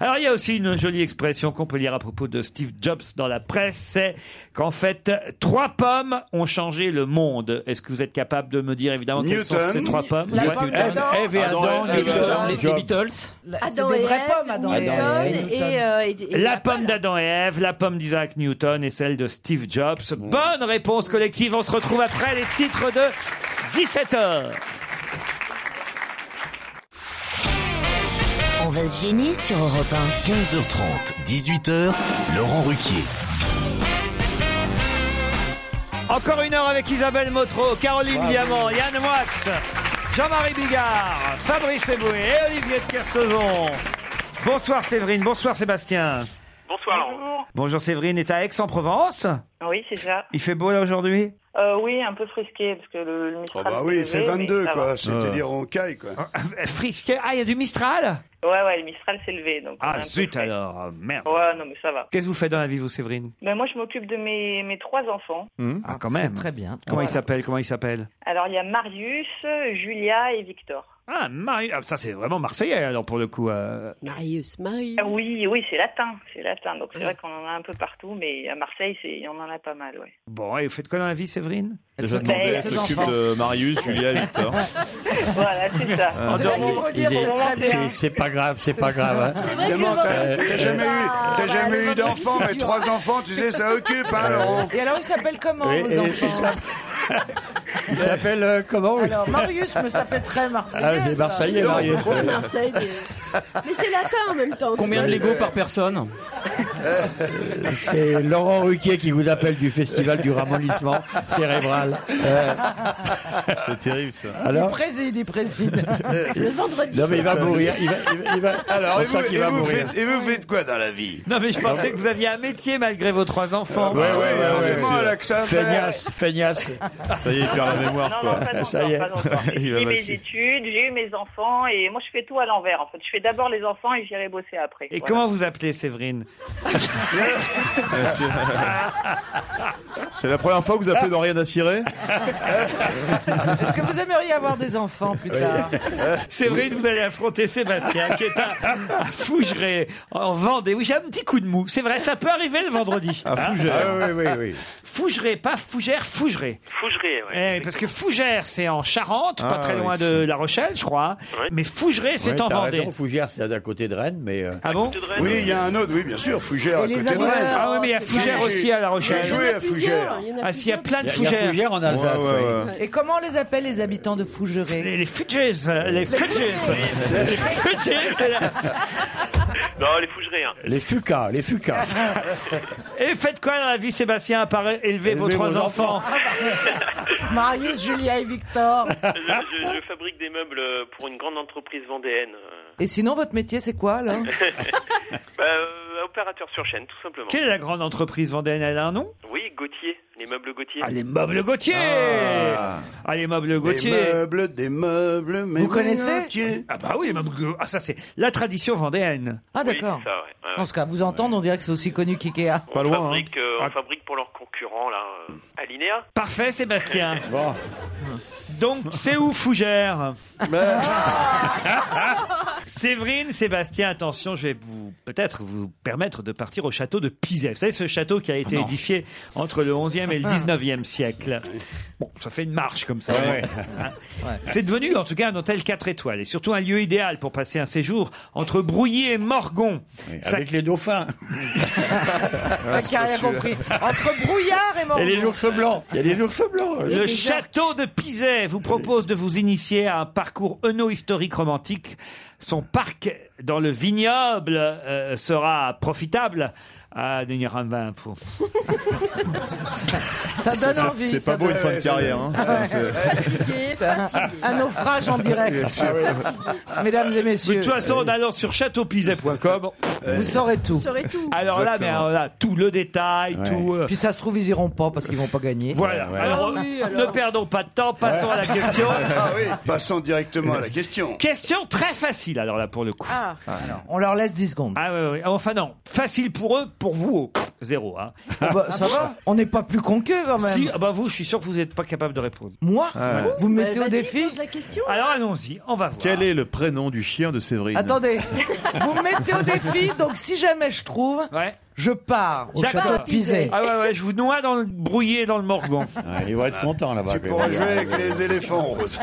[SPEAKER 3] Alors il y a aussi une jolie expression qu'on peut lire à propos de Steve Jobs dans la presse, c'est qu'en fait trois pommes ont changé le monde. Est-ce que vous êtes capable de me dire évidemment quelles sont
[SPEAKER 8] Newton.
[SPEAKER 3] ces trois pommes
[SPEAKER 5] La
[SPEAKER 3] Ouais.
[SPEAKER 5] pomme
[SPEAKER 4] Ève,
[SPEAKER 5] d'Adam.
[SPEAKER 4] Ève et
[SPEAKER 6] Adam,
[SPEAKER 4] Adam,
[SPEAKER 6] Ève et
[SPEAKER 4] Newton,
[SPEAKER 6] Adam.
[SPEAKER 4] Job.
[SPEAKER 5] La- C'est
[SPEAKER 12] Adam
[SPEAKER 5] des
[SPEAKER 12] et
[SPEAKER 5] vraies
[SPEAKER 12] Ève,
[SPEAKER 5] pommes, Adam et
[SPEAKER 12] Newton
[SPEAKER 5] Ève.
[SPEAKER 12] et, euh, et- et
[SPEAKER 3] La
[SPEAKER 12] Apple.
[SPEAKER 3] pomme d'Adam et Ève, la pomme d'Isaac Newton et celle de Steve Jobs. Bonne réponse collective. On se retrouve après les titres de 17h.
[SPEAKER 1] On va se gêner sur Europe
[SPEAKER 2] 15h30, 18h, Laurent Ruquier.
[SPEAKER 3] Encore une heure avec Isabelle Motro, Caroline Diamant, Yann Moix, Jean-Marie Bigard, Fabrice Eboué et Olivier de Kersauzon. Bonsoir Séverine, bonsoir Sébastien.
[SPEAKER 11] Bonsoir, Laurent.
[SPEAKER 3] Bonjour Séverine, est à Aix-en-Provence.
[SPEAKER 10] Oui, c'est ça.
[SPEAKER 3] Il fait beau là aujourd'hui
[SPEAKER 10] Euh, oui, un peu frisqué, parce que le, le
[SPEAKER 8] Oh
[SPEAKER 10] Mistral...
[SPEAKER 8] bah oui, il
[SPEAKER 10] s'est
[SPEAKER 8] fait
[SPEAKER 10] levé, mais
[SPEAKER 8] 22,
[SPEAKER 10] ça
[SPEAKER 8] quoi.
[SPEAKER 10] va.
[SPEAKER 8] C'est-à-dire on caille, quoi.
[SPEAKER 3] Frisquet, ah il y a du Mistral
[SPEAKER 10] Ouais, ouais, le Mistral s'est levé. Donc on est un
[SPEAKER 3] Ah
[SPEAKER 10] peu
[SPEAKER 3] zut
[SPEAKER 10] frais.
[SPEAKER 3] alors, ah, merde.
[SPEAKER 10] Ouais, non, mais ça va.
[SPEAKER 3] Qu'est-ce que vous faites dans la vie vous Séverine
[SPEAKER 10] Mais Ben, moi, je m'occupe de mes, mes trois enfants.
[SPEAKER 3] Ah quand même.
[SPEAKER 5] Hmm. C'est très bien.
[SPEAKER 3] Comment
[SPEAKER 10] Voilà.
[SPEAKER 3] il s'appelle Comment il s'appelle
[SPEAKER 10] Alors, il y a Marius, Julia et Victor.
[SPEAKER 3] Ah Mario, ah, ça c'est vraiment marseillais alors pour le coup. euh.
[SPEAKER 7] Marius, Marius.
[SPEAKER 10] Ah oui, oui, c'est latin. C'est latin. Donc, c'est vrai qu'on en a un peu partout, mais à Marseille, c'est- il y en en a pas mal, ouais.
[SPEAKER 3] Bon, et vous faites quoi dans la vie Séverine
[SPEAKER 6] Déjà
[SPEAKER 10] s'occupe
[SPEAKER 6] demandé, elle
[SPEAKER 10] des
[SPEAKER 6] s'occupe
[SPEAKER 5] enfants.
[SPEAKER 6] de Marius, Julia et
[SPEAKER 10] hein.
[SPEAKER 6] Victor.
[SPEAKER 10] Voilà, c'est ça.
[SPEAKER 3] Euh,
[SPEAKER 4] Ah.
[SPEAKER 5] C'est vrai qu'il faut dire,
[SPEAKER 4] Il est-
[SPEAKER 5] c'est très bien.
[SPEAKER 4] c'est- C'est pas grave, c'est pas grave. hein.
[SPEAKER 8] Évidemment, t'as t'as jamais eu, t'as jamais eu d'enfant,
[SPEAKER 12] c'est
[SPEAKER 8] mais
[SPEAKER 12] dur.
[SPEAKER 8] trois enfants, tu sais, ça occupe, hein, Laurent.
[SPEAKER 5] Et alors, il s'appelle comment,
[SPEAKER 4] Oui,
[SPEAKER 5] vos
[SPEAKER 4] et- et
[SPEAKER 5] enfants
[SPEAKER 4] ça- Il s'appelle euh, comment oui
[SPEAKER 5] Alors, Marius, mais ça fait très marseillais.
[SPEAKER 4] Ah, c'est
[SPEAKER 5] ça.
[SPEAKER 4] Marseillais, Marius.
[SPEAKER 12] Pourquoi Marseille des- Mais c'est latin en même temps.
[SPEAKER 9] Combien de Lego par personne
[SPEAKER 4] C'est Laurent Ruquier qui vous appelle du Festival du Ramollissement Cérébral. Euh,
[SPEAKER 6] C'est terrible, ça.
[SPEAKER 5] Il
[SPEAKER 4] alors
[SPEAKER 5] préside, il préside.
[SPEAKER 12] Le vendredi.
[SPEAKER 4] Non, mais il va
[SPEAKER 12] ça.
[SPEAKER 4] mourir. Il va, il va- il va-
[SPEAKER 8] Alors,
[SPEAKER 4] on
[SPEAKER 8] et
[SPEAKER 4] sent
[SPEAKER 8] vous,
[SPEAKER 4] qu'il
[SPEAKER 8] et
[SPEAKER 4] va
[SPEAKER 8] vous
[SPEAKER 4] mourir.
[SPEAKER 8] faites, et vous faites quoi dans la vie
[SPEAKER 3] Non mais je pensais que vous aviez un métier malgré vos trois enfants.
[SPEAKER 8] Ah
[SPEAKER 4] ouais, ouais,
[SPEAKER 8] forcément,
[SPEAKER 6] ouais.
[SPEAKER 8] elle a que ça à faire.
[SPEAKER 4] Feignasse, feignasse.
[SPEAKER 6] Ça y est, il perd la mémoire,
[SPEAKER 10] Non, non,
[SPEAKER 6] quoi.
[SPEAKER 10] pas
[SPEAKER 4] Ça y est.
[SPEAKER 10] encore, pas encore. J'ai
[SPEAKER 6] Il va
[SPEAKER 10] eu mes
[SPEAKER 6] lâcher.
[SPEAKER 10] études, j'ai eu mes enfants, et moi, je fais tout à l'envers, en fait. Je fais d'abord les enfants et j'irai bosser après.
[SPEAKER 3] Et
[SPEAKER 10] Voilà.
[SPEAKER 3] comment vous appelez Séverine
[SPEAKER 6] Bien sûr. C'est la première fois que vous appelez dans Rien à cirer
[SPEAKER 5] Est-ce que vous aimeriez avoir des enfants plus tard
[SPEAKER 3] Séverine, vous allez affronter Sébastien, qui est à, à Fougeray, en Vendée. Oui, j'ai un petit coup de mou. C'est vrai, ça peut arriver le vendredi.
[SPEAKER 6] À Fougères.
[SPEAKER 4] Ah, oui, oui, oui.
[SPEAKER 3] Fougeray, pas Fougère, Fougeray.
[SPEAKER 11] Fougeray, ouais.
[SPEAKER 3] Eh, parce que Fougère, c'est en Charente, pas
[SPEAKER 6] Ah,
[SPEAKER 3] très
[SPEAKER 6] oui,
[SPEAKER 3] loin de La Rochelle, je crois. hein.
[SPEAKER 11] Oui.
[SPEAKER 3] Mais Fougeray, c'est
[SPEAKER 4] Ouais,
[SPEAKER 3] en
[SPEAKER 4] t'as
[SPEAKER 3] Vendée.
[SPEAKER 4] raison, Fougères, c'est à côté de Rennes, mais. euh,
[SPEAKER 3] Ah bon
[SPEAKER 11] De Rennes.
[SPEAKER 8] Oui, il y a un autre, oui, bien sûr, Fougère à
[SPEAKER 5] Et
[SPEAKER 8] côté
[SPEAKER 5] les
[SPEAKER 8] de
[SPEAKER 5] amoureux
[SPEAKER 8] Rennes.
[SPEAKER 3] Ah oui, mais il y a
[SPEAKER 8] c'est
[SPEAKER 3] Fougère
[SPEAKER 8] bien.
[SPEAKER 3] aussi à
[SPEAKER 8] J'ai
[SPEAKER 3] La Rochelle.
[SPEAKER 8] joué à Fougère.
[SPEAKER 12] Il y en a
[SPEAKER 3] Ah, s'il y a
[SPEAKER 12] plusieurs.
[SPEAKER 3] plein de
[SPEAKER 4] Il y a- il y a
[SPEAKER 3] Fougères.
[SPEAKER 4] Fougères en Alsace.
[SPEAKER 6] Ouais, ouais,
[SPEAKER 4] oui.
[SPEAKER 6] ouais.
[SPEAKER 5] Et comment on les appelle les habitants de Fougeray
[SPEAKER 3] Les, les Fudges, euh, les Fudges. Les Fudges, c'est la-
[SPEAKER 11] Non, les Fougerets, hein.
[SPEAKER 4] Les Fucas, les Fucas.
[SPEAKER 3] Et faites quoi dans la vie, Sébastien, à part élever Ah, vos
[SPEAKER 4] Élever
[SPEAKER 3] trois
[SPEAKER 4] vos
[SPEAKER 3] enfants,
[SPEAKER 5] Marius, Julia et Victor.
[SPEAKER 11] Je, je- je fabrique des meubles euh, pour une grande entreprise vendéenne. euh.
[SPEAKER 5] Et sinon, votre métier, c'est quoi, alors
[SPEAKER 11] Bah, euh, opérateur sur chaîne, tout simplement.
[SPEAKER 3] Quelle est la grande entreprise vendéenne Elle a un nom
[SPEAKER 11] Oui, Gauthier, les meubles Gauthier.
[SPEAKER 3] Ah, les meubles Gauthier
[SPEAKER 6] Ah.
[SPEAKER 3] Ah, les meubles
[SPEAKER 8] Des
[SPEAKER 3] Gauthier
[SPEAKER 8] meubles, des meubles, mais
[SPEAKER 5] Vous connaissez
[SPEAKER 8] Gautier.
[SPEAKER 3] Ah bah oui, les meubles Gautier. Ah ça c'est la tradition vendéenne.
[SPEAKER 5] Ah,
[SPEAKER 11] Oui, c'est
[SPEAKER 5] d'accord.
[SPEAKER 11] ça, ouais. Ouais,
[SPEAKER 5] En ce cas, vous entendre, on dirait que c'est aussi connu qu'Ikea.
[SPEAKER 11] On
[SPEAKER 6] Pas loin,
[SPEAKER 11] Fabrique, euh,
[SPEAKER 3] Ah.
[SPEAKER 11] On fabrique pour leurs concurrents, là, euh, Alinea.
[SPEAKER 3] Parfait Sébastien.
[SPEAKER 4] Bon.
[SPEAKER 3] Donc, c'est où Fougère
[SPEAKER 4] Ah,
[SPEAKER 3] Séverine, Sébastien, attention, je vais vous peut-être vous permettre de partir au château de Pizet. Vous savez, ce château qui a été
[SPEAKER 13] non.
[SPEAKER 3] édifié entre le 11e et le 19e siècle. Bon, ça fait une marche comme ça.
[SPEAKER 13] Ouais.
[SPEAKER 3] Hein C'est devenu en tout cas un hôtel 4 étoiles et surtout un lieu idéal pour passer un séjour entre Brouilly et Morgon. Avec les dauphins.
[SPEAKER 5] Ah, qui a rien compris. Entre brouillard et mort.
[SPEAKER 3] blancs. Il y a des ours blancs.
[SPEAKER 5] Il y a
[SPEAKER 3] Le
[SPEAKER 5] des
[SPEAKER 3] château de Pizet vous propose de vous initier à un parcours œno-historique romantique. Son parc dans le vignoble euh, sera profitable à devenir un vin pour.
[SPEAKER 5] Ça donne envie. ça donne-
[SPEAKER 3] hein.
[SPEAKER 5] Ah ouais. C'est un- Un naufrage en direct. Mesdames et messieurs.
[SPEAKER 3] De toute façon, en allant sur châteaupizet.com,
[SPEAKER 5] Vous saurez tout. Vous saurez tout.
[SPEAKER 3] Alors là, mais
[SPEAKER 5] Exactement.
[SPEAKER 3] alors là, tout le détail, tout. euh,
[SPEAKER 5] Puis ça se trouve, ils iront pas parce qu'ils vont pas gagner.
[SPEAKER 3] Voilà.
[SPEAKER 5] Ah
[SPEAKER 3] Alors, euh, ne perdons pas de temps, passons à la question.
[SPEAKER 8] Ah Passons directement à la question.
[SPEAKER 3] Question très facile, alors là, pour le coup.
[SPEAKER 8] Ah.
[SPEAKER 3] On leur laisse 10 secondes. Ah, ouais, ouais. Enfin, non. Facile pour eux, pour vous, oh, pff, zéro. Hein.
[SPEAKER 5] bah, ça va On n'est pas plus con qu'eux quand même.
[SPEAKER 3] Si, ah bah vous, je suis sûr que vous n'êtes pas capable de répondre.
[SPEAKER 5] Moi
[SPEAKER 6] Ah
[SPEAKER 5] Vous me mettez au
[SPEAKER 3] Vas-y,
[SPEAKER 5] défi
[SPEAKER 3] Alors allons-y, on va voir.
[SPEAKER 6] Quel est le prénom du chien de Séverine
[SPEAKER 5] Attendez. vous me mettez au défi, donc si jamais je trouve, je pars au château de Pizet.
[SPEAKER 3] Ah ouais, ouais, je vous noie dans le brouillé, dans le Morgon.
[SPEAKER 4] ils vont être contents là-bas. quand
[SPEAKER 8] pourras
[SPEAKER 4] même.
[SPEAKER 8] jouer avec les éléphants roses.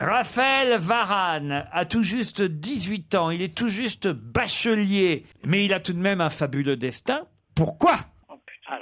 [SPEAKER 3] Raphaël Varane a tout juste 18 ans. Il est tout juste bachelier. Mais il a tout de même un fabuleux destin. Pourquoi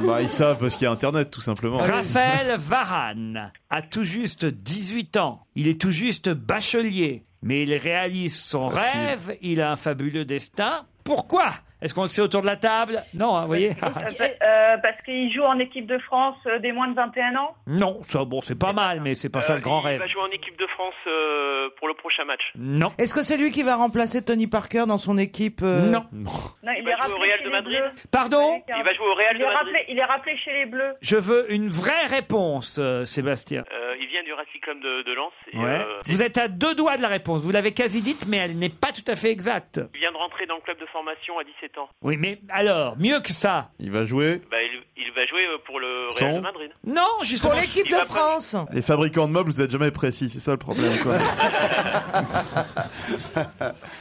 [SPEAKER 6] Bah, ils savent parce qu'il y a Internet, tout simplement.
[SPEAKER 3] Raphaël Varane a tout juste 18 ans. Il est tout juste bachelier. Mais il réalise son
[SPEAKER 13] Facile.
[SPEAKER 3] rêve. Il a un fabuleux destin. Pourquoi Est-ce qu'on le sait autour de la table Non, hein, vous voyez
[SPEAKER 10] Euh, parce qu'il joue en équipe de France euh, des moins de 21 ans.
[SPEAKER 3] Ah, Non, ça, bon, c'est pas mal, mais c'est pas ça le grand
[SPEAKER 11] Il
[SPEAKER 3] rêve.
[SPEAKER 11] va jouer en équipe de France euh, pour le prochain match.
[SPEAKER 3] Non.
[SPEAKER 5] Est-ce que c'est lui qui va remplacer Tony Parker dans son équipe euh?
[SPEAKER 3] Non.
[SPEAKER 10] Non, il, est rappelé
[SPEAKER 11] au Real
[SPEAKER 10] chez
[SPEAKER 11] de
[SPEAKER 10] les
[SPEAKER 11] Madrid.
[SPEAKER 10] Bleus.
[SPEAKER 3] Pardon
[SPEAKER 11] Il va jouer au Real
[SPEAKER 10] Il
[SPEAKER 11] de
[SPEAKER 10] est,
[SPEAKER 11] Madrid.
[SPEAKER 10] rappelé, il est rappelé chez les Bleus.
[SPEAKER 3] Je veux une vraie réponse, euh, Sébastien.
[SPEAKER 11] Euh, il vient du Racing Club de, de Lens. Et,
[SPEAKER 3] Ouais.
[SPEAKER 11] euh,
[SPEAKER 3] Vous êtes à deux doigts de la réponse. Vous l'avez quasi dite, mais elle n'est pas tout à fait exacte.
[SPEAKER 11] Il vient de rentrer dans le club de formation à 17 ans.
[SPEAKER 3] Oui, mais alors, mieux que ça.
[SPEAKER 6] Il va jouer
[SPEAKER 11] Bah, il, il va jouer euh, pour le
[SPEAKER 6] Son
[SPEAKER 11] Real de Madrid.
[SPEAKER 3] Non, justement.
[SPEAKER 5] Pour l'équipe de France.
[SPEAKER 6] Les fabricants de meubles, vous êtes jamais précis, c'est ça le problème. Quoi.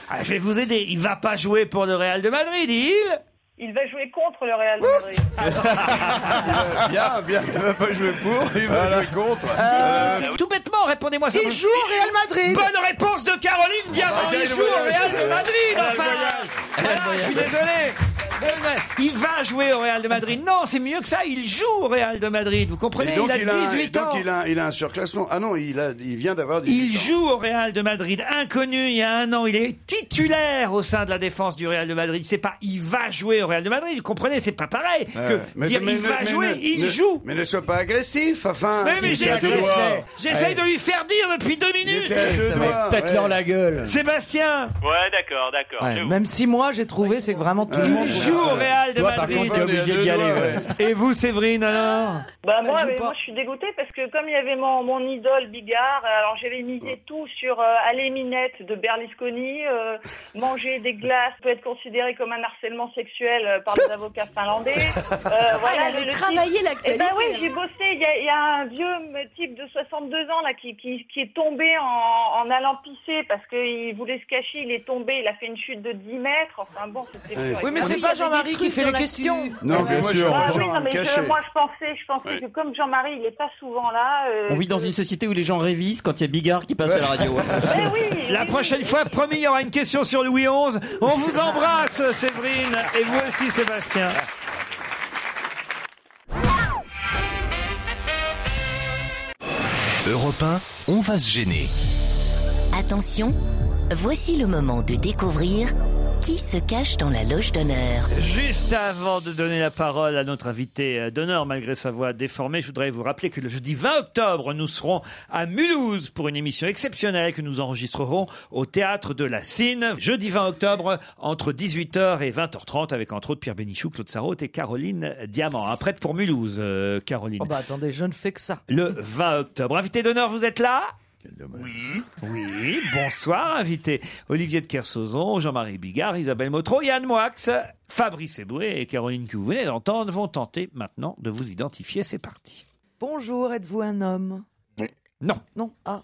[SPEAKER 3] Ah, je vais vous aider. Il va pas jouer pour le Real de Madrid, il
[SPEAKER 10] Il va jouer contre le Real de Madrid.
[SPEAKER 8] Bien, bien, il va pas jouer pour, il va jouer contre. Euh,
[SPEAKER 3] Euh, Tout bêtement, répondez-moi ça.
[SPEAKER 8] Il joue au Real
[SPEAKER 5] Madrid.
[SPEAKER 3] Bonne réponse de Caroline Diamant.
[SPEAKER 13] Ah,
[SPEAKER 3] il
[SPEAKER 13] quel
[SPEAKER 3] joue au
[SPEAKER 13] voyage.
[SPEAKER 3] Real de Madrid.
[SPEAKER 13] Quel
[SPEAKER 3] Enfin,
[SPEAKER 8] Ah,
[SPEAKER 3] Voilà, je suis désolé. Il va jouer au Real de Madrid. Non, c'est mieux que ça. Il joue au Real de Madrid. Vous comprenez
[SPEAKER 8] Et donc,
[SPEAKER 3] Il a 18
[SPEAKER 8] et donc,
[SPEAKER 3] ans.
[SPEAKER 8] il a, il a un surclassement. Ah non, il, a, il vient d'avoir 18
[SPEAKER 3] Il joue au Real de Madrid, inconnu il y a un an. Il est titulaire au sein de la défense du Real de Madrid. C'est pas il va jouer au Real de Madrid. Vous comprenez, c'est pas pareil.
[SPEAKER 8] Ouais,
[SPEAKER 3] que
[SPEAKER 8] ouais. Euh, Mais-
[SPEAKER 3] dire
[SPEAKER 8] mais
[SPEAKER 3] il
[SPEAKER 8] ne-
[SPEAKER 3] va
[SPEAKER 8] mais
[SPEAKER 3] jouer,
[SPEAKER 8] ne-
[SPEAKER 3] il
[SPEAKER 8] ne-
[SPEAKER 3] joue.
[SPEAKER 8] Mais Ah, ne sois pas agressif, enfin.
[SPEAKER 3] Mais, mais j'essaie j'essaye de lui faire dire depuis deux minutes.
[SPEAKER 8] était à deux Ça va doigts,
[SPEAKER 5] pète-leur ouais. la gueule.
[SPEAKER 3] Sébastien.
[SPEAKER 11] Ouais, d'accord, d'accord.
[SPEAKER 5] Ouais, Même si moi j'ai trouvé, c'est que vraiment tout le
[SPEAKER 3] Il
[SPEAKER 5] monde
[SPEAKER 3] joue au Real de
[SPEAKER 5] Toi, par
[SPEAKER 3] Madrid.
[SPEAKER 5] contre, t'es obligé d'y aller, ouais.
[SPEAKER 3] Et vous, Séverine, alors
[SPEAKER 8] Ah,
[SPEAKER 10] Bah moi,
[SPEAKER 5] joue
[SPEAKER 10] mais
[SPEAKER 5] pas.
[SPEAKER 10] moi, je suis dégoûtée parce que comme il y avait mon, mon idole Bigard, euh, alors j'avais misé tout sur euh, aller minette de Berlusconi, euh, manger des glaces peut être considéré comme un harcèlement sexuel euh, par les avocats finlandais. Euh,
[SPEAKER 12] il avait travaillé
[SPEAKER 10] type-
[SPEAKER 12] l'actualité,
[SPEAKER 10] Eh ben oui,
[SPEAKER 12] là.
[SPEAKER 10] j'ai bossé. Il y, a- il y a un vieux euh, type de 62 ans là qui, qui, qui est tombé en, en allant pisser parce qu'il voulait se cacher. Il est tombé, il a fait une chute de 10 mètres. Enfin bon, c'était.
[SPEAKER 8] Ouais.
[SPEAKER 5] Oui, mais c'est pas Jean-Marie qui fait les questions.
[SPEAKER 8] Non, mais moi, je suis
[SPEAKER 10] Ah
[SPEAKER 8] en
[SPEAKER 10] oui,
[SPEAKER 8] train
[SPEAKER 10] non,
[SPEAKER 8] de me
[SPEAKER 10] mais je-
[SPEAKER 8] cacher.
[SPEAKER 10] moi je pensais, je pensais que comme Jean-Marie il est pas souvent là. euh,
[SPEAKER 9] On vit dans une société où les gens révisent quand il y a Bigard qui passe à la radio.
[SPEAKER 3] La prochaine fois, promis, il y aura une question sur Louis XI. On vous embrasse, Séverine, et vous aussi, Sébastien.
[SPEAKER 2] Europe 1, on va se gêner.
[SPEAKER 1] Attention, voici le moment de découvrir qui se cache dans la loge d'honneur.
[SPEAKER 3] Juste avant de donner la parole à notre invité euh, d'honneur, malgré sa voix déformée, je voudrais vous rappeler que le jeudi 20 octobre, nous serons à Mulhouse pour une émission exceptionnelle que nous enregistrerons au Théâtre de la Cine. Jeudi 20 octobre, entre 18h et 20h30, avec entre autres Pierre Bénichou, Claude Sarraute et Caroline Diamant. Hein, prête pour Mulhouse, euh, Caroline.
[SPEAKER 5] Oh bah attendez, je ne fais que ça.
[SPEAKER 3] Le 20 octobre. Invité d'honneur, vous êtes là oui. Oui, bonsoir, invité. Olivier de Kersauzon, Jean-Marie Bigard, Isabelle Motro, Yann Moix, Fabrice Eboué et Caroline que vous venez d'entendre vont tenter maintenant de vous identifier. C'est parti.
[SPEAKER 5] Bonjour, êtes-vous un homme
[SPEAKER 3] Non.
[SPEAKER 5] Non. Ah.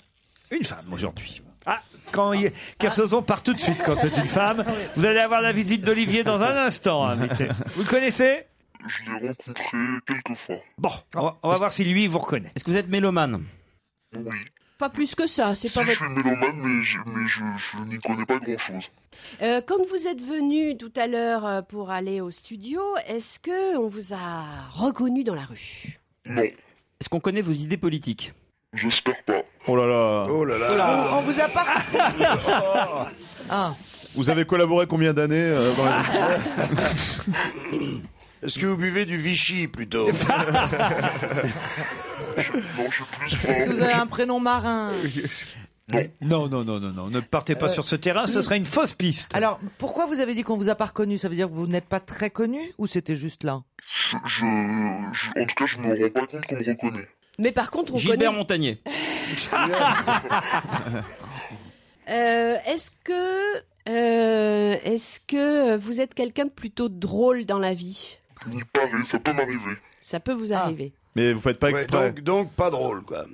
[SPEAKER 3] Une femme aujourd'hui. Ah, quand il... Kersozon part tout de suite quand c'est une femme. Vous allez avoir la visite d'Olivier dans un instant, invité. Vous le connaissez
[SPEAKER 13] Je l'ai rencontré quelques fois.
[SPEAKER 3] Bon, on va, on va voir si lui vous reconnaît.
[SPEAKER 9] Est-ce que vous êtes mélomane
[SPEAKER 13] Oui.
[SPEAKER 12] Pas plus que ça, c'est pas
[SPEAKER 13] Si, je
[SPEAKER 12] votre.
[SPEAKER 13] suis mélomane, mais je, mais je, je n'y connais pas grand-chose.
[SPEAKER 12] Euh, quand vous êtes venu tout à l'heure euh, pour aller au studio, est-ce que on vous a reconnu dans la rue
[SPEAKER 13] Non.
[SPEAKER 9] Est-ce qu'on connaît vos idées politiques
[SPEAKER 13] J'espère pas.
[SPEAKER 6] Oh là là.
[SPEAKER 8] Oh là là.
[SPEAKER 5] On, on vous a pas. Ah.
[SPEAKER 6] Vous avez collaboré combien d'années euh, dans la-
[SPEAKER 8] Est-ce que vous buvez du Vichy plutôt
[SPEAKER 5] Est-ce que vous avez un prénom marin
[SPEAKER 3] Non, non, non, non, non. Ne partez pas
[SPEAKER 5] Euh,
[SPEAKER 3] sur ce terrain, ce serait une fausse piste.
[SPEAKER 5] Alors, pourquoi vous avez dit qu'on vous a pas reconnu Ça veut dire que vous n'êtes pas très connu ou c'était juste là
[SPEAKER 13] Je, je- je- en tout cas, je me rends pas compte qu'on me reconnaît.
[SPEAKER 12] Mais par contre, on
[SPEAKER 9] Gilbert
[SPEAKER 12] connaît.
[SPEAKER 9] Montagnier.
[SPEAKER 12] Euh, est-ce que euh, est-ce que vous êtes quelqu'un de plutôt drôle dans la vie
[SPEAKER 13] Ni pareil, ça peut m'arriver.
[SPEAKER 12] Ça peut
[SPEAKER 3] Ah.
[SPEAKER 12] vous arriver.
[SPEAKER 6] Mais vous faites pas
[SPEAKER 8] Ouais,
[SPEAKER 6] exprès.
[SPEAKER 8] donc, donc pas drôle, quoi.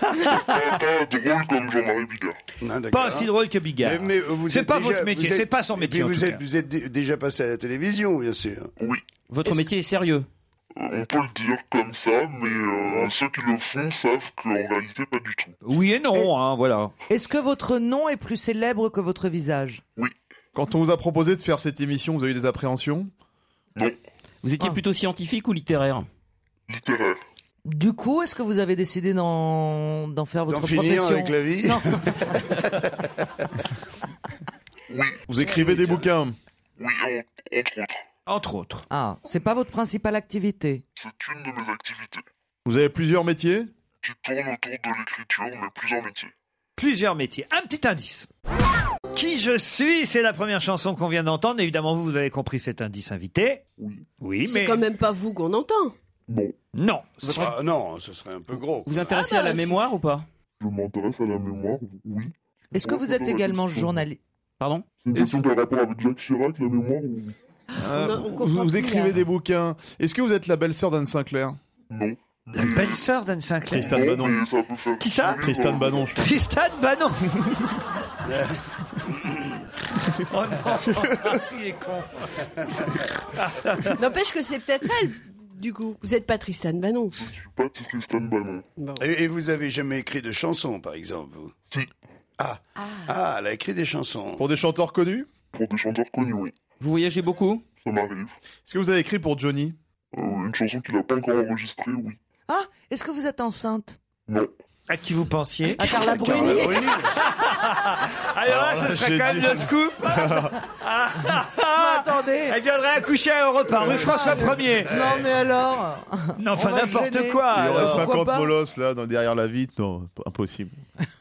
[SPEAKER 13] Pas, pas drôle comme Jean-Marie Bigard.
[SPEAKER 8] Non, d'accord.
[SPEAKER 3] Pas aussi drôle que Bigard.
[SPEAKER 8] Mais- mais vous
[SPEAKER 3] C'est
[SPEAKER 8] êtes
[SPEAKER 3] pas
[SPEAKER 8] déjà-
[SPEAKER 3] votre métier,
[SPEAKER 8] vous êtes-
[SPEAKER 3] c'est pas son
[SPEAKER 8] et puis
[SPEAKER 3] métier. en
[SPEAKER 8] vous,
[SPEAKER 3] tout
[SPEAKER 8] êtes,
[SPEAKER 3] cas.
[SPEAKER 8] vous êtes dé- déjà passé à la télévision, bien sûr.
[SPEAKER 13] Oui.
[SPEAKER 9] Votre métier est sérieux.
[SPEAKER 13] On peut le dire comme ça, mais euh, ceux qui le font savent qu'en réalité, pas du tout.
[SPEAKER 3] Oui et non, hein, voilà.
[SPEAKER 5] Est-ce que votre nom est plus célèbre que votre visage
[SPEAKER 6] Quand on vous a proposé de faire cette émission, vous avez eu des appréhensions
[SPEAKER 9] Vous
[SPEAKER 12] Ah.
[SPEAKER 9] étiez plutôt scientifique ou littéraire
[SPEAKER 13] Littéraire.
[SPEAKER 5] Du coup, est-ce que vous avez décidé d'en d'en faire votre
[SPEAKER 8] D'en finir
[SPEAKER 5] profession
[SPEAKER 8] avec la vie
[SPEAKER 5] Non.
[SPEAKER 6] Vous écrivez des bouquins
[SPEAKER 13] Oui, en- entre autres.
[SPEAKER 3] Entre autres.
[SPEAKER 5] Ah, c'est pas votre principale activité.
[SPEAKER 13] C'est une de mes activités
[SPEAKER 6] Vous avez plusieurs métiers
[SPEAKER 13] qui tourne autour de l'écriture, mais plusieurs métiers.
[SPEAKER 3] Plusieurs métiers. Un petit indice. Qui je suis, c'est la première chanson qu'on vient d'entendre. Évidemment, vous, vous avez compris cet indice invité. Oui,
[SPEAKER 12] C'est
[SPEAKER 3] mais
[SPEAKER 12] quand même pas vous qu'on entend.
[SPEAKER 3] non.
[SPEAKER 8] Ce sera- non, ce serait un peu gros.
[SPEAKER 9] Vous intéressez à la mémoire ou pas
[SPEAKER 13] Je m'intéresse à la mémoire, oui.
[SPEAKER 5] Est-ce que vous êtes également journaliste
[SPEAKER 9] Pardon
[SPEAKER 13] C'est une question qui a rapport avec Jacques Chirac, la mémoire oui.
[SPEAKER 8] Ah,
[SPEAKER 6] Euh,
[SPEAKER 12] on
[SPEAKER 6] Vous,
[SPEAKER 12] comprend
[SPEAKER 6] vous
[SPEAKER 12] plus, hein. là.
[SPEAKER 6] écrivez des bouquins. Est-ce que vous êtes la belle-sœur d'Anne Sinclair
[SPEAKER 13] Non.
[SPEAKER 3] La belle sœur d'Anne Sinclair.
[SPEAKER 6] Tristan
[SPEAKER 13] Non,
[SPEAKER 6] Bannon.
[SPEAKER 13] Eh, mais ça peut faire.
[SPEAKER 3] Qui ça
[SPEAKER 6] Tristan Bannon.
[SPEAKER 3] Tristan Bannon. oh non, il est con.
[SPEAKER 12] N'empêche que c'est peut-être elle, du coup. Vous êtes pas Tristan Bannon.
[SPEAKER 13] Je suis pas Tristan Bannon.
[SPEAKER 8] Et, et vous avez jamais écrit de chansons, par exemple, vous
[SPEAKER 13] Si.
[SPEAKER 8] Ah. ah, elle a écrit des chansons.
[SPEAKER 6] Pour des chanteurs connus
[SPEAKER 13] Pour des chanteurs connus, oui.
[SPEAKER 9] Vous voyagez beaucoup
[SPEAKER 13] Ça m'arrive.
[SPEAKER 6] Est-ce que vous avez écrit pour Johnny
[SPEAKER 13] Euh, une chanson qu'il n'a pas encore enregistrée, oui.
[SPEAKER 5] Ah, est-ce que vous êtes enceinte
[SPEAKER 13] Non.
[SPEAKER 3] À qui vous pensiez
[SPEAKER 5] À
[SPEAKER 8] Carla
[SPEAKER 5] Carla Bruni
[SPEAKER 8] Bruni.
[SPEAKER 3] Alors là,
[SPEAKER 6] Alors là,
[SPEAKER 3] ce serait
[SPEAKER 6] j'ai
[SPEAKER 3] quand même
[SPEAKER 6] dit-
[SPEAKER 3] le scoop. Ah, ah, ah.
[SPEAKER 5] Attendez.
[SPEAKER 3] Elle viendrait accoucher à Europe 1, rue François 1er.
[SPEAKER 5] Non mais alors
[SPEAKER 3] Non, enfin
[SPEAKER 5] va le
[SPEAKER 3] n'importe
[SPEAKER 5] gêner.
[SPEAKER 3] quoi.
[SPEAKER 6] Il y aurait
[SPEAKER 3] alors.
[SPEAKER 5] cinq-
[SPEAKER 6] 50
[SPEAKER 5] pas
[SPEAKER 6] molosses là dans- derrière la vitre Non, p- impossible.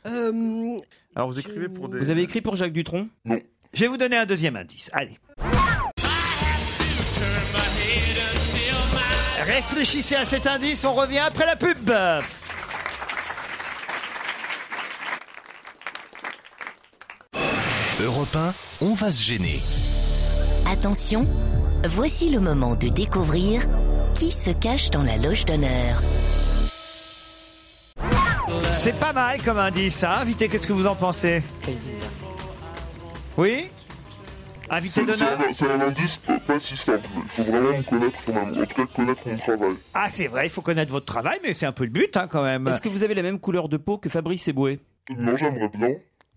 [SPEAKER 12] Euh,
[SPEAKER 7] bah,
[SPEAKER 6] Alors vous écrivez pour des.
[SPEAKER 9] Vous avez écrit pour Jacques Dutronc
[SPEAKER 3] Je vais vous donner un deuxième indice. Allez. Réfléchissez à cet indice, on revient après la pub.
[SPEAKER 2] Europe 1, on va se gêner.
[SPEAKER 1] Attention, voici le moment de découvrir qui se cache dans la loge d'honneur.
[SPEAKER 3] C'est pas mal comme indice, hein, invité. Qu'est-ce que vous en pensez Oui Invité
[SPEAKER 13] C'est c'est
[SPEAKER 3] d'honneur
[SPEAKER 13] un, c'est un indice pas, pas si simple. Il faut vraiment me connaître quand même. En tout cas, connaître mon travail.
[SPEAKER 3] Ah, c'est vrai, il faut connaître votre travail, mais c'est un peu le but hein, quand même.
[SPEAKER 9] Est-ce que vous avez la même couleur de peau que Fabrice Eboué
[SPEAKER 13] Non, j'aimerais bien,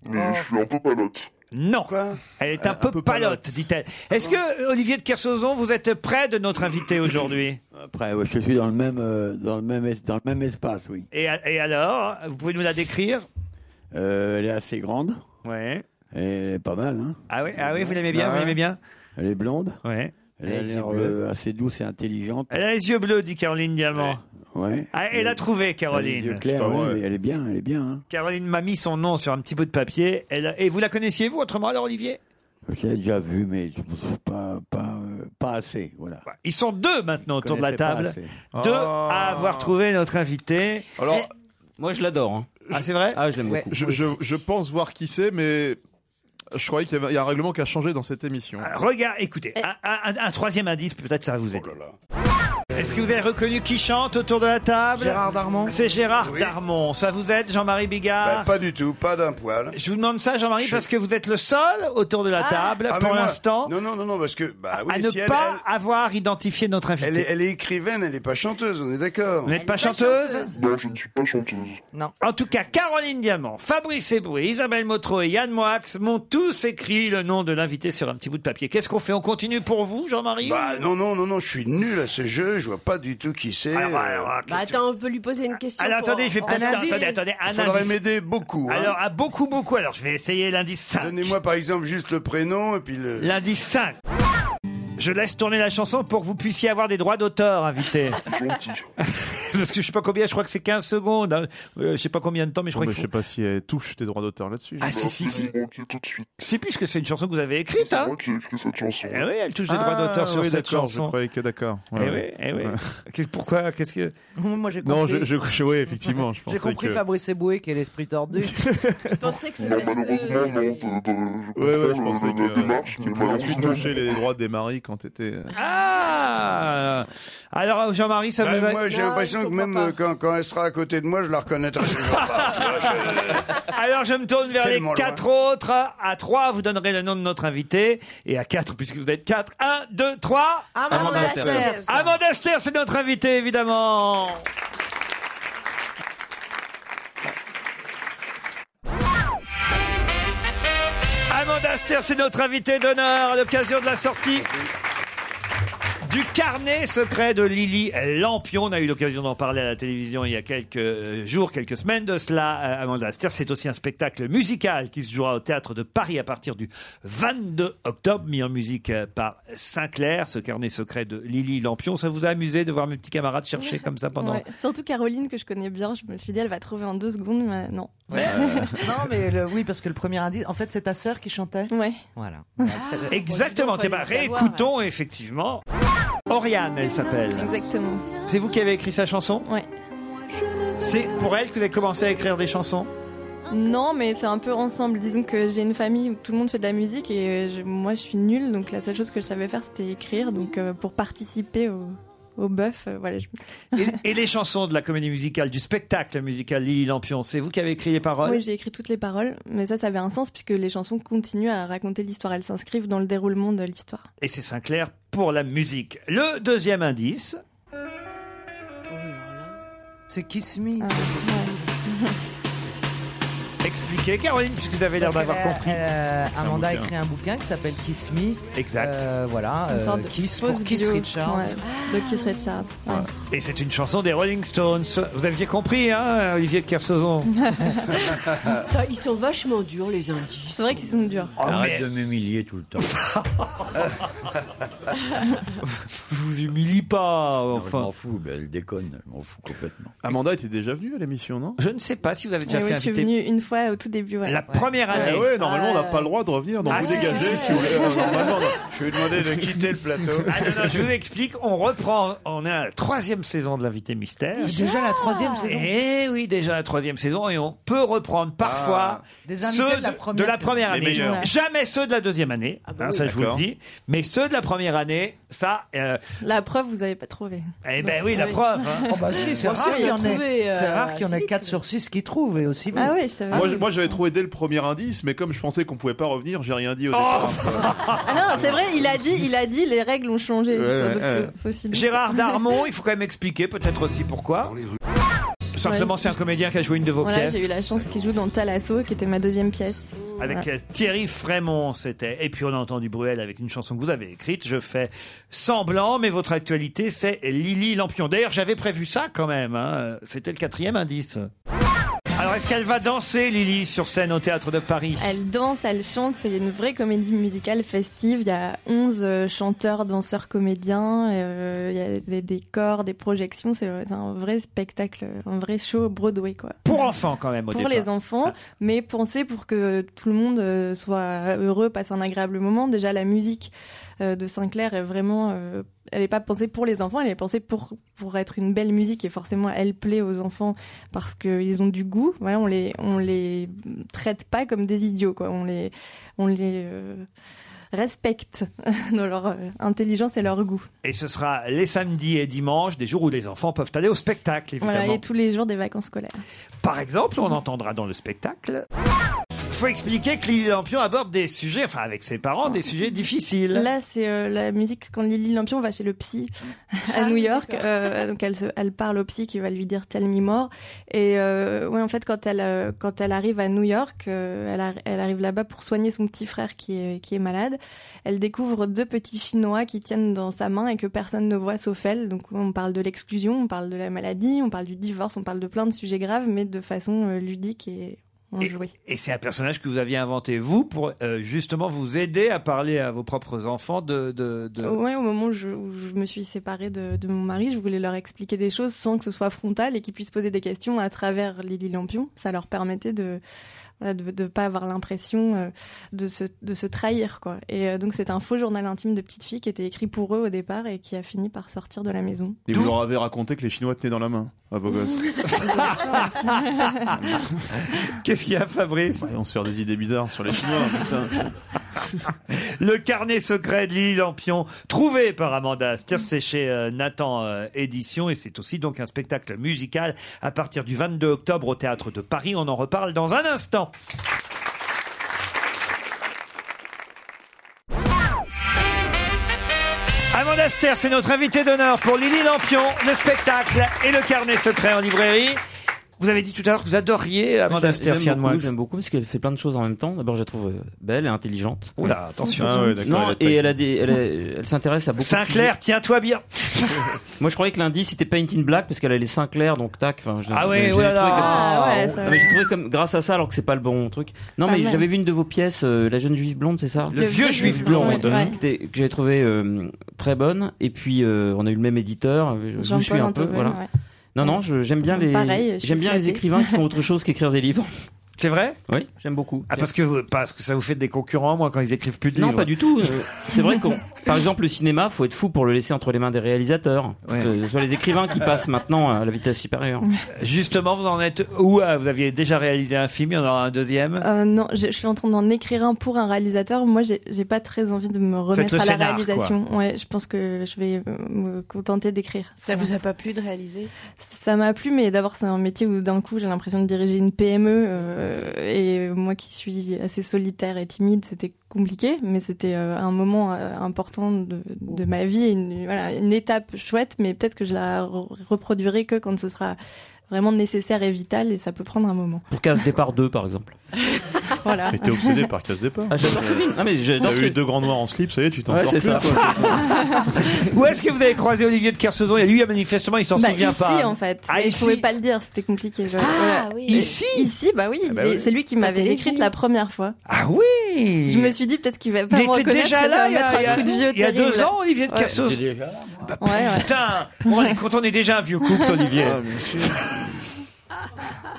[SPEAKER 3] Oh.
[SPEAKER 13] mais je suis un peu palote.
[SPEAKER 3] Non.
[SPEAKER 8] Quoi
[SPEAKER 3] Elle est un peu, palote, dit-elle. Est-ce que, Olivier de Kersauzon, vous êtes près de notre invité aujourd'hui
[SPEAKER 4] Après, ouais, je suis dans le même, euh, dans le même, es- dans le même espace, oui.
[SPEAKER 3] et, a- et alors Vous pouvez nous la décrire
[SPEAKER 4] Euh, elle est assez grande.
[SPEAKER 3] Ouais.
[SPEAKER 4] et Elle est pas mal, hein.
[SPEAKER 3] Ah oui, ah oui, vous l'aimez bien, vous l'aimez bien
[SPEAKER 4] Elle est blonde.
[SPEAKER 3] Ouais.
[SPEAKER 4] Elle a l'air euh, assez douce et intelligente.
[SPEAKER 3] Elle a les yeux bleus, dit Caroline Diamant.
[SPEAKER 4] Ouais.
[SPEAKER 3] Ah, elle a trouvé,
[SPEAKER 4] Elle a les yeux
[SPEAKER 3] Caroline.
[SPEAKER 4] clairs,
[SPEAKER 6] C'est pas
[SPEAKER 4] ouais,
[SPEAKER 6] vrai.
[SPEAKER 4] mais elle est bien, elle est bien. Hein.
[SPEAKER 3] Caroline m'a mis son nom sur un petit bout de papier. Elle a- Et vous la connaissiez, vous, autrement, alors, Olivier
[SPEAKER 4] Je l'ai déjà vue, mais je pense pas, pas, euh, pas assez, voilà.
[SPEAKER 3] Ils sont deux maintenant autour de la
[SPEAKER 4] connaissais pas
[SPEAKER 3] table.
[SPEAKER 4] assez.
[SPEAKER 3] Deux
[SPEAKER 6] Ah.
[SPEAKER 3] à avoir trouvé notre invité.
[SPEAKER 6] Alors,
[SPEAKER 9] Moi, je l'adore. hein.
[SPEAKER 3] Ah, c'est vrai
[SPEAKER 9] Ah, je l'aime
[SPEAKER 5] Ouais.
[SPEAKER 9] beaucoup.
[SPEAKER 6] je, je, je pense voir qui c'est, mais je croyais qu'il y, avait- il y a un règlement qui a changé dans cette émission.
[SPEAKER 12] Eh.
[SPEAKER 6] Oh
[SPEAKER 3] Ah, Regarde, écoutez, un, un- un troisième indice, peut-être ça va vous aider. Est-ce que vous avez reconnu qui chante autour de la table
[SPEAKER 8] Gérard
[SPEAKER 3] Darmon. C'est Gérard Darmon. Ça vous aide, Jean-Marie Bigard
[SPEAKER 8] Bah, pas du tout, pas d'un poil.
[SPEAKER 3] Je vous demande ça, Jean-Marie, parce que vous êtes le seul autour de la table
[SPEAKER 8] Ah, mais
[SPEAKER 3] pour
[SPEAKER 8] moi-
[SPEAKER 3] l'instant
[SPEAKER 8] Non, non, non, non, parce que. Bah, oui,
[SPEAKER 3] à ne
[SPEAKER 8] si elle-
[SPEAKER 3] pas avoir identifié notre invité.
[SPEAKER 8] Elle est, elle est écrivaine, elle n'est pas chanteuse, on est d'accord.
[SPEAKER 3] Vous n'êtes pas chanteuse
[SPEAKER 8] Non, je ne suis pas chanteuse.
[SPEAKER 5] Non.
[SPEAKER 3] En tout cas, Caroline Diamant, Fabrice Eboué, Isabelle Motro et Yann Moix m'ont tous écrit le nom de l'invité sur un petit bout de papier. Qu'est-ce qu'on fait On continue pour vous, Jean-Marie
[SPEAKER 8] Bah, non, non, non, non, je suis nul à ce jeu, je vois pas du tout qui c'est. euh.
[SPEAKER 12] Bah, attends, on peut lui poser une question.
[SPEAKER 3] Alors
[SPEAKER 12] pour-
[SPEAKER 3] attendez, je vais
[SPEAKER 12] en-
[SPEAKER 3] peut-être.
[SPEAKER 12] en indice.
[SPEAKER 3] Attendez, attendez, un
[SPEAKER 8] faudrait
[SPEAKER 3] indice.
[SPEAKER 8] m'aider beaucoup. hein.
[SPEAKER 3] Alors, à beaucoup, beaucoup. Alors, je vais essayer l'indice 5.
[SPEAKER 8] Donnez-moi par exemple juste le prénom et puis le.
[SPEAKER 3] L'indice 5. Je laisse tourner la chanson pour que vous puissiez avoir des droits d'auteur, invité.
[SPEAKER 8] Bah,
[SPEAKER 3] Parce que je sais pas combien, je crois que c'est 15 secondes. hein. Euh, je sais pas combien de temps, mais je
[SPEAKER 6] Non,
[SPEAKER 3] crois
[SPEAKER 6] mais
[SPEAKER 3] que
[SPEAKER 6] je sais pas si elle touche tes droits d'auteur là-dessus.
[SPEAKER 3] Ah, si, si, si. Si, puisque c'est une chanson que vous avez écrite. hein. Eh oui, elle touche des droits
[SPEAKER 6] Ah,
[SPEAKER 3] d'auteur sur
[SPEAKER 6] oui,
[SPEAKER 3] cette
[SPEAKER 6] d'accord, Je
[SPEAKER 3] chanson.
[SPEAKER 6] croyais que d'accord.
[SPEAKER 3] Eh oui, eh oui. Qu'est- Pourquoi Qu'est-ce que
[SPEAKER 5] Moi, j'ai
[SPEAKER 6] Non,
[SPEAKER 5] compris.
[SPEAKER 6] je, je, je- oui, effectivement, je pensais
[SPEAKER 5] J'ai compris
[SPEAKER 6] que.
[SPEAKER 5] Fabrice Eboué qui est l'esprit tordu.
[SPEAKER 12] Je pensais que c'est
[SPEAKER 13] Bah,
[SPEAKER 12] parce que.
[SPEAKER 13] malheureusement, non, de- de- je
[SPEAKER 6] Ouais, ouais, je
[SPEAKER 13] comprends
[SPEAKER 6] pensais
[SPEAKER 13] le-
[SPEAKER 6] que
[SPEAKER 13] la démarche,
[SPEAKER 6] euh, tu
[SPEAKER 13] mais
[SPEAKER 6] pouvais ensuite
[SPEAKER 13] malheureusement,
[SPEAKER 6] toucher les droits des maris quand t'étais. euh,
[SPEAKER 3] Ah Alors, Jean-Marie, ça
[SPEAKER 8] Bah,
[SPEAKER 3] vous a.
[SPEAKER 8] Moi, j'ai l'impression que même euh, quand, quand elle sera à côté de moi, je la reconnaîtrai toujours pas. tu vois,
[SPEAKER 3] Alors je me tourne vers les
[SPEAKER 8] Tellement loin.
[SPEAKER 3] quatre autres. À trois, vous donnerez le nom de notre invité. Et à quatre, puisque vous êtes quatre. Un, deux, trois.
[SPEAKER 5] Amanda Amanda Sters. Sters.
[SPEAKER 3] Amanda Sters, c'est notre invité, évidemment. Amanda Sters, c'est notre invité d'honneur à l'occasion de la sortie. Du carnet secret de Lily Lampion. On a eu l'occasion d'en parler à la télévision il y a quelques euh, jours, quelques semaines de cela. Euh, Amanda Aster, c'est aussi un spectacle musical qui se jouera au théâtre de Paris à partir du 22 octobre, mis en musique euh, par Sinclair. Ce carnet secret de Lily Lampion. Ça vous a amusé de voir mes petits camarades chercher comme ça pendant.
[SPEAKER 14] Ouais, Surtout Caroline, que je connais bien, je me suis dit, elle va trouver en deux secondes, mais non.
[SPEAKER 5] non, mais le- oui, parce que le premier indice, en fait, c'est ta sœur qui chantait.
[SPEAKER 14] Ouais.
[SPEAKER 5] Voilà.
[SPEAKER 14] Ah.
[SPEAKER 3] Exactement. Tiens, bah, réécoutons effectivement. Oriane, elle s'appelle.
[SPEAKER 14] Exactement.
[SPEAKER 3] C'est vous qui avez écrit sa chanson
[SPEAKER 14] Ouais.
[SPEAKER 3] C'est pour elle que vous avez commencé à écrire des chansons
[SPEAKER 14] Non, mais c'est un peu ensemble. Disons que j'ai une famille où tout le monde fait de la musique et euh, je- moi, je suis nulle, donc la seule chose que je savais faire, c'était écrire. Donc euh, pour participer au, au bœuf, euh, voilà. je-
[SPEAKER 3] Et les chansons de la comédie musicale, du spectacle musical Lily Lampion, c'est vous qui avez écrit les paroles
[SPEAKER 14] Oui, j'ai écrit toutes les paroles, mais ça, ça avait un sens puisque les chansons continuent à raconter l'histoire. Elles s'inscrivent dans le déroulement de l'histoire.
[SPEAKER 3] Et c'est Sinclair pour la musique. Le deuxième indice,
[SPEAKER 5] C'est Kiss Me.
[SPEAKER 3] expliquez Caroline, puisque vous avez l'air
[SPEAKER 5] Parce
[SPEAKER 3] d'avoir
[SPEAKER 5] qu'elle a-
[SPEAKER 3] compris.
[SPEAKER 6] euh,
[SPEAKER 5] elle a- Amanda a
[SPEAKER 3] bouquin.
[SPEAKER 5] écrit un bouquin qui s'appelle Kiss Me.
[SPEAKER 3] Exact.
[SPEAKER 5] Euh, voilà.
[SPEAKER 14] Une
[SPEAKER 5] euh,
[SPEAKER 14] sorte de
[SPEAKER 5] Kiss
[SPEAKER 14] fausse
[SPEAKER 5] pour Kiss
[SPEAKER 14] bio,
[SPEAKER 5] Richards.
[SPEAKER 14] ouais, de Kiss Richards. ouais.
[SPEAKER 3] Et c'est une chanson des Rolling Stones. Vous aviez compris, hein, Olivier de Kersauzon
[SPEAKER 7] Putain, Ils sont vachement durs, les indices.
[SPEAKER 14] C'est vrai qu'ils sont durs.
[SPEAKER 3] Oh, Ah,
[SPEAKER 4] Arrête de m'humilier tout le temps.
[SPEAKER 3] vous humilie pas, enfin.
[SPEAKER 4] je m'en fous, ben, elle déconne, je m'en fous complètement.
[SPEAKER 6] Amanda était déjà venue à l'émission, non
[SPEAKER 3] Je ne sais pas si vous avez
[SPEAKER 14] Et oui, je suis venue une fois au tout début. ouais. Euh,
[SPEAKER 3] La première
[SPEAKER 6] Ouais,
[SPEAKER 3] année.
[SPEAKER 6] Eh Ah ouais, normalement, on n'a pas le droit de revenir, donc
[SPEAKER 3] Ah,
[SPEAKER 6] vous
[SPEAKER 3] si,
[SPEAKER 6] dégagez
[SPEAKER 3] si,
[SPEAKER 6] si vous voulez. Non, normalement, non.
[SPEAKER 8] Je vais lui demander de quitter le plateau.
[SPEAKER 3] Ah non, non, je vous explique, on reprend, on a la troisième saison de l'invité mystère.
[SPEAKER 5] C'est déjà la troisième saison.
[SPEAKER 3] Eh oui, déjà la troisième saison, et on peut reprendre parfois
[SPEAKER 5] Ah. Des invités
[SPEAKER 3] ceux
[SPEAKER 5] de la première
[SPEAKER 3] la
[SPEAKER 5] saison. Ah
[SPEAKER 3] première
[SPEAKER 5] Les
[SPEAKER 3] année.
[SPEAKER 5] meilleurs.
[SPEAKER 3] Jamais ceux de la deuxième année,
[SPEAKER 14] bah
[SPEAKER 3] hein,
[SPEAKER 14] oui.
[SPEAKER 3] ça je vous le
[SPEAKER 6] D'accord.
[SPEAKER 3] dis. Mais ceux de la première année, ça, euh,
[SPEAKER 14] La preuve, vous n'avez pas trouvé.
[SPEAKER 3] eh ben oui, la
[SPEAKER 14] Oui.
[SPEAKER 3] preuve. hein.
[SPEAKER 5] Oh bah si, c'est
[SPEAKER 14] Moi aussi,
[SPEAKER 5] rare
[SPEAKER 14] on
[SPEAKER 5] qu'il y
[SPEAKER 14] a
[SPEAKER 5] en
[SPEAKER 14] trouvé,
[SPEAKER 5] ait.
[SPEAKER 14] euh,
[SPEAKER 5] C'est rare qu'il y en ait 4 sur 6 qui trouvent et aussi vite.
[SPEAKER 14] Ah oui, je savais.
[SPEAKER 6] Moi, je- moi, j'avais trouvé dès le premier indice, mais comme je pensais qu'on pouvait pas revenir, j'ai rien
[SPEAKER 3] Oh,
[SPEAKER 6] dit au départ.
[SPEAKER 14] Ah non, c'est vrai, il a dit, il a dit, les règles ont changé.
[SPEAKER 6] Ouais,
[SPEAKER 14] Donc,
[SPEAKER 6] ouais,
[SPEAKER 14] c'est-
[SPEAKER 6] ouais.
[SPEAKER 14] c'est aussi dit.
[SPEAKER 3] Gérard Darmon, il faut quand même expliquer peut-être aussi pourquoi. Simplement, c'est un comédien qui a joué une de vos
[SPEAKER 14] Voilà, j'ai eu
[SPEAKER 3] pièces.
[SPEAKER 14] la chance qu'il joue dans Talasso, qui était ma deuxième pièce.
[SPEAKER 3] Avec
[SPEAKER 14] Voilà.
[SPEAKER 3] euh, Thierry Frémont, c'était. Et puis on a entendu Bruel avec une chanson que vous avez écrite. Je fais semblant, mais votre actualité, c'est Lily Lampion. D'ailleurs, j'avais prévu ça quand même. hein. C'était le quatrième indice. Alors, est-ce qu'elle va danser, Lily, sur scène au Théâtre de Paris
[SPEAKER 14] Elle danse, elle chante, c'est une vraie comédie musicale festive. Il y a 11 euh, chanteurs, danseurs, comédiens, euh, il y a des décors, des projections. C'est c'est un vrai spectacle, un vrai show Broadway, quoi.
[SPEAKER 3] Pour enfants, quand même, au
[SPEAKER 14] pour
[SPEAKER 3] départ.
[SPEAKER 14] les enfants, mais pensez pour que tout le monde euh, soit heureux, passe un agréable moment. Déjà, la musique euh, de Sinclair est vraiment. euh, elle n'est pas pensée pour les enfants, elle est pensée pour, pour être une belle musique et forcément elle plaît aux enfants parce qu'ils ont du goût. Voilà, on les, on les traite pas comme des idiots, quoi. On les, on les euh, respectent dans leur euh, intelligence et leur goût.
[SPEAKER 3] Et ce sera les samedis et dimanches, des jours où les enfants peuvent aller au spectacle, évidemment.
[SPEAKER 14] Voilà, et tous les jours des vacances scolaires.
[SPEAKER 3] Par exemple, on entendra dans le spectacle.
[SPEAKER 14] Ah
[SPEAKER 3] Faut expliquer que Lily Lampion aborde des sujets, enfin avec ses parents, des sujets difficiles.
[SPEAKER 14] Là, c'est euh, la musique quand Lily Lampion va chez le psy à New York. Euh, donc elle, se- elle parle au psy qui va lui dire Tell me more. Et euh, ouais, en fait, quand elle, euh, quand elle arrive à New York, euh, elle, ar- elle arrive là-bas pour soigner son petit frère qui est, qui est malade. Elle découvre deux petits Chinois qui tiennent dans sa main et que personne ne voit sauf elle. Donc on parle de l'exclusion, on parle de la maladie, on parle du divorce, on parle de plein de sujets graves, mais de façon euh, ludique et enjouée.
[SPEAKER 3] Et c'est un personnage que vous aviez inventé, vous, pour euh, justement vous aider à parler à vos propres enfants de... de, de-
[SPEAKER 14] Ouais, au moment où je, où je me suis séparée de, de mon mari, je voulais leur expliquer des choses sans que ce soit frontal et qu'ils puissent poser des questions à travers Lily Lampion. Ça leur permettait de voilà, de ne pas avoir l'impression euh, de, se, de se trahir. quoi. Et euh, donc c'est un faux journal intime de petite fille qui était écrit pour eux au départ et qui a fini par sortir de la maison.
[SPEAKER 6] Et vous leur avez raconté que les Chinois tenaient dans la main à vos gosses.
[SPEAKER 3] Qu'est-ce qu'il y a, Fabrice
[SPEAKER 6] On se faire des idées bizarres sur les Chinois, putain.
[SPEAKER 3] Le carnet secret de Lily Lampion, trouvé par Amanda Stier, c'est chez euh, Nathan euh, Édition et c'est aussi donc un spectacle musical à partir du 22 octobre au Théâtre de Paris. On en reparle dans un instant. Amanda Ster, c'est notre invité d'honneur pour Lily Lampion, le spectacle et le carnet secret en librairie. Vous avez dit tout à l'heure que vous adoriez Amanda Ster,
[SPEAKER 9] J'aime
[SPEAKER 3] Sian
[SPEAKER 9] beaucoup,
[SPEAKER 3] Moix.
[SPEAKER 9] J'aime beaucoup parce qu'elle fait plein de choses en même temps. D'abord, je la trouve euh, belle et intelligente.
[SPEAKER 3] Oula, attention. Ah ouais, d'accord,
[SPEAKER 9] non,
[SPEAKER 3] elle attaque.
[SPEAKER 9] et elle a des, elle, a- elle s'intéresse à beaucoup. de
[SPEAKER 3] Sinclair, tiens-toi bien.
[SPEAKER 9] sujets. Moi, je croyais que lundi c'était Paint in Black parce qu'elle a les Sinclair, donc tac. Enfin, je-
[SPEAKER 3] Ah ouais,
[SPEAKER 9] je- je
[SPEAKER 3] oh là
[SPEAKER 9] l'ai trouvé
[SPEAKER 3] là.
[SPEAKER 9] comme ça.
[SPEAKER 3] Ah
[SPEAKER 9] Ah,
[SPEAKER 3] ouais, ça
[SPEAKER 9] mais
[SPEAKER 3] va.
[SPEAKER 9] j'ai trouvé comme grâce à ça, alors que c'est pas le bon truc. Non,
[SPEAKER 3] Pas
[SPEAKER 9] mais
[SPEAKER 3] mal.
[SPEAKER 9] j'avais vu une de vos pièces, euh, la jeune juive blonde, c'est ça
[SPEAKER 3] Le Le vieux vieux juif juif blond, blond, ouais. ouais.
[SPEAKER 9] qui était- que j'ai trouvé euh, très bonne. Et puis euh, on a eu le même éditeur. Je, je
[SPEAKER 14] Jean-Paul
[SPEAKER 9] me suis un peu,
[SPEAKER 14] Antoven,
[SPEAKER 9] voilà.
[SPEAKER 14] ouais.
[SPEAKER 9] Non, non, je- j'aime bien les,
[SPEAKER 14] Pareil, je suis
[SPEAKER 9] j'aime bien les
[SPEAKER 14] flattée.
[SPEAKER 9] écrivains qui font autre chose qu'écrire des livres.
[SPEAKER 3] C'est vrai
[SPEAKER 9] Oui, j'aime beaucoup.
[SPEAKER 3] Ah, parce que, vous- parce que ça vous fait des concurrents, moi, quand ils écrivent plus de
[SPEAKER 9] Non,
[SPEAKER 3] livres.
[SPEAKER 9] pas du tout. Euh, C'est vrai que, par exemple, le cinéma, faut être fou pour le laisser entre les mains des réalisateurs. Que ce soit les écrivains qui passent maintenant à la vitesse supérieure.
[SPEAKER 3] Justement, vous en êtes où euh, Vous aviez déjà réalisé un film, il y en aura un deuxième.
[SPEAKER 14] Euh, non, je, je suis en train d'en écrire un pour un réalisateur. Moi, j'ai j'ai pas très envie de me remettre
[SPEAKER 3] le
[SPEAKER 14] à la
[SPEAKER 3] scénar,
[SPEAKER 14] réalisation. Ouais, je pense que je vais euh, me contenter d'écrire.
[SPEAKER 12] Ça vous a pas plu de réaliser
[SPEAKER 14] Ça m'a plu, mais d'abord, c'est un métier où d'un coup, j'ai l'impression de diriger une PME. euh, et moi qui suis assez solitaire et timide, c'était compliqué, mais c'était euh, un moment euh, important de, de ma vie, une, voilà, une étape chouette, mais peut-être que je la re- reproduirai que quand ce sera vraiment nécessaire et vital, et ça peut prendre un moment.
[SPEAKER 9] Pour Casse Départ 2, par exemple.
[SPEAKER 14] Voilà.
[SPEAKER 6] Mais t'es obsédé par Casse Euh, Départ.
[SPEAKER 9] Ah, j'adore ce film. Ah, mais j'adore
[SPEAKER 6] T'as
[SPEAKER 9] ce-
[SPEAKER 6] eu deux grands noirs en slip, ça y est, tu t'en
[SPEAKER 9] Ouais,
[SPEAKER 6] sors
[SPEAKER 9] c'est
[SPEAKER 6] plus.
[SPEAKER 9] ça.
[SPEAKER 6] quoi.
[SPEAKER 3] Où est-ce que vous avez croisé Olivier de Kersauzon Et lui, manifestement, il s'en
[SPEAKER 14] Bah,
[SPEAKER 3] souvient
[SPEAKER 14] ici,
[SPEAKER 3] pas.
[SPEAKER 14] en fait.
[SPEAKER 3] Ah,
[SPEAKER 14] Mais Je pouvais
[SPEAKER 3] ici
[SPEAKER 14] pas le dire, c'était compliqué.
[SPEAKER 3] Ah, oui. Ici
[SPEAKER 14] Ici, bah oui.
[SPEAKER 3] Ah, bah
[SPEAKER 14] il est-
[SPEAKER 3] oui.
[SPEAKER 14] C'est lui qui m'avait écrite la première fois.
[SPEAKER 3] Ah oui
[SPEAKER 14] Je me suis dit peut-être qu'il va pas me
[SPEAKER 3] Il était
[SPEAKER 14] reconnaître.
[SPEAKER 3] déjà
[SPEAKER 14] ça va
[SPEAKER 3] là,
[SPEAKER 14] me
[SPEAKER 3] il y a-
[SPEAKER 14] mettre un
[SPEAKER 3] il y a-
[SPEAKER 14] coup de vieux
[SPEAKER 3] il y a deux
[SPEAKER 14] terrible.
[SPEAKER 3] ans, Olivier de
[SPEAKER 14] Ouais.
[SPEAKER 3] Kersauzon.
[SPEAKER 14] J'étais
[SPEAKER 3] déjà Bah,
[SPEAKER 14] Ouais, ouais.
[SPEAKER 3] Putain On est quand on est déjà un vieux couple, Olivier.
[SPEAKER 14] Ah,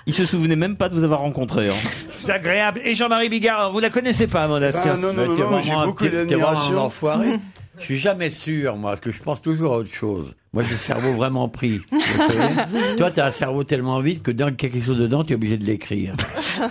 [SPEAKER 9] Il se souvenait même pas de vous avoir rencontré. hein.
[SPEAKER 3] C'est agréable. Et Jean-Marie Bigard, vous la connaissez pas, Amanda
[SPEAKER 4] Ah,
[SPEAKER 3] Stier
[SPEAKER 4] non, non, non,
[SPEAKER 3] T'es
[SPEAKER 4] non,
[SPEAKER 3] vraiment
[SPEAKER 4] j'ai
[SPEAKER 3] un
[SPEAKER 4] beaucoup
[SPEAKER 3] petit- t'es vraiment un
[SPEAKER 4] d'admiration.
[SPEAKER 3] enfoiré.
[SPEAKER 4] Je suis jamais sûr, moi, parce que je pense toujours à autre chose. Moi, j'ai le cerveau vraiment pris. vous voyez. Toi, t'as un cerveau tellement vide que dès qu'il y a quelque chose dedans, t'es obligé de l'écrire.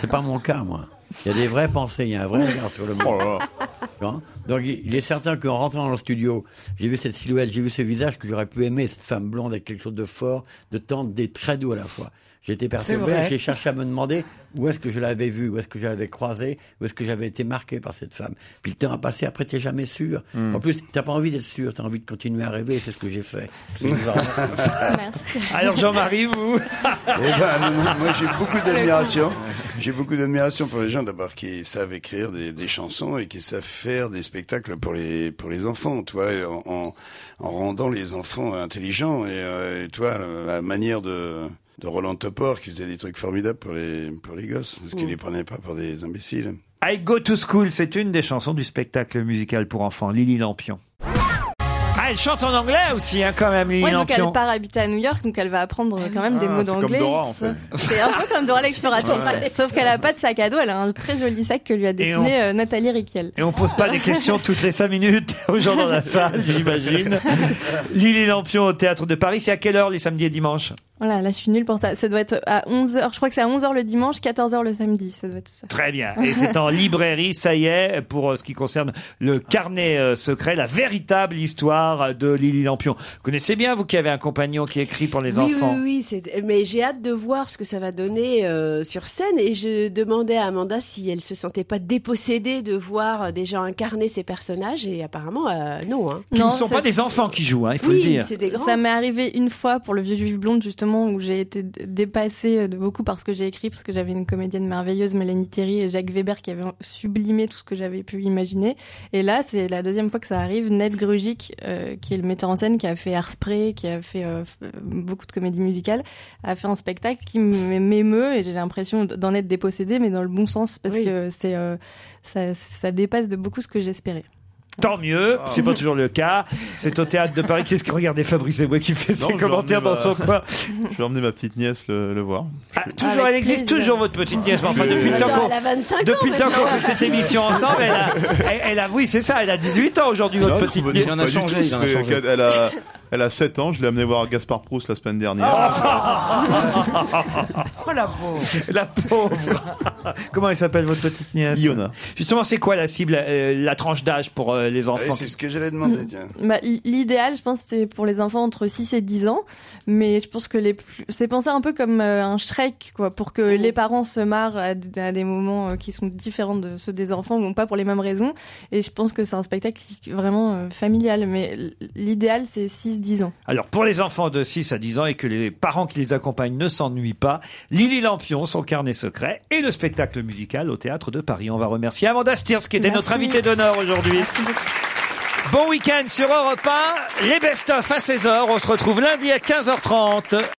[SPEAKER 4] C'est pas mon cas, moi. Il y a des vraies pensées, il y a un vrai regard sur le monde. Tu vois Donc, il il est certain qu'en rentrant dans le studio, j'ai vu cette silhouette, j'ai vu ce visage que j'aurais pu aimer, cette femme blonde avec quelque chose de fort, de tendre, des très doux à la fois. J'étais perturbé,
[SPEAKER 15] vrai.
[SPEAKER 4] j'ai cherché à me demander où est-ce que je l'avais vue, où est-ce que je l'avais croisée, où est-ce que j'avais été marqué par cette femme. Puis le temps a passé, après t'es jamais sûr.
[SPEAKER 3] Hmm.
[SPEAKER 4] En plus, t'as pas envie d'être sûr, t'as envie de continuer à rêver, c'est ce que j'ai fait. Je vous en remercie.
[SPEAKER 3] Alors, Jean-Marie, vous
[SPEAKER 8] Eh ben, non, non, moi j'ai beaucoup d'admiration. J'ai beaucoup d'admiration pour les gens d'abord qui savent écrire des, des chansons et qui savent faire des spectacles pour les pour les enfants, tu vois, en, en, en rendant les enfants intelligents et, euh, et tu vois la manière de de Roland Topor qui faisait des trucs formidables pour les pour les gosses parce qu'il les prenait pas pour des imbéciles.
[SPEAKER 3] I Go to School, c'est une des chansons du spectacle musical pour enfants Lily Lampion. Ah, elle chante en anglais aussi, hein, quand même, Lily
[SPEAKER 14] Ouais, donc
[SPEAKER 3] Lampion.
[SPEAKER 14] elle part habiter à New York, donc elle va apprendre quand même des
[SPEAKER 3] Ah,
[SPEAKER 14] mots
[SPEAKER 3] c'est comme
[SPEAKER 14] d'anglais.
[SPEAKER 3] Dora,
[SPEAKER 14] et
[SPEAKER 3] en
[SPEAKER 14] tout ça.
[SPEAKER 3] fait.
[SPEAKER 14] C'est un peu comme Dora l'exploratrice,
[SPEAKER 3] Ouais.
[SPEAKER 14] sauf qu'elle a pas de sac à dos, elle a un très joli sac que lui a
[SPEAKER 3] Et on-
[SPEAKER 14] dessiné euh, Nathalie Riquel.
[SPEAKER 3] Et on pose pas des questions toutes les cinq minutes aux gens dans la salle, j'imagine. Lily Lampion au Théâtre de Paris, c'est à quelle heure les samedis et dimanches
[SPEAKER 14] Voilà, là je suis nulle pour ça. Ça doit être à 11h, je crois que c'est à 11h le dimanche, 14h le samedi, ça doit être ça.
[SPEAKER 3] Très bien. Et c'est en librairie, ça y est, pour euh, ce qui concerne le carnet euh, secret, la véritable histoire de Lily Lampion. Vous connaissez bien, vous qui avez un compagnon qui écrit pour les
[SPEAKER 7] oui,
[SPEAKER 3] enfants.
[SPEAKER 7] Oui, oui, c'est- mais j'ai hâte de voir ce que ça va donner euh, sur scène. Et je demandais à Amanda si elle se sentait pas dépossédée de voir euh, déjà incarner ces personnages. Et apparemment, euh, non. hein.
[SPEAKER 3] Qui ne sont pas des enfants qui jouent, hein, il faut le dire.
[SPEAKER 14] Ça m'est arrivé une fois pour le vieux juif blonde justement où j'ai été d- dépassée euh, de beaucoup par ce que j'ai écrit parce que j'avais une comédienne merveilleuse Mélanie Thierry et Jacques Weber qui avaient sublimé tout ce que j'avais pu imaginer. Et là, c'est la deuxième fois que ça arrive. Ned Grugic, euh, qui est le metteur en scène, qui a fait Arspray, qui a fait euh, f- euh, beaucoup de comédies musicales, a fait un spectacle qui m- m'émeut et j'ai l'impression d'en être dépossédée, mais dans le bon sens parce que c'est euh, ça- ça dépasse de beaucoup ce que j'espérais.
[SPEAKER 3] Tant mieux,
[SPEAKER 7] Ah.
[SPEAKER 3] c'est pas toujours le cas. C'est au Théâtre de Paris. Qu'est-ce que regardez Fabrice Eboué qui fait
[SPEAKER 6] Non,
[SPEAKER 3] ses
[SPEAKER 6] je vais
[SPEAKER 3] commentaires
[SPEAKER 6] emmener ma-
[SPEAKER 3] dans son coin Ah,
[SPEAKER 6] Je vais emmener ma petite nièce le, le voir.
[SPEAKER 3] Toujours, elle existe toujours, votre petite nièce. Mais enfin, depuis le temps
[SPEAKER 7] Attends,
[SPEAKER 3] qu'on
[SPEAKER 7] elle a 25 ans
[SPEAKER 3] depuis le temps qu'on
[SPEAKER 7] maintenant.
[SPEAKER 3] fait cette émission ensemble, elle a, elle, elle a- oui, c'est ça, elle a 18 ans aujourd'hui, votre petite nièce.
[SPEAKER 6] Pas du tout, ça fait quatre- Elle a, elle a 7 ans, je l'ai amenée voir Gaspard Proust la semaine dernière.
[SPEAKER 14] Ah,
[SPEAKER 5] Ah. Oh la pauvre
[SPEAKER 3] La pauvre. Comment elle s'appelle votre petite nièce Yona. Justement, c'est quoi la cible, euh, la tranche d'âge pour euh, les enfants Mm.
[SPEAKER 8] Ouais, Eh, c'est ce que j'allais demander, tiens.
[SPEAKER 14] Bah, l- L'idéal, je pense, c'est pour les enfants entre 6 et 10 ans. Mais je pense que les plus... c'est pensé un peu comme euh, un Shrek, quoi, pour que les parents se marrent à, d- à des moments euh, qui sont différents de ceux des enfants, bon, pas pour les mêmes raisons. Et je pense que c'est un spectacle qui- vraiment euh, familial. Mais l- l'idéal, c'est 6-10 ans.
[SPEAKER 3] Alors, pour les enfants de 6 à 10 ans et que les parents qui les accompagnent ne s'ennuient pas, Lily Lampion, son carnet secret et le spectacle musical au Théâtre de Paris. On va remercier Amanda Stiers qui était
[SPEAKER 2] Merci.
[SPEAKER 3] notre invitée d'honneur aujourd'hui. Bon week-end sur Europe 1, les best-of à 16h. On se retrouve lundi à 15h30.